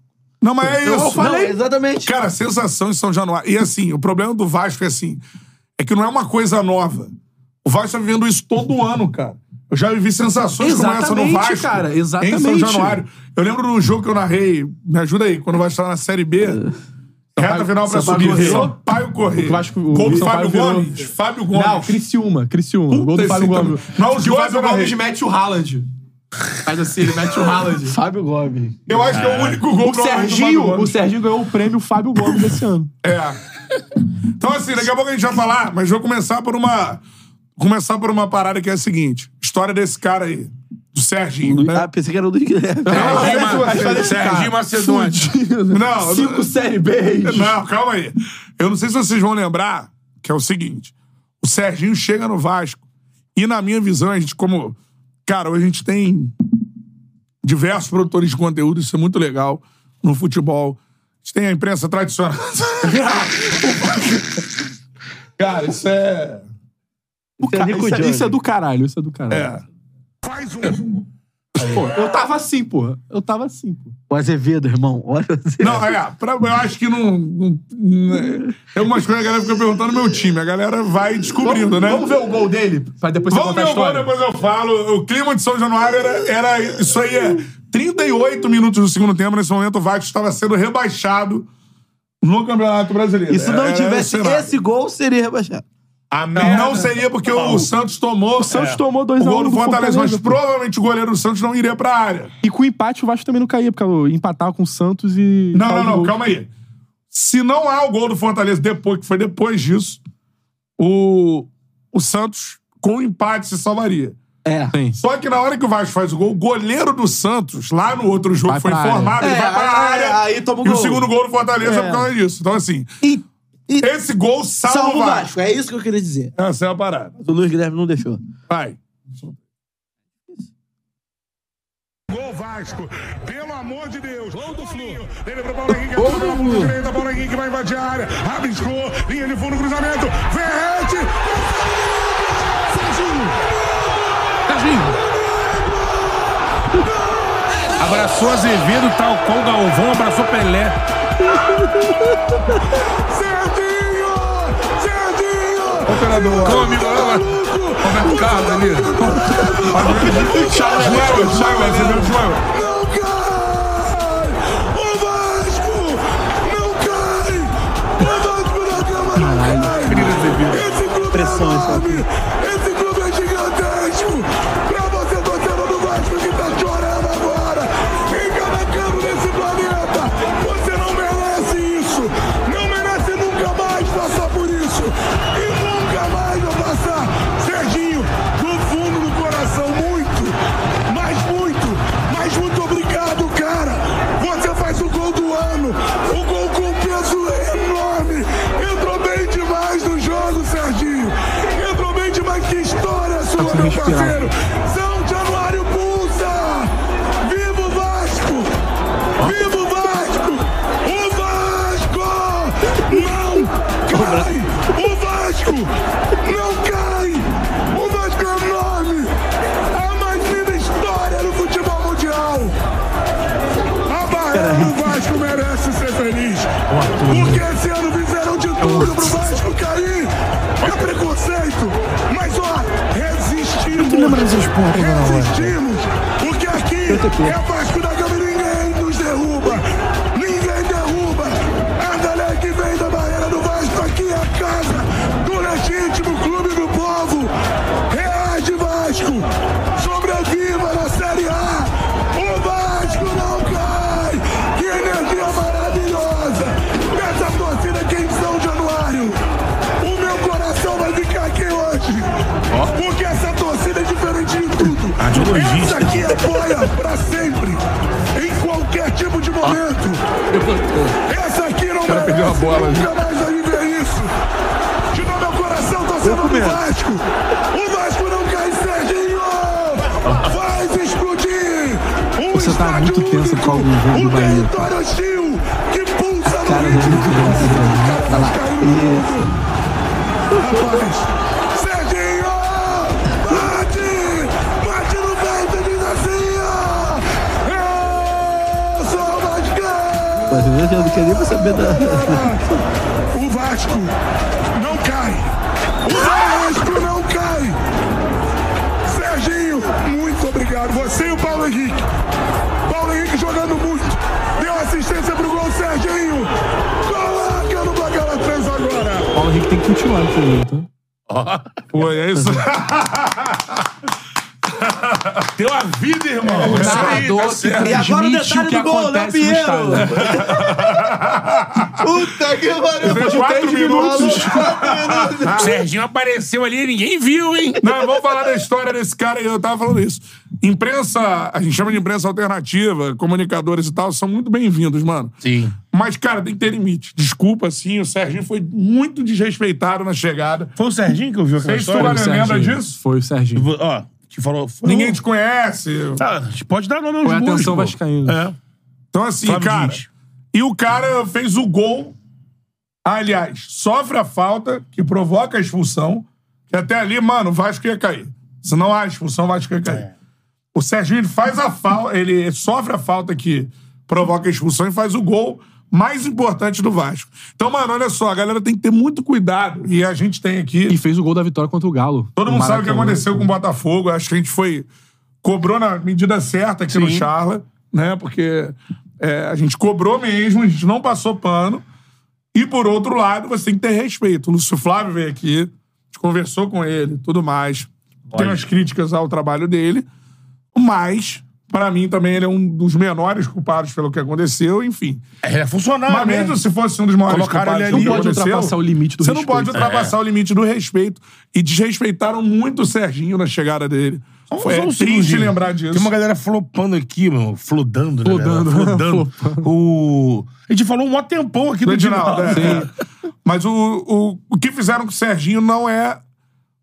Não, mas é isso. Não, exatamente. Cara, sensação em São Januário. E assim, o problema do Vasco é assim, é que não é uma coisa nova. O Vasco tá vivendo isso todo ano, cara. Eu já vivi sensações como essa no Exatamente, Vasco. cara, Em São exatamente. Januário. Eu lembro do jogo que eu narrei, me ajuda aí, quando o Vasco tava na Série B, É. reta final pra subir, Sampaio correu. Sampaio correr. O Vasco- o Gol do Fábio Sampaio virou. Gomes. Fábio Gomes. Não, Criciúma, Criciúma. Puta, gol do Fábio esse Gomes. também. Mas os Que o dois Fábio eu narrei. Gomes mete o Haaland. Faz assim, ele mete o Haaland. Fábio Gomes. Eu acho que é o único gol O provavelmente, do Fábio Serginho, Gomes. o Serginho ganhou o prêmio Fábio Gomes esse ano. É. Então, assim, daqui a pouco a gente vai falar, mas vou começar por uma. Começar por uma parada que é a seguinte: história desse cara aí, do Serginho, né? Ah, pensei que era o do Guilherme. Serginho Não, Ma- mas você- Serginho Macedônia. Não, Cinco Série B. Não, calma aí. Eu não sei se vocês vão lembrar que é o seguinte: o Serginho chega no Vasco e, na minha visão, a gente, como. Cara, hoje a gente tem diversos produtores de conteúdo, isso é muito legal no futebol. A gente tem a imprensa tradicional. Cara, isso é. Isso é, isso, é, isso é do caralho, isso é do caralho. É. Pô, eu tava assim, porra. Eu tava assim, pô. O Azevedo, irmão. Olha o Azevedo. Não, é, pra- eu acho que não. não- né? tem algumas coisas que a galera fica perguntando no meu time. A galera vai descobrindo, né? Vamos ver o gol dele, pra depois você Vamos contar ver a o gol, história. depois eu falo. O clima de São Januário era, era isso aí. É 38 minutos do segundo tempo. Nesse momento, o Vasco estava sendo rebaixado no Campeonato Brasileiro. E se não é, Era tivesse cenário. esse gol, seria rebaixado. A merda- Não seria porque o Santos tomou. O Santos tomou dois O a gol um do do Fortaleza, mas Fortaleza, pô. provavelmente o goleiro do Santos não iria pra área. E com o empate, o Vasco também não caía, porque ela empatava com o Santos e. Não, não, Saldo não, gol. calma aí. Se não há o gol do Fortaleza depois, que foi depois disso, o, o Santos, com o empate, se salvaria. É. Só que na hora que o Vasco faz o gol, o goleiro do Santos, lá no outro jogo, Vai foi pra área. informado, ele É, vai pra aí- área. aí toma o e o gol. segundo gol do Fortaleza é por causa disso. Então, assim, E, e esse gol Tá salva, salva o Vasco. É isso que eu queria dizer. Essa é a parada. O Luiz Guilherme não deixou. Vai. Gol Vasco, pelo amor de Deus. Gol do Flu. Ele pro Paulo Henrique, atua pela ponta direita, Paulo Henrique vai invadir a área, arriscou, linha de fundo, cruzamento, Verrete. Abraçou Azevedo, tal qual Galvão abraçou Pelé. Serginho! Serginho! Operador. Come, galera. Roberto Carlos ali. Chama Joel, Joel, você viu o Joel? Não cai! O Vasco não cai! O Vasco da Gama não cai! Esse clube Pressão, é isso aqui. enorme! Esse clube é gigantesco! Pra você, torcedor do Vasco que tá chorando agora! Em cada canto desse planeta! Você não merece isso! Não merece nunca mais passar por isso! E nunca mais vai passar! Serginho, do fundo do coração, muito! Mas muito! Mas muito obrigado, cara! Você faz o gol do ano! O gol com um peso enorme! Entrou bem demais no jogo, Serginho! Entrou bem demais! Que história sua, meu parceiro! São Januário pulsa! Viva o Vasco! Viva o Vasco! O Vasco! Não cai! O Vasco! Não cai! O Vasco é enorme! É A mais linda história do futebol mundial! A barreira do Vasco merece ser feliz! Porque esse ano fizeram de tudo pro Vasco cair! É preconceito! Mas ó, resistimos! Resistimos! Porque aqui é Vasco da Gama e ninguém nos derruba! Ninguém derruba! A galera que vem da barreira do Vasco aqui é a casa do legítimo clube do povo! Reage Vasco! Sobreviva na Série A! O Vasco não cai! Que energia maravilhosa! Dessa torcida aqui em São Januário! O meu coração vai ficar aqui hoje! Porque essa torcida é diferente de tudo! Essa aqui apoia pra sempre! Em qualquer tipo de momento! Essa aqui não merece perdeu a bola, nunca mais vai viver isso! De novo meu coração, torcedor do Vasco! O Vasco não cai, Serginho! Vai explodir! Um Você tá estádio muito tenso único, com algum jogo do um Bahia, cara. território hostil que pulsa no Cara, eu ritmo do muito bom, Brasil, cara. que Tá lá. faz cair no mundo. Rapaz, Serginho! Bate! Bate no peito e diz assim, ó! Eu sou vascaíno! Mas eu já não queria nem pra saber da. O Vasco não cai. O Vasco não cai. Serginho, muito obrigado. Você e o Paulo Henrique. Paulo Henrique jogando muito. Deu assistência pro gol, Serginho. Coloca no placar a três agora. Paulo Henrique tem que continuar no Flamengo, tá? Pô, é isso. Deu a vida, irmão. É isso aí, tá certo. E agora o Admite detalhe o que do gol, Léo acontece no Pinheiro. estádio. né? Puta que pariu! Fez quatro minutos. O Serginho apareceu ali e ninguém viu, hein? Ah, é? Não, vamos falar da história desse cara. Eu tava falando isso. Imprensa, a gente chama de imprensa alternativa, comunicadores e tal, são muito bem-vindos, mano. Sim. Mas, cara, tem que ter limite. Desculpa, assim, o Serginho foi muito desrespeitado na chegada. Foi o Serginho que ouviu aquela Vocês história? foram- Foi o Lembra Serginho. disso? Foi o Serginho. Vo- Ó, que falou... foi Ninguém o- te conhece. Ah, pode dar nome aos Foi burros, atenção pô. vascaína. É. Então, assim, Flávio cara. Diniz. E o cara fez o gol. Ah, Aliás, sofre a falta que provoca a expulsão. Que até ali, mano, o Vasco ia cair. Se não há expulsão, o Vasco ia cair. O Serginho ele faz a falta, ele sofre a falta que provoca a expulsão e faz o gol mais importante do Vasco. Então, mano, olha só, a galera tem que ter muito cuidado. E a gente tem aqui. E fez o gol da vitória contra o Galo. Todo No mundo sabe o que Maracanã. aconteceu com o Botafogo. Acho que a gente foi. Cobrou na medida certa aqui no Charla, né? Porque é, a gente cobrou mesmo, a gente não passou pano. E por outro lado, você tem que ter respeito. O Lúcio Flávio veio aqui, a gente conversou com ele, tudo mais. Tem umas críticas ao trabalho dele, mas, pra mim, também ele é um dos menores culpados pelo que aconteceu, enfim. É funcionário, Mas né? mesmo se fosse um dos maiores Colocaram culpados ele do ali, que Não pode aconteceu, ultrapassar o limite do Você não respeito. pode ultrapassar É. o limite do respeito. E desrespeitaram muito o Serginho na chegada dele. Foi Só um é triste segundinho. lembrar disso. Tem uma galera flopando aqui, meu. Flodando, né? Flodando. galera? Flodando. o... A gente falou um mó tempão aqui do tá? Edinaldo, Edinaldo. é. Mas o, o, o que fizeram com o Serginho não é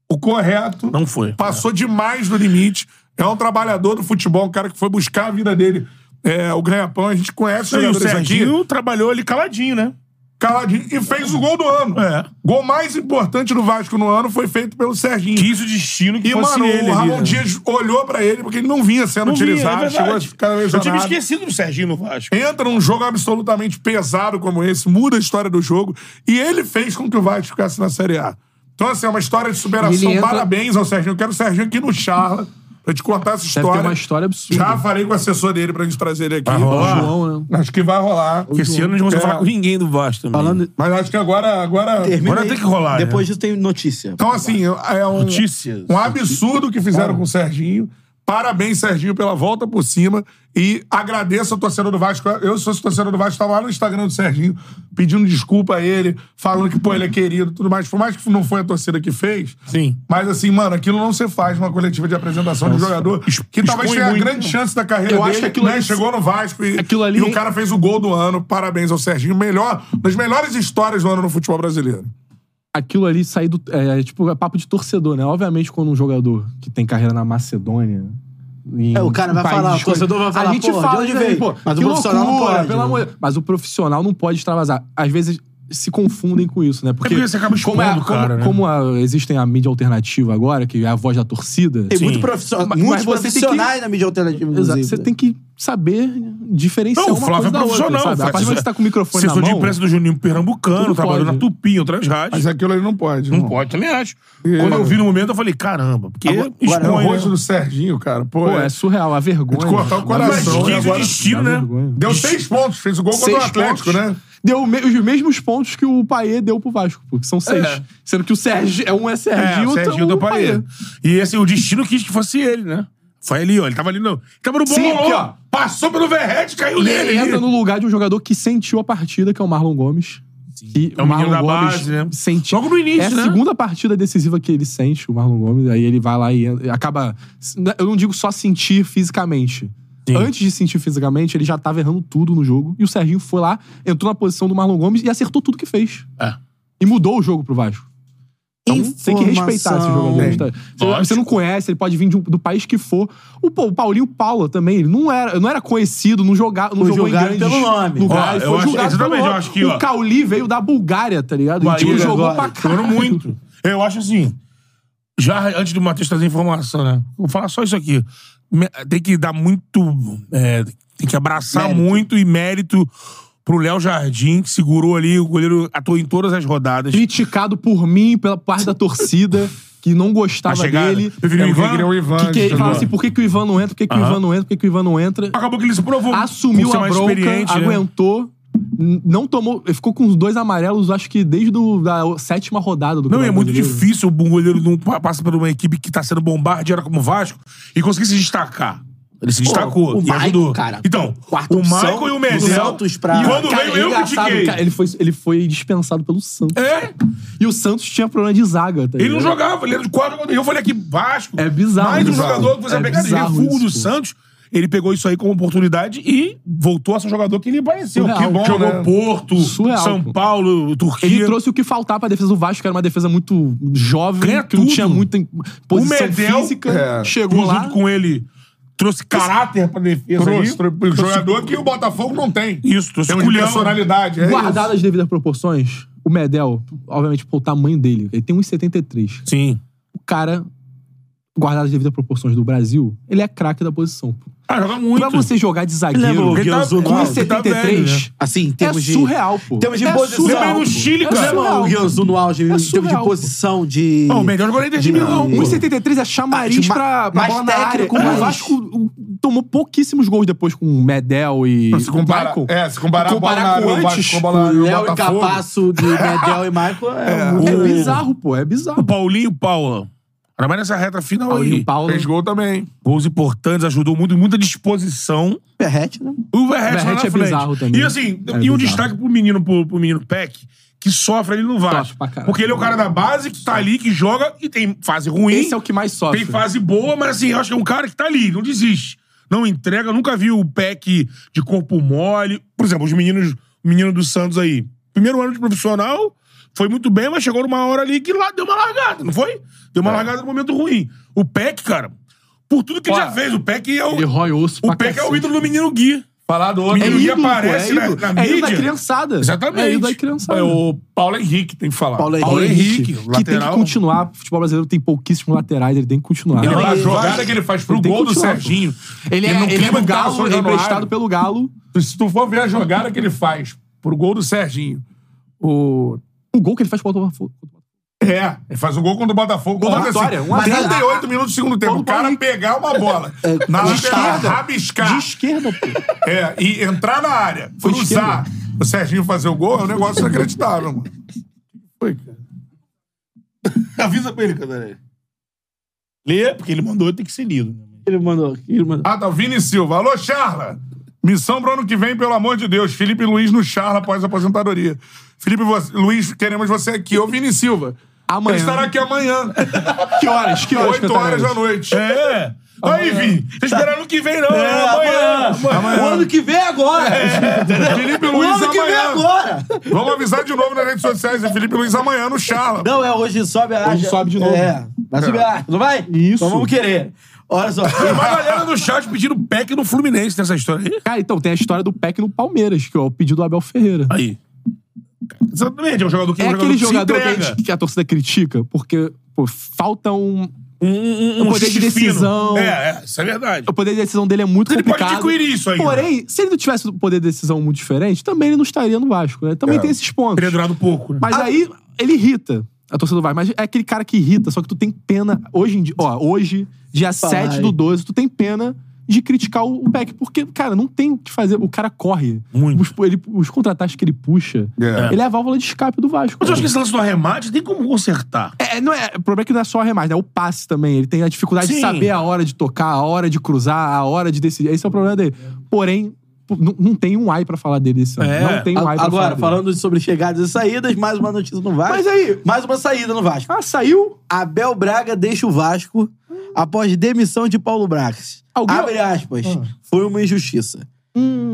o correto. Não é. foi. Passou demais do limite. É um trabalhador do futebol, um cara que foi buscar a vida dele. É, o ganha-pão, a gente conhece os E o jogadores aqui. Serginho trabalhou ali caladinho, né? caladinho, e fez o gol do ano. É. Gol mais importante do Vasco no ano foi feito pelo Serginho. Quis o destino que E, fosse mano, ele o ali, Ramon né? Dias olhou pra ele porque ele não vinha sendo Não vinha, utilizado, é chegou a verdade. ficar Eu tinha me lesionado. esquecido do Serginho no Vasco. Entra num jogo absolutamente pesado como esse, muda a história do jogo, e ele fez com que o Vasco ficasse na Série A. Então, assim, é uma história de superação. Ele entra- Parabéns ao Serginho. Eu quero o Serginho aqui no Charla pra te contar essa Deve história. ter uma história absurda. Já falei com o assessor dele pra gente trazer ele aqui. Ah, rolar? João, né? Acho que vai rolar. Porque esse ano a gente não consegue É. falar com ninguém do Vasco também. Falando. Mas acho que agora. agora... Termina Agora aí. tem que rolar, né? Depois disso tem notícia. Então, assim, é um, Notícias. um absurdo que fizeram com o Serginho. Parabéns, Serginho, pela volta por cima. E agradeço ao torcedor do Vasco. Eu, se fosse torcedor do Vasco, estava lá no Instagram do Serginho pedindo desculpa a ele, falando que, pô, ele é querido e tudo mais. Por mais que não foi a torcida que fez. Sim. Mas, assim, mano, aquilo não se faz numa coletiva de apresentação de jogador que talvez expõe tenha a muito. grande chance da carreira Eu dele. acho que aquilo né? ali- Chegou no Vasco e, Aquilo ali- e o cara fez o gol do ano. Parabéns ao Serginho. Melhor, uma das melhores histórias do ano no futebol brasileiro. aquilo ali sair do. É, é tipo, é papo de torcedor, né? Obviamente, quando um jogador que tem carreira na Macedônia. em É, o cara um vai país falar, o desconhecido- torcedor vai falar, A gente "Pô, de fala onde isso aí, veio?" pô, Mas o que profissional não loucura, pode, pelo né? amor- Mas o profissional não pode extravasar. Às vezes se confundem com isso, né? Porque, porque você acaba como, é, expondo o como- cara, né? como a- existem a mídia alternativa agora, que é a voz da torcida. Tem muito Sim. profissional, Mas- muitos mas você tem que- profissionais na mídia alternativa, Exato, inclusive. Você tem que saber diferenciar Não, o uma Flávio é coisa da outra, profissional. sabe? A faz partir do momento que isso. você tá com o microfone na Assessor de mão... imprensa do Juninho Pernambucano, Tudo trabalhou na pode. é Tupi, em outras rádios. Mas aquilo ali não pode. Não irmão. pode, também acho. Quando eu vi no momento, eu falei, caramba, porque Agora- É o expõe, rosto né? do Serginho, cara. Pô, Pô, é. é surreal, a vergonha. cortar o Mas coração, Dá né? quis o Agora- destino, né? vergonha. Deu seis pontos, fez o gol contra o Seis Atlético, pontos. né? Deu me- os mesmos pontos que o Paê deu pro Vasco, pô, que são seis. É. Sendo que o Sergi, é um é Sergi É, e o outro é Serginho o deu pra Paê. ele. E assim, o destino quis que fosse ele, né? Foi ali, ó. Ele tava ali, não. Ele tava no bom Sim, aqui, ó. Passou pelo Verrete, caiu E nele. ele entra ali. no lugar de um jogador que sentiu a partida, que é o Marlon Gomes. Que É o menino da base, né? Sentiu. Logo no início, É a né? segunda partida decisiva que ele sente, o Marlon Gomes. Aí ele vai lá e entra- acaba. né, Eu não digo só sentir fisicamente. Antes de sentir fisicamente, ele já tava errando tudo no jogo. E o Serginho foi lá, entrou na posição do Marlon Gomes e acertou tudo que fez. É. E mudou o jogo pro Vasco. Então, tem que respeitar esse jogador. Tem. Tá? Lógico. Você, você não conhece, ele pode vir de um- do país que for. O, pô, o Paulinho Paula também, ele não era, não era conhecido, não, joga, não Foi jogou em julgado grandes pelo nome. Ó, lugares. eu foi acho- julgado pelo exatamente, nome. eu acho que, ó. o Cauli veio da Bulgária, tá ligado? Bahia e tipo, jogou agora, pra Jogando caralho. muito. Eu acho assim. Já antes do Matheus trazer informação, né? Vou falar só isso aqui. Me- Tem que dar muito. é, tem que abraçar Mérito. muito e mérito pro Léo Jardim, que segurou ali, o goleiro atuou em todas as rodadas. Criticado por mim, pela parte da torcida, que não Na gostava chegada. dele. Preferiu É, o porque Ivan. queria o Ivan. Que, que ele entendeu? fala assim, por que, que o Ivan não entra? Por que, que o né? Aham. Ivan não entra? Por que, que o Ivan não entra? Acabou que ele se provou. assumiu por ser a mais bronca, experiente, né? aguentou, n- não tomou, ele ficou com os dois amarelos, acho que desde o- da sétima rodada do Não, e é Campeonato muito Brasileiro. difícil um goleiro não pa- passa por uma equipe que tá sendo bombardeada como o Vasco e conseguir se destacar. Ele se destacou o e Maicon, ajudou. cara. Então, Quarta o opção, Maicon e o dos Medel. altos pra- Quando Cara, é veio, eu engraçado, critiquei. cara, ele, foi, ele foi dispensado pelo Santos. É, E o Santos tinha problema de zaga, tá ele não ligado? jogava, ele era de quatro goleiros. Eu falei aqui, Vasco. É bizarro Mais um isso, jogador cara. que você É pegar de bizarro refúgio do isso, pô. Santos. Ele pegou isso aí como oportunidade e voltou a ser um jogador que ele pareceu. Surreal, que bom, Jogou né? Porto, Surreal, São pô. Paulo, Turquia. Ele trouxe o que faltava pra defesa do Vasco, que era uma defesa muito jovem, Ganha que não tudo. tinha muita em- posição Medel, física. é, chegou junto lá. com ele, trouxe caráter pra defesa Trouxe, ali. trouxe, trouxe, jogador que o Botafogo não tem. Isso, trouxe É um Tem uma culhão. personalidade. É Guardado as devidas proporções, o Medel, obviamente, pelo tamanho dele, ele tem 1,73. Sim. O cara, guardado as devidas proporções do Brasil, ele é craque da posição. pô. Ah, joga muito. Pra você jogar de é Lembra zagueiro o Ele tá- Guionzo com no Ele alto? 73 né? Assim, em é termos de... surreal, pô. Temos de é posição. Lembra surreal, no pô. Chile, é cara? Lembra surreal, É o Guionzo no auge, em termos de surreal, pô. posição de... Não, É o melhor jogador da De- não. Pô. O 73 é chamariz Ah, ma- pra, pra mais bola na área. técnico, Como mais- o Vasco o- tomou pouquíssimos gols depois com o Medel e Se comparar, Michael. é, se comparar, Comparar a com bola na área, antes, o Vasco, com a bola O na área, o Léo e Botafogo. Capasso de Medel e Michael é, muito- É bizarro, pô. É bizarro. O Paulinho Paula. Ainda mais nessa reta final Paulinho aí. Paulo. Fez gol também. Gols importantes, ajudou muito, muita disposição. Ferrete, né? O Verrete lá Verratti na é frente. bizarro também. E assim, É e um bizarro. destaque pro menino, pro, pro menino Peck, que sofre ali no Vasco. Sofre pra caralho. Porque ele é o cara da base que tá ali, que joga e tem fase ruim. Esse é o que mais sofre. Tem fase boa, mas assim, eu acho que é um cara que tá ali, não desiste. Não entrega, eu nunca vi o PEC de corpo mole. Por exemplo, os meninos, o menino do Santos aí. Primeiro ano de profissional, foi muito bem, mas chegou numa hora ali que lá deu uma largada, não foi? Deu É. uma largada no momento ruim. O PEC, cara, por tudo que ele Ó, já fez, o PEC é Ele o. rói osso O pra PEC é o cacete. ídolo do menino Gui. Falar do outro. É Ele ídolo, pô, aparece é na, ídolo. na É ídolo da mídia. criançada. Exatamente. É ídolo da criançada. É o Paulo Henrique tem que falar. Paulo Henrique, que tem que lateral. continuar. O futebol brasileiro tem pouquíssimos laterais, ele tem que continuar. Ele, a ele, jogada que ele faz pro ele tem que gol do continuar, pô. Serginho. ele no é, ele é clima do que tá São Galo, Januário. emprestado pelo Galo. Se tu for ver a jogada que ele faz pro gol do Serginho, o. O Um gol que ele faz pro Botafogo. É, ele faz o gol contra o Botafogo. Gol Uma faz vitória, um assim, uma 38 minutos do segundo tempo. Quando O cara põe- pegar uma bola na de lateral, esquerda. É, De rabiscar, esquerda, pô. é, e entrar na área, Foi de cruzar, o Serginho fazer o gol é um negócio inacreditável, mano. Foi, cara. Avisa pra ele, Cantarelli. Lê, porque ele mandou, tem que ser lido. Ele mandou. Ele mandou. Ah, tá. Vini Silva. Alô, Charla. Missão pro ano que vem, pelo amor de Deus. Felipe Luiz no Charla após a aposentadoria. Felipe vo- Luiz, queremos você aqui. Ô, Vini Silva. Amanhã. Ele estará aqui amanhã. Que horas? Que horas? 8 horas da noite. É. Aí, Vini. Você esperar no que vem, não. É, amanhã. O ano que vem é agora! Felipe O Luiz ano que vem é amanhã. agora! Vamos avisar de novo nas redes sociais. É Felipe Luiz amanhã no Charla. Não, é hoje sobe a Hoje haja. sobe de novo. É, vai subir a haja, não vai? Isso. Então vamos querer. Olha só. Uma galera do chat pedindo pack no Fluminense nessa história aí. Cara, então, tem a história do PEC no Palmeiras, que é o pedido do Abel Ferreira. Aí. Exatamente, é um jogador que é um aquele jogador jogador que que, se a entrega. gente- que a torcida critica, porque pô, falta um. Um, um, O poder de chute fino. decisão. É, é, isso é verdade. O poder de decisão dele é muito Ele pode complicado. adquirir isso ainda. Porém, se ele não tivesse um poder de decisão muito diferente, também ele não estaria no Vasco, né? É. Também tem esses pontos. Teria durado pouco, né? Ah, Mas aí ele irrita a torcida do Vasco. Mas é aquele cara que irrita, só que tu tem pena. Hoje, em dia- ó, hoje dia 7 do 12, tu tem pena de criticar o, o Peck. Porque, cara, não tem o que fazer. O cara corre. Muito. Os, ele- os contratados que ele puxa, É. ele é a válvula de escape do Vasco. Mas eu acho que esse lance do arremate tem como consertar. É, não é, o problema é que não é só arremate, é o passe também. Ele tem a dificuldade Sim. de saber a hora de tocar, a hora de cruzar, a hora de decidir. Esse é o problema dele. Porém, pô, não, não tem um ai pra falar dele esse ano. É. Não tem um A- ai pra falar Agora, dele. falando sobre chegadas e saídas, mais uma notícia no Vasco. Mas aí- Mais uma saída no Vasco. Ah, saiu? Abel Braga deixa o Vasco após demissão de Paulo Brax. Alguém- Ah. Hum. Abre aspas. Foi uma injustiça.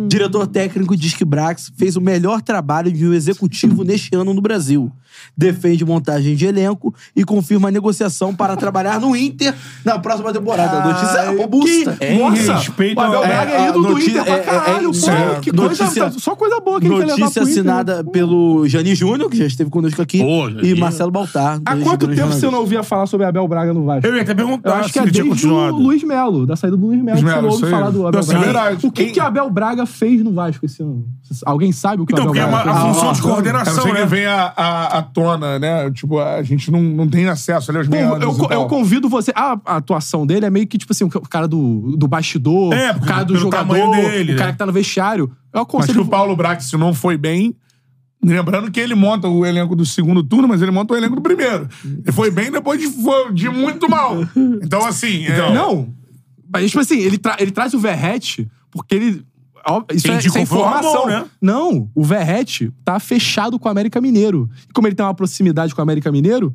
Diretor técnico diz que Brax fez o melhor trabalho de um executivo neste ano no Brasil. Defende montagem de elenco e confirma a negociação para trabalar no Inter na próxima temporada. A notícia Ai, robusta. que- É, Nossa, respeito o Abel ao- Braga É, é a ídolo do notícia- Inter pra é, é, é caralho, isso, pô. é. que coisa, Notícia- só coisa boa que ele quer levar Notícia pro Inter. né? assinada pelo Jani Júnior, que já esteve conosco aqui, Ô, e Jani. Marcelo Baltar. Há dois quanto grandes tempo você não jornalistas. ouvia falar sobre Abel Braga no Vasco? Eu ia até perguntar Eu acho que se é ele tinha desde o continuado. Luiz Melo, da saída do Luiz Melo, que Luiz Melo, você não isso ouve aí. falar do Abel Nossa, é Braga. verdade. O que, que Abel Braga fez no Vasco esse ano? Alguém sabe o que Então, o porque Abel é Braga uma, fez? a função de É, não coordenação, sei né? que vem a, a, a tona, né? Tipo, a gente não, não tem acesso ali aos Pô, meandros então. eu, e co- tal. eu convido você. A, a atuação dele é meio que, tipo assim, o cara do, do bastidor, É, o porque cara do pelo jogador, tamanho dele, o cara né? que tá no vestiário. Eu Mas que aconselho. o Paulo Brax se não foi bem. Lembrando que ele monta o elenco do segundo turno, mas ele monta o elenco do primeiro. Ele foi bem depois de, foi- de muito mal. Então, assim. é- Não. Mas, tipo assim, ele, tra- ele traz o Verrete porque ele. ó, Isso Quem é, isso é indicou foi o Ramon, informação. né? Não, o Verrete tá fechado com o América Mineiro. E como ele tem uma proximidade com o América Mineiro,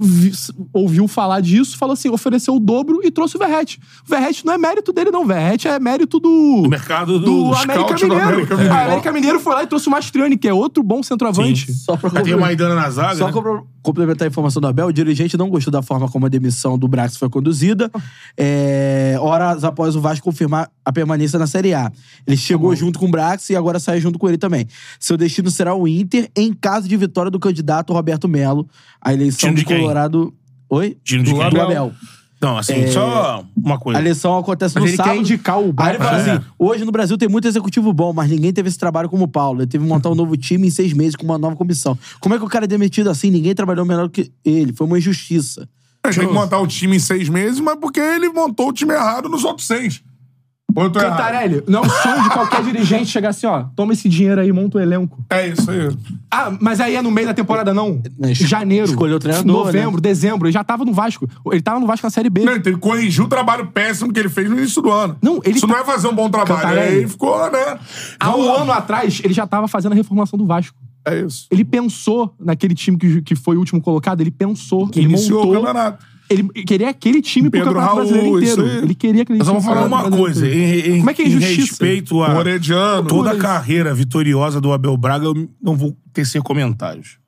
ouvi- ouviu falar disso, falou assim: ofereceu o dobro e trouxe o Verrete. O Verrete não é mérito dele, não. O Verrete é mérito do. O mercado do, do dos América scouts Mineiro. do América Mineiro. O América Mineiro foi lá e trouxe o Mastriani, que é outro bom centroavante. Só pra Aí Tem o Maidana na zaga. Só né? pra complementar a informação do Abel, o dirigente não gostou da forma como a demissão do Brax foi conduzida, é, horas após o Vasco confirmar a permanência na Série A. Ele chegou junto com o Brax e agora sai junto com ele também. Seu destino será o Inter em caso de vitória do candidato Roberto Melo à eleição Time de do quem? Colorado. Oi? Time de do quem? do Abel. Não, assim, É. só uma coisa. A eleição acontece no Ele sábado. quer indicar o Aí ele fala É. assim: hoje no Brasil tem muito executivo bom, mas ninguém teve esse trabalho como o Paulo. Ele teve que montar um novo time em seis meses com uma nova comissão. Como é que o cara é demitido assim? Ninguém trabalhou melhor que ele. Foi uma injustiça. Ele tem que montar o time em seis meses, mas porque ele montou o time errado nos outros seis. Ou eu tô errado? Cantarelli, não é o sonho de qualquer dirigente chegar assim, ó, toma esse dinheiro aí, monta o elenco. É isso aí. Ah, mas aí é no meio da temporada, não. Mas Janeiro. escolheu o treinador, né? Novembro, dezembro. Ele já tava no Vasco. Ele tava no Vasco na Série B. Não, ele teve que corrigir o trabalho péssimo que ele fez no início do ano. Não, ele Isso tá- não é fazer um bom trabalho. Cantarelli. Aí ele ficou, né? Há um Vamos lá. ano atrás, ele já tava fazendo a reformulação do Vasco. É isso. Ele pensou naquele time que, que foi o último colocado, ele pensou, Que ele iniciou montou. o campeonato. Ele queria aquele time pro Pedro Campeonato Raul, Brasileiro isso inteiro. aí. Ele queria aquele Mas eu time. vou pro falar uma Campeonato coisa. Brasileiro inteiro. Em, em- Como é que é em injustiça? respeito O a Orediano. toda a carreira vitoriosa do Abel Braga, eu não vou tecer comentários.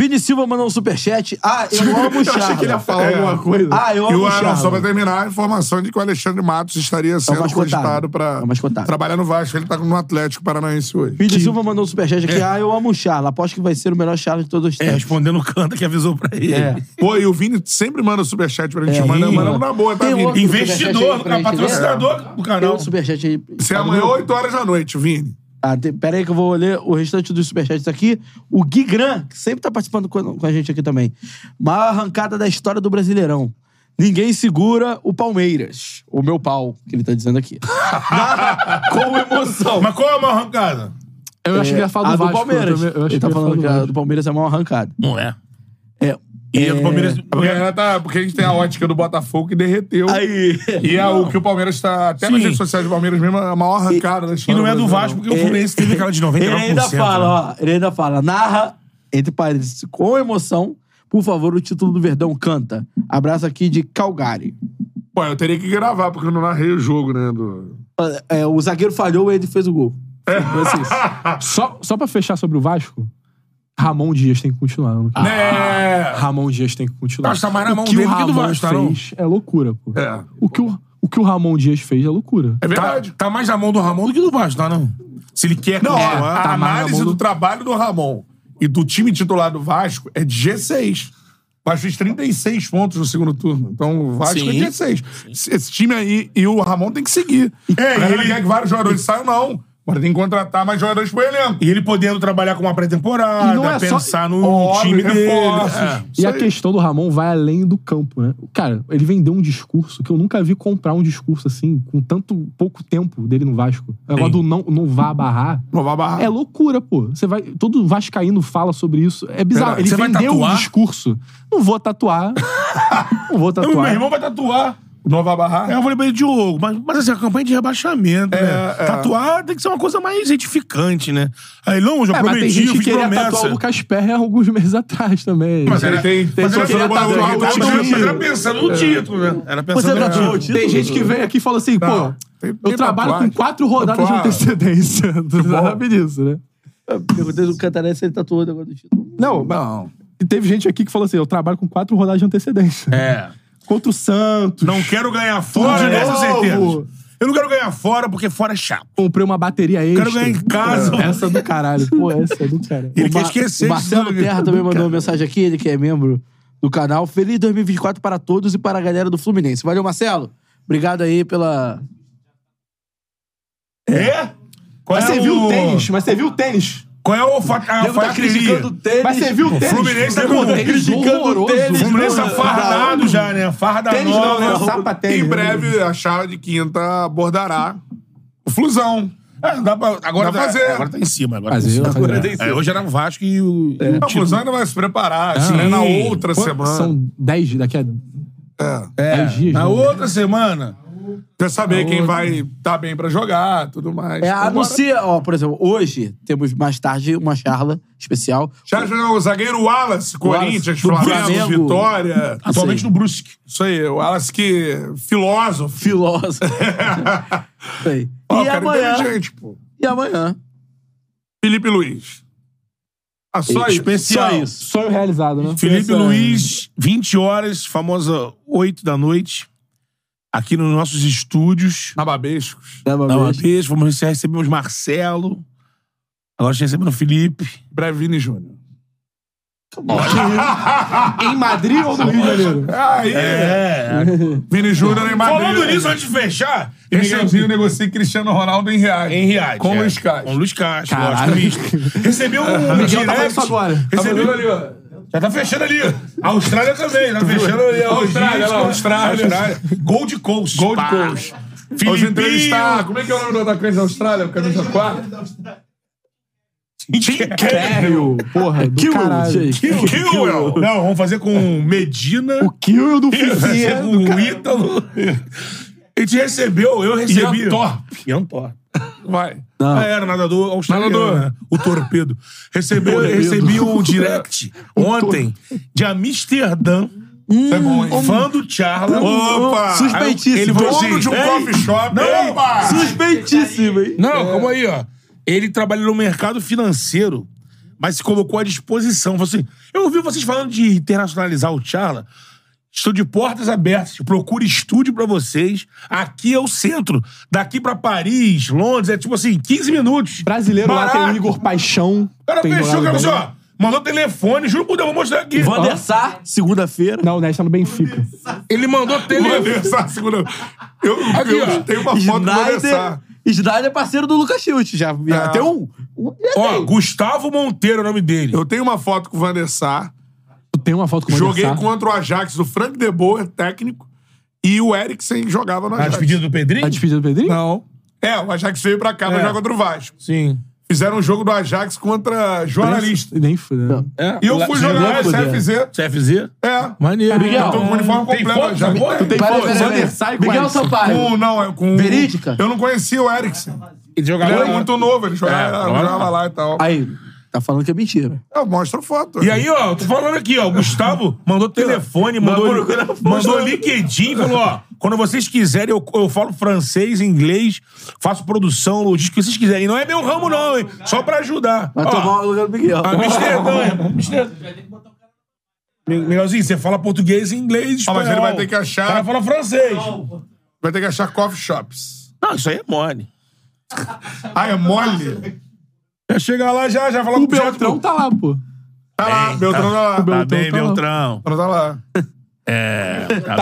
Vini Silva mandou um superchat. Ah, eu amo o Eu achei que ele ia falar alguma coisa. Ah, eu É. E amo o o Aron, só pra tá Charla. terminar, a informação de que o Alexandre Matos estaria sendo mascotado. cogitado É pra o mascotado. trabalhar no Vasco. Ele tá no Atlético Paranaense hoje. Vini Silva mandou um superchat É. aqui. Ah, eu amo o Charla. Aposto que vai ser o melhor Charla de todos os É, tempos. respondendo o Canta que avisou pra ele. É. Pô, e o Vini sempre manda superchat pra gente. É, manda, sim. manda na boa, tá, Tem Vini? outro superchat aí Investidor, pra cara, gente ver? patrocinador do Tem Então, canal. um superchat aí. Se é amanhã, 8 horas da noite, Vini. Ah, tem- pera aí que eu vou ler o restante dos superchats aqui. O Gui Gran, que sempre tá participando com com a gente aqui também. Maior arrancada da história do Brasileirão. Ninguém segura o Palmeiras. O meu pau, que ele tá dizendo aqui. Nada com emoção. Mas qual é a maior arrancada? Eu achei que ele ia a falar do Vasco. Eu, Ah, Palmeiras. também- eu achei ele tá que ia falar falando do que a Vasco. do Palmeiras é a maior arrancada. Não é. É. E a do Palmeiras. Porque a, galera tá, porque a gente tem a ótica do Botafogo que derreteu. Aí. E é o que o Palmeiras tá. Até nas Sim. redes sociais do Palmeiras mesmo, é a maior arrancada da E história. não é do brasileira. Vasco, porque o Fluminense teve aquela de 99%. Ele um ainda né? fala, ó. Ele ainda fala. Narra, entre parênteses, com emoção. Por favor, o título do Verdão canta. Abraço aqui de Calgary. Pô, eu teria que gravar, porque eu não narrei o jogo, né? Do... É, o zagueiro falhou, ele fez o gol. assim. Só, só pra fechar sobre o Vasco, Ramon Dias tem que continuar. Não? Né? Ah, Ramon Dias tem que continuar. Acho que tá mais na mão o que dele o que do Ramon Vasco, tá, não? fez é loucura, pô. É. O, que o, o que o Ramon Dias fez é loucura. É Tá, verdade. tá mais na mão do Ramon do que do Vasco, tá não? Se ele quer Não, continuar. a, a tá mais na análise mão do do- trabalho do Ramon e do time titular do Vasco é de G6. O Vasco fez 36 pontos no segundo turno. Então o Vasco é Sim. 16. Esse- Esse time aí e o Ramon tem que seguir. É, ele não quer que vários jogadores saiam, não. Agora tem que contratar mais jogadores pro elenco. E ele podendo trabalhar com uma E não pré-temporada, é só- pensar no Óbvio, Um time dele. reforços. É. E Isso a aí. questão do Ramon vai além do campo, né? Cara, ele vendeu um discurso que eu nunca vi comprar um discurso assim, com tanto pouco tempo dele no Vasco. É O negócio do não, não vá barrar. Provar barra. É loucura, pô. Você vai, todo vascaíno fala sobre isso. É bizarro. Verdade. Ele Você vai vendeu um tatuar? discurso. Não vou tatuar. não vou Então, meu tatuar. irmão vai tatuar. Nova Aí barra. eu falei pra ele, Diogo, mas, mas assim, a campanha de rebaixamento, né? é. Tatuar tem que ser uma coisa mais edificante, né? Aí, não, eu já É, mas tem prometi, eu gente que fiz queria promessa. tatuar o Lucas Perry há alguns meses atrás também. Mas Ele era- tem. tem mas era só- só- só- mas era- o mas time- era- mas era pensando no título, né? Era pensando no título. Tem gente que vem aqui e fala assim, Não, pô, tem- tem eu trabalho tatuagem. com quatro rodadas de Tatuagem. antecedência. Tu sabe disso, né? Eu perguntei do Cantaré se ele tá tatuou o negócio do título. Não, mas Não. teve gente aqui que falou assim, eu trabalho com quatro rodadas de antecedência. É. Contra o Santos. Não quero ganhar fora, de dessa novo. certeza. Eu não quero ganhar fora, porque fora é chato. Comprei uma bateria extra. Quero ganhar em casa. Essa é do caralho. Pô, essa é do caralho. Ele O quer Ma- esquecer O Marcelo disso, né? Terra também mandou uma mensagem aqui, ele que é membro do canal. Feliz 2024 para todos e para a galera do Fluminense. Valeu, Marcelo. Obrigado aí pela. É? Qual Mas é você viu o o tênis? Mas você viu o tênis? Qual é o fa- a Nego tá faqueria? criticando o tênis. Mas você viu o O tênis? Fluminense tá Pô, com- tênis criticando o horroroso. O Fluminense tá Não, fardado já, né? Farda Tênis não, nova. né? Sapatênis, Em né? breve, a chave de quinta abordará o Flusão. É, dá pra, agora, Dá tá, pra fazer. agora tá em cima. Agora Mas tá em eu- cima. agora É, tá em cima. hoje era o Vasco e o. e o Não, É, o título. Flusão ainda vai se preparar. se não é na Sim. outra Quanto- semana. São 10, daqui a É, 10 dias. Na né? outra semana. Quer saber quem vai estar bem pra jogar, tudo mais. É, Então, anuncia, ó, por exemplo, hoje temos mais tarde uma charla especial. Já jogou o zagueiro Wallace, Corinthians, do Flamengo, Flamengo. Vitória. Atualmente no Brusque. Isso aí, o Wallace que... Filósofo. Filósofo. Isso aí. Ó, e, cara amanhã, inteligente, pô. e amanhã. Felipe Luiz. Ah, só isso. Especial. Só isso. Sonho realizado, né? Felipe Luiz, 20 horas, famosa 8 da noite. Aqui nos nossos estúdios. Nababescos. Dá uma Dá uma vez. vez, vamos recebemos Marcelo. Agora já recebemos o Felipe. Brevini Júnior. Em Madrid ou no Rio de Janeiro? Aí, É. Vini Júnior em Madrid. Falando nisso, antes de fechar, E recebi Miguelzinho negocia Cristiano Ronaldo em reais. Em reais. Com é. Luiz Castro. Com Luiz Castro, Caralho. lógico, misto. Recebeu um Miguel tá direct. falando isso agora. Tá Recebeu- vendo ali, ó? Já tá fechando ali. A Austrália também. Tá fechando ali. A Austrália, logística, lá, Austrália. Gold Coast. Gold pá. Coast. Os entrevistar. Filipinho. Como é que é o nome do atacante da Austrália? Camisa 4? Sério? Porra, do Kill, caralho. gente. Kill, Kill. Não, vamos fazer com Medina. O Kill do Vamos fazer Fifinha. com o Ítalo. A gente recebeu, eu recebi. é Ian Thorpe. Ian Thorpe. Vai. um Ah, era nadador australiano, Nadador. né? O torpedo. Recebeu, Recebi um Tá direct ontem de Amsterdã. É bom, hein? Fã do Charla. Opa! Suspeitíssimo. Ele falou Dono assim, de um "Ei, coffee shop. Não, Opa! Suspeitíssimo, hein? É. Não, como aí, ó. Ele trabalha no mercado financeiro, mas se colocou à disposição. Falou assim: Eu ouvi vocês falando de internacionalizar o Charla. Estou de portas abertas. Procure estúdio pra vocês. Aqui é o centro. Daqui pra Paris, Londres, é tipo assim, 15 minutos. Brasileiro Barato. lá tem o Igor Paixão. O cara tem fechou, morado o cara bem. falou assim, ó. Mandou telefone, juro por Deus, vou mostrar aqui. Vandersar, segunda-feira. Não, o Nerd tá no Benfica. Ele mandou telefone. Vandersar, segura. Eu, Aqui, eu ó. tenho uma foto do Snyder. Vandersar. Snyder é parceiro do Lucas Schultz. Já, já tem um. um- já Ó, tem. Gustavo Monteiro é o nome dele. Eu tenho uma foto com o Vanessar. Tu tem uma foto com o Joguei Vandersar? contra o Ajax do Frank De Boer, técnico, e o Eriksen jogava no A Ajax. despedida do Pedrinho? Tá A despedida Tá do Pedrinho? Não. É, o Ajax veio pra cá pra É. jogar contra o Vasco. Sim. Fizeram um jogo do Ajax contra jornalista. Nem fudeu. É, E eu lá- fui você jogou jogar com o CFZ. CFZ? É. Maneiro. Miguel, Eu tô com o uniforme tem completo. foto, já. amor? Tu tem Pera, foto? pera, pera. Vandersar e Miguel Guaísa. Sampaio. Com, não, é com... é Verídica? Eu não conhecia o Eriksen. Ele Ele jogava era lá. muito novo, ele jogava, É, jogava lá e tal. Aí, tá falando que é mentira. Eu mostro foto. E aí, ó, tô falando aqui, ó, o Gustavo mandou telefone, mandou, mandou LinkedIn, falou, ó, quando vocês quiserem, eu, eu falo francês, inglês, faço produção, logística, o que vocês quiserem. E não é meu ramo não, hein, só pra ajudar. Vai Ó, tomar o lugar do Miguel. a Amsterdã, Amsterdã. Miguelzinho, você fala português, inglês, Ah, espanhol. mas ele vai ter que achar- O cara fala francês. Vai ter que achar coffee shops. Não, isso aí é mole. Ah, é mole? Já chega lá, já, já fala com O Beltrão tá lá, pô. Tá lá, Beltrão tá lá. O Beltrão Tá bem, tá lá. Beltrão. Beltrão tá lá. Tá,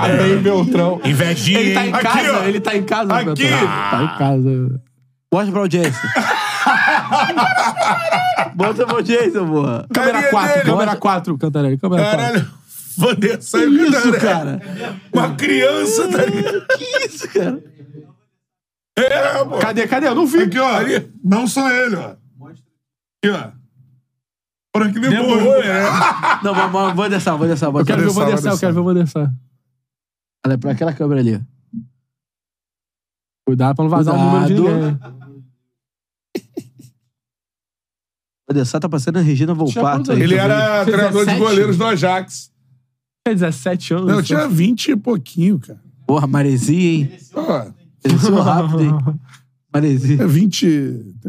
Tá É. bem, Beltrão. Invejinha, Ele tá em hein? Aqui, ó. casa, ele tá em casa, Aqui. Beltrão. Tá em casa. Mostra pra audiência. Mostra pra audiência, porra. Câmera Carinha 4, dele, câmera 4, Cantarelli, câmera 4. Caralho. Vanessa e Que isso, Cantarelli. cara? Uma criança, Hum. tá ligado? Que isso, cara? É, pô. Cadê, cadê? Eu não vi. Aqui, ó. Ali. Não só ele, ó. Aqui, ó. Frank Ah, de Demorou, é. Boer. Não, mas- mas vou descer, vou descer, vou Eu quero ver o Vandersar, Vandersar, eu quero ver é o Vandersar. Olha, pra aquela câmera ali. Cuidado pra não vazar o número de Cuidado. ninguém. Vou descer, tá passando a Regina Volpato. Deixa Ele eu ver. era Fez treinador de 17? goleiros do Ajax. Tinha 17 anos. Não, eu né? tinha 20 e pouquinho, cara. Porra, Maresia, hein? Ó, Desceu rápido, hein? Maresia. é 20.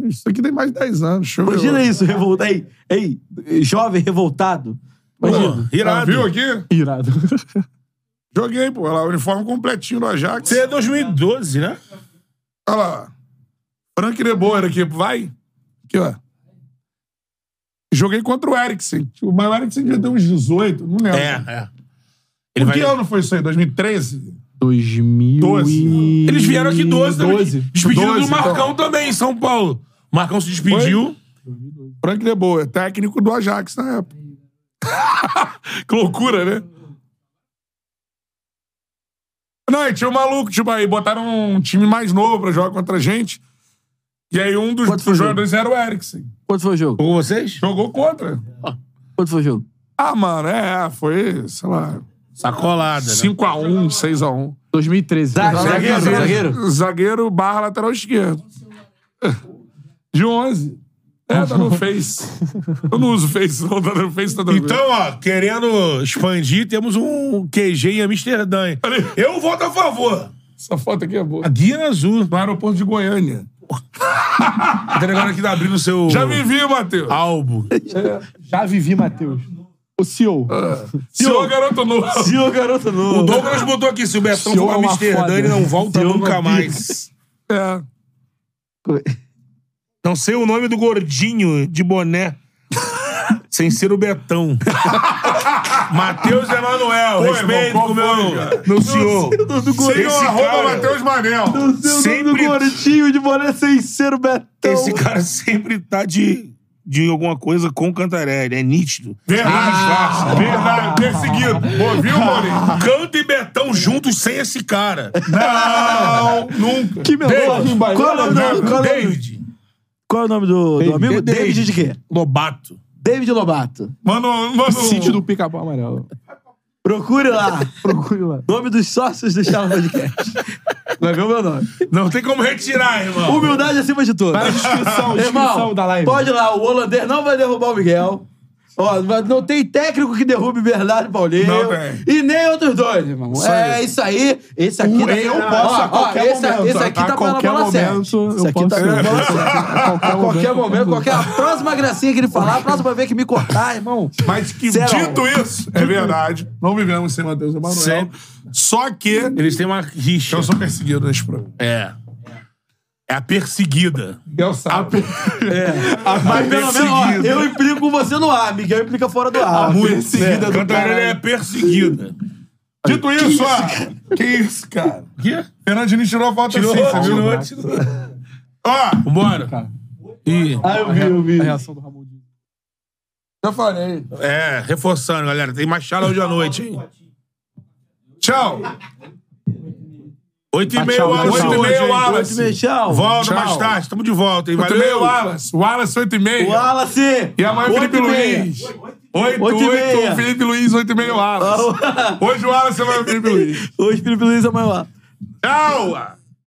Isso aqui tem mais de 10 anos. Deixa eu ver. Imagina isso, revoltado. Ei, ei, jovem revoltado. Imagina. Pô, irado. tá Viu aqui? Irado. Joguei, pô. Olha lá, o uniforme completinho do Ajax. Você é 2012, né? Olha lá. Frank de Boer aqui, vai. Aqui, ó. Joguei contra o Eriksen. Mas o Eriksen já deu uns 18, não lembro. é. Em Ele que é vai... ano foi isso aí? 2013? 2000 Doze. Eles vieram aqui 12 também. 12. Despedido 12, do Marcão também, em São Paulo. O Marcão se despediu. Frank de Boer, técnico do Ajax na época. que loucura, né? Não, e tinha um maluco, tipo, aí botaram um time mais novo pra jogar contra a gente. E aí um dos, Quanto foi o dos jogadores era o Eriksen. Quanto foi o jogo? Com vocês? Jogou contra. Quanto foi o jogo? Ah, mano, é, né? foi, sei lá, Sacolada. né? 5x1, 6x1. 2013. Zagueiro, zagueiro. Zagueiro né? barra lateral esquerdo. De 11. É, tá no Face. Eu não uso Face, não. Tá no Face, tá tranquilo. Então, ó, querendo expandir, temos um QG em Amsterdã. hein? Eu voto a favor. Essa foto aqui é boa. A Guia Azul. No aeroporto de Goiânia. Tá entregando aqui da abrir no seu Já vivi, Matheus. álbum. Já vivi, Matheus. O CEO. Seu garoto novo. Tio garoto O novo. Douglas botou aqui, se o Betão Senhor for pra é uma Amsterdã, foda. ele não volta Senhor nunca é uma mais. É. Não sei o nome do gordinho de boné. Sem ser o Betão. Matheus Emanuel, irmão, respeito qual com o meu, foi, cara? meu senhor. Senhor, Esse arroba cara- Matheus Manel. Sempre- Sempre... gordinho de boné sem ser o Betão. Esse cara sempre tá de, de alguma coisa com o Cantarelli. É nítido. Verdade, verdade. Perseguido. Pô, viu, Maurinho? Canta e Betão juntos sem esse cara. Não, nunca. Que melhor. Qual é o nome do- qual é o nome- David qual é o nome do, do David. amigo? David. David de quê? Lobato. David Lobato. Mano, mano. Sítio do Pica-Pau Amarelo. Procure lá. Procure lá. nome dos sócios do Charla Podcast. Vai ver o meu nome. Não tem como retirar, irmão. Humildade acima de tudo. Vai na descrição, descrição Irmão, da live. pode ir lá. O holandês não vai derrubar o Miguel. Ó, mas não tem técnico que derrube Bernardo e Paulinho. Não tem. E nem outros dois, irmão. é isso aí. Esse aqui tá... eu posso a qualquer esse, momento. esse aqui a tá com qualquer a bola certa. momento, eu Esse aqui posso- tá com a bola certa. A qualquer A qualquer momento. momento, qualquer... A próxima gracinha que ele falar, a próxima vez que me cortar, irmão... um. Mas que, Zero. dito isso, é verdade. Não vivemos sem Matheus e Manuel. Sério? Só que Eles têm uma rixa. eu sou perseguido nesse programa. É. É a perseguida. Eu sabe. Mas pelo menos, ó, eu implico com você no ar, Miguel implica fora do ar. perseguida do Cantarelli é caralho. perseguida. Dito isso, ó. Que isso, cara? O quê? Fernandinho tirou a foto Tirou, assim, você viu? tirou, tirou. Ó, Vambora. Ih. Ah, eu vi, eu vi. A reação do Ramon Dias. já falei. É, reforçando, galera. Tem Machala hoje à noite, hein? Tchau. Oito e Tá, meio, tchau, Wallace. tchau. Oito e meio, Oito e meio, Wallace. Tchau. Volta Tchau. mais tarde. Tamo de volta, hein? Oito e meia, Valeu. Wallace. Wallace, oito e meia. Wallace! E amanhã, Oito Felipe e meia. Luiz. Oito, Oito e meia. Ah, oito. Felipe Luiz, oito e meia, Wallace. Hoje o Wallace vai o Felipe Luiz. Hoje, Felipe Luiz, amanhã lá. Tchau!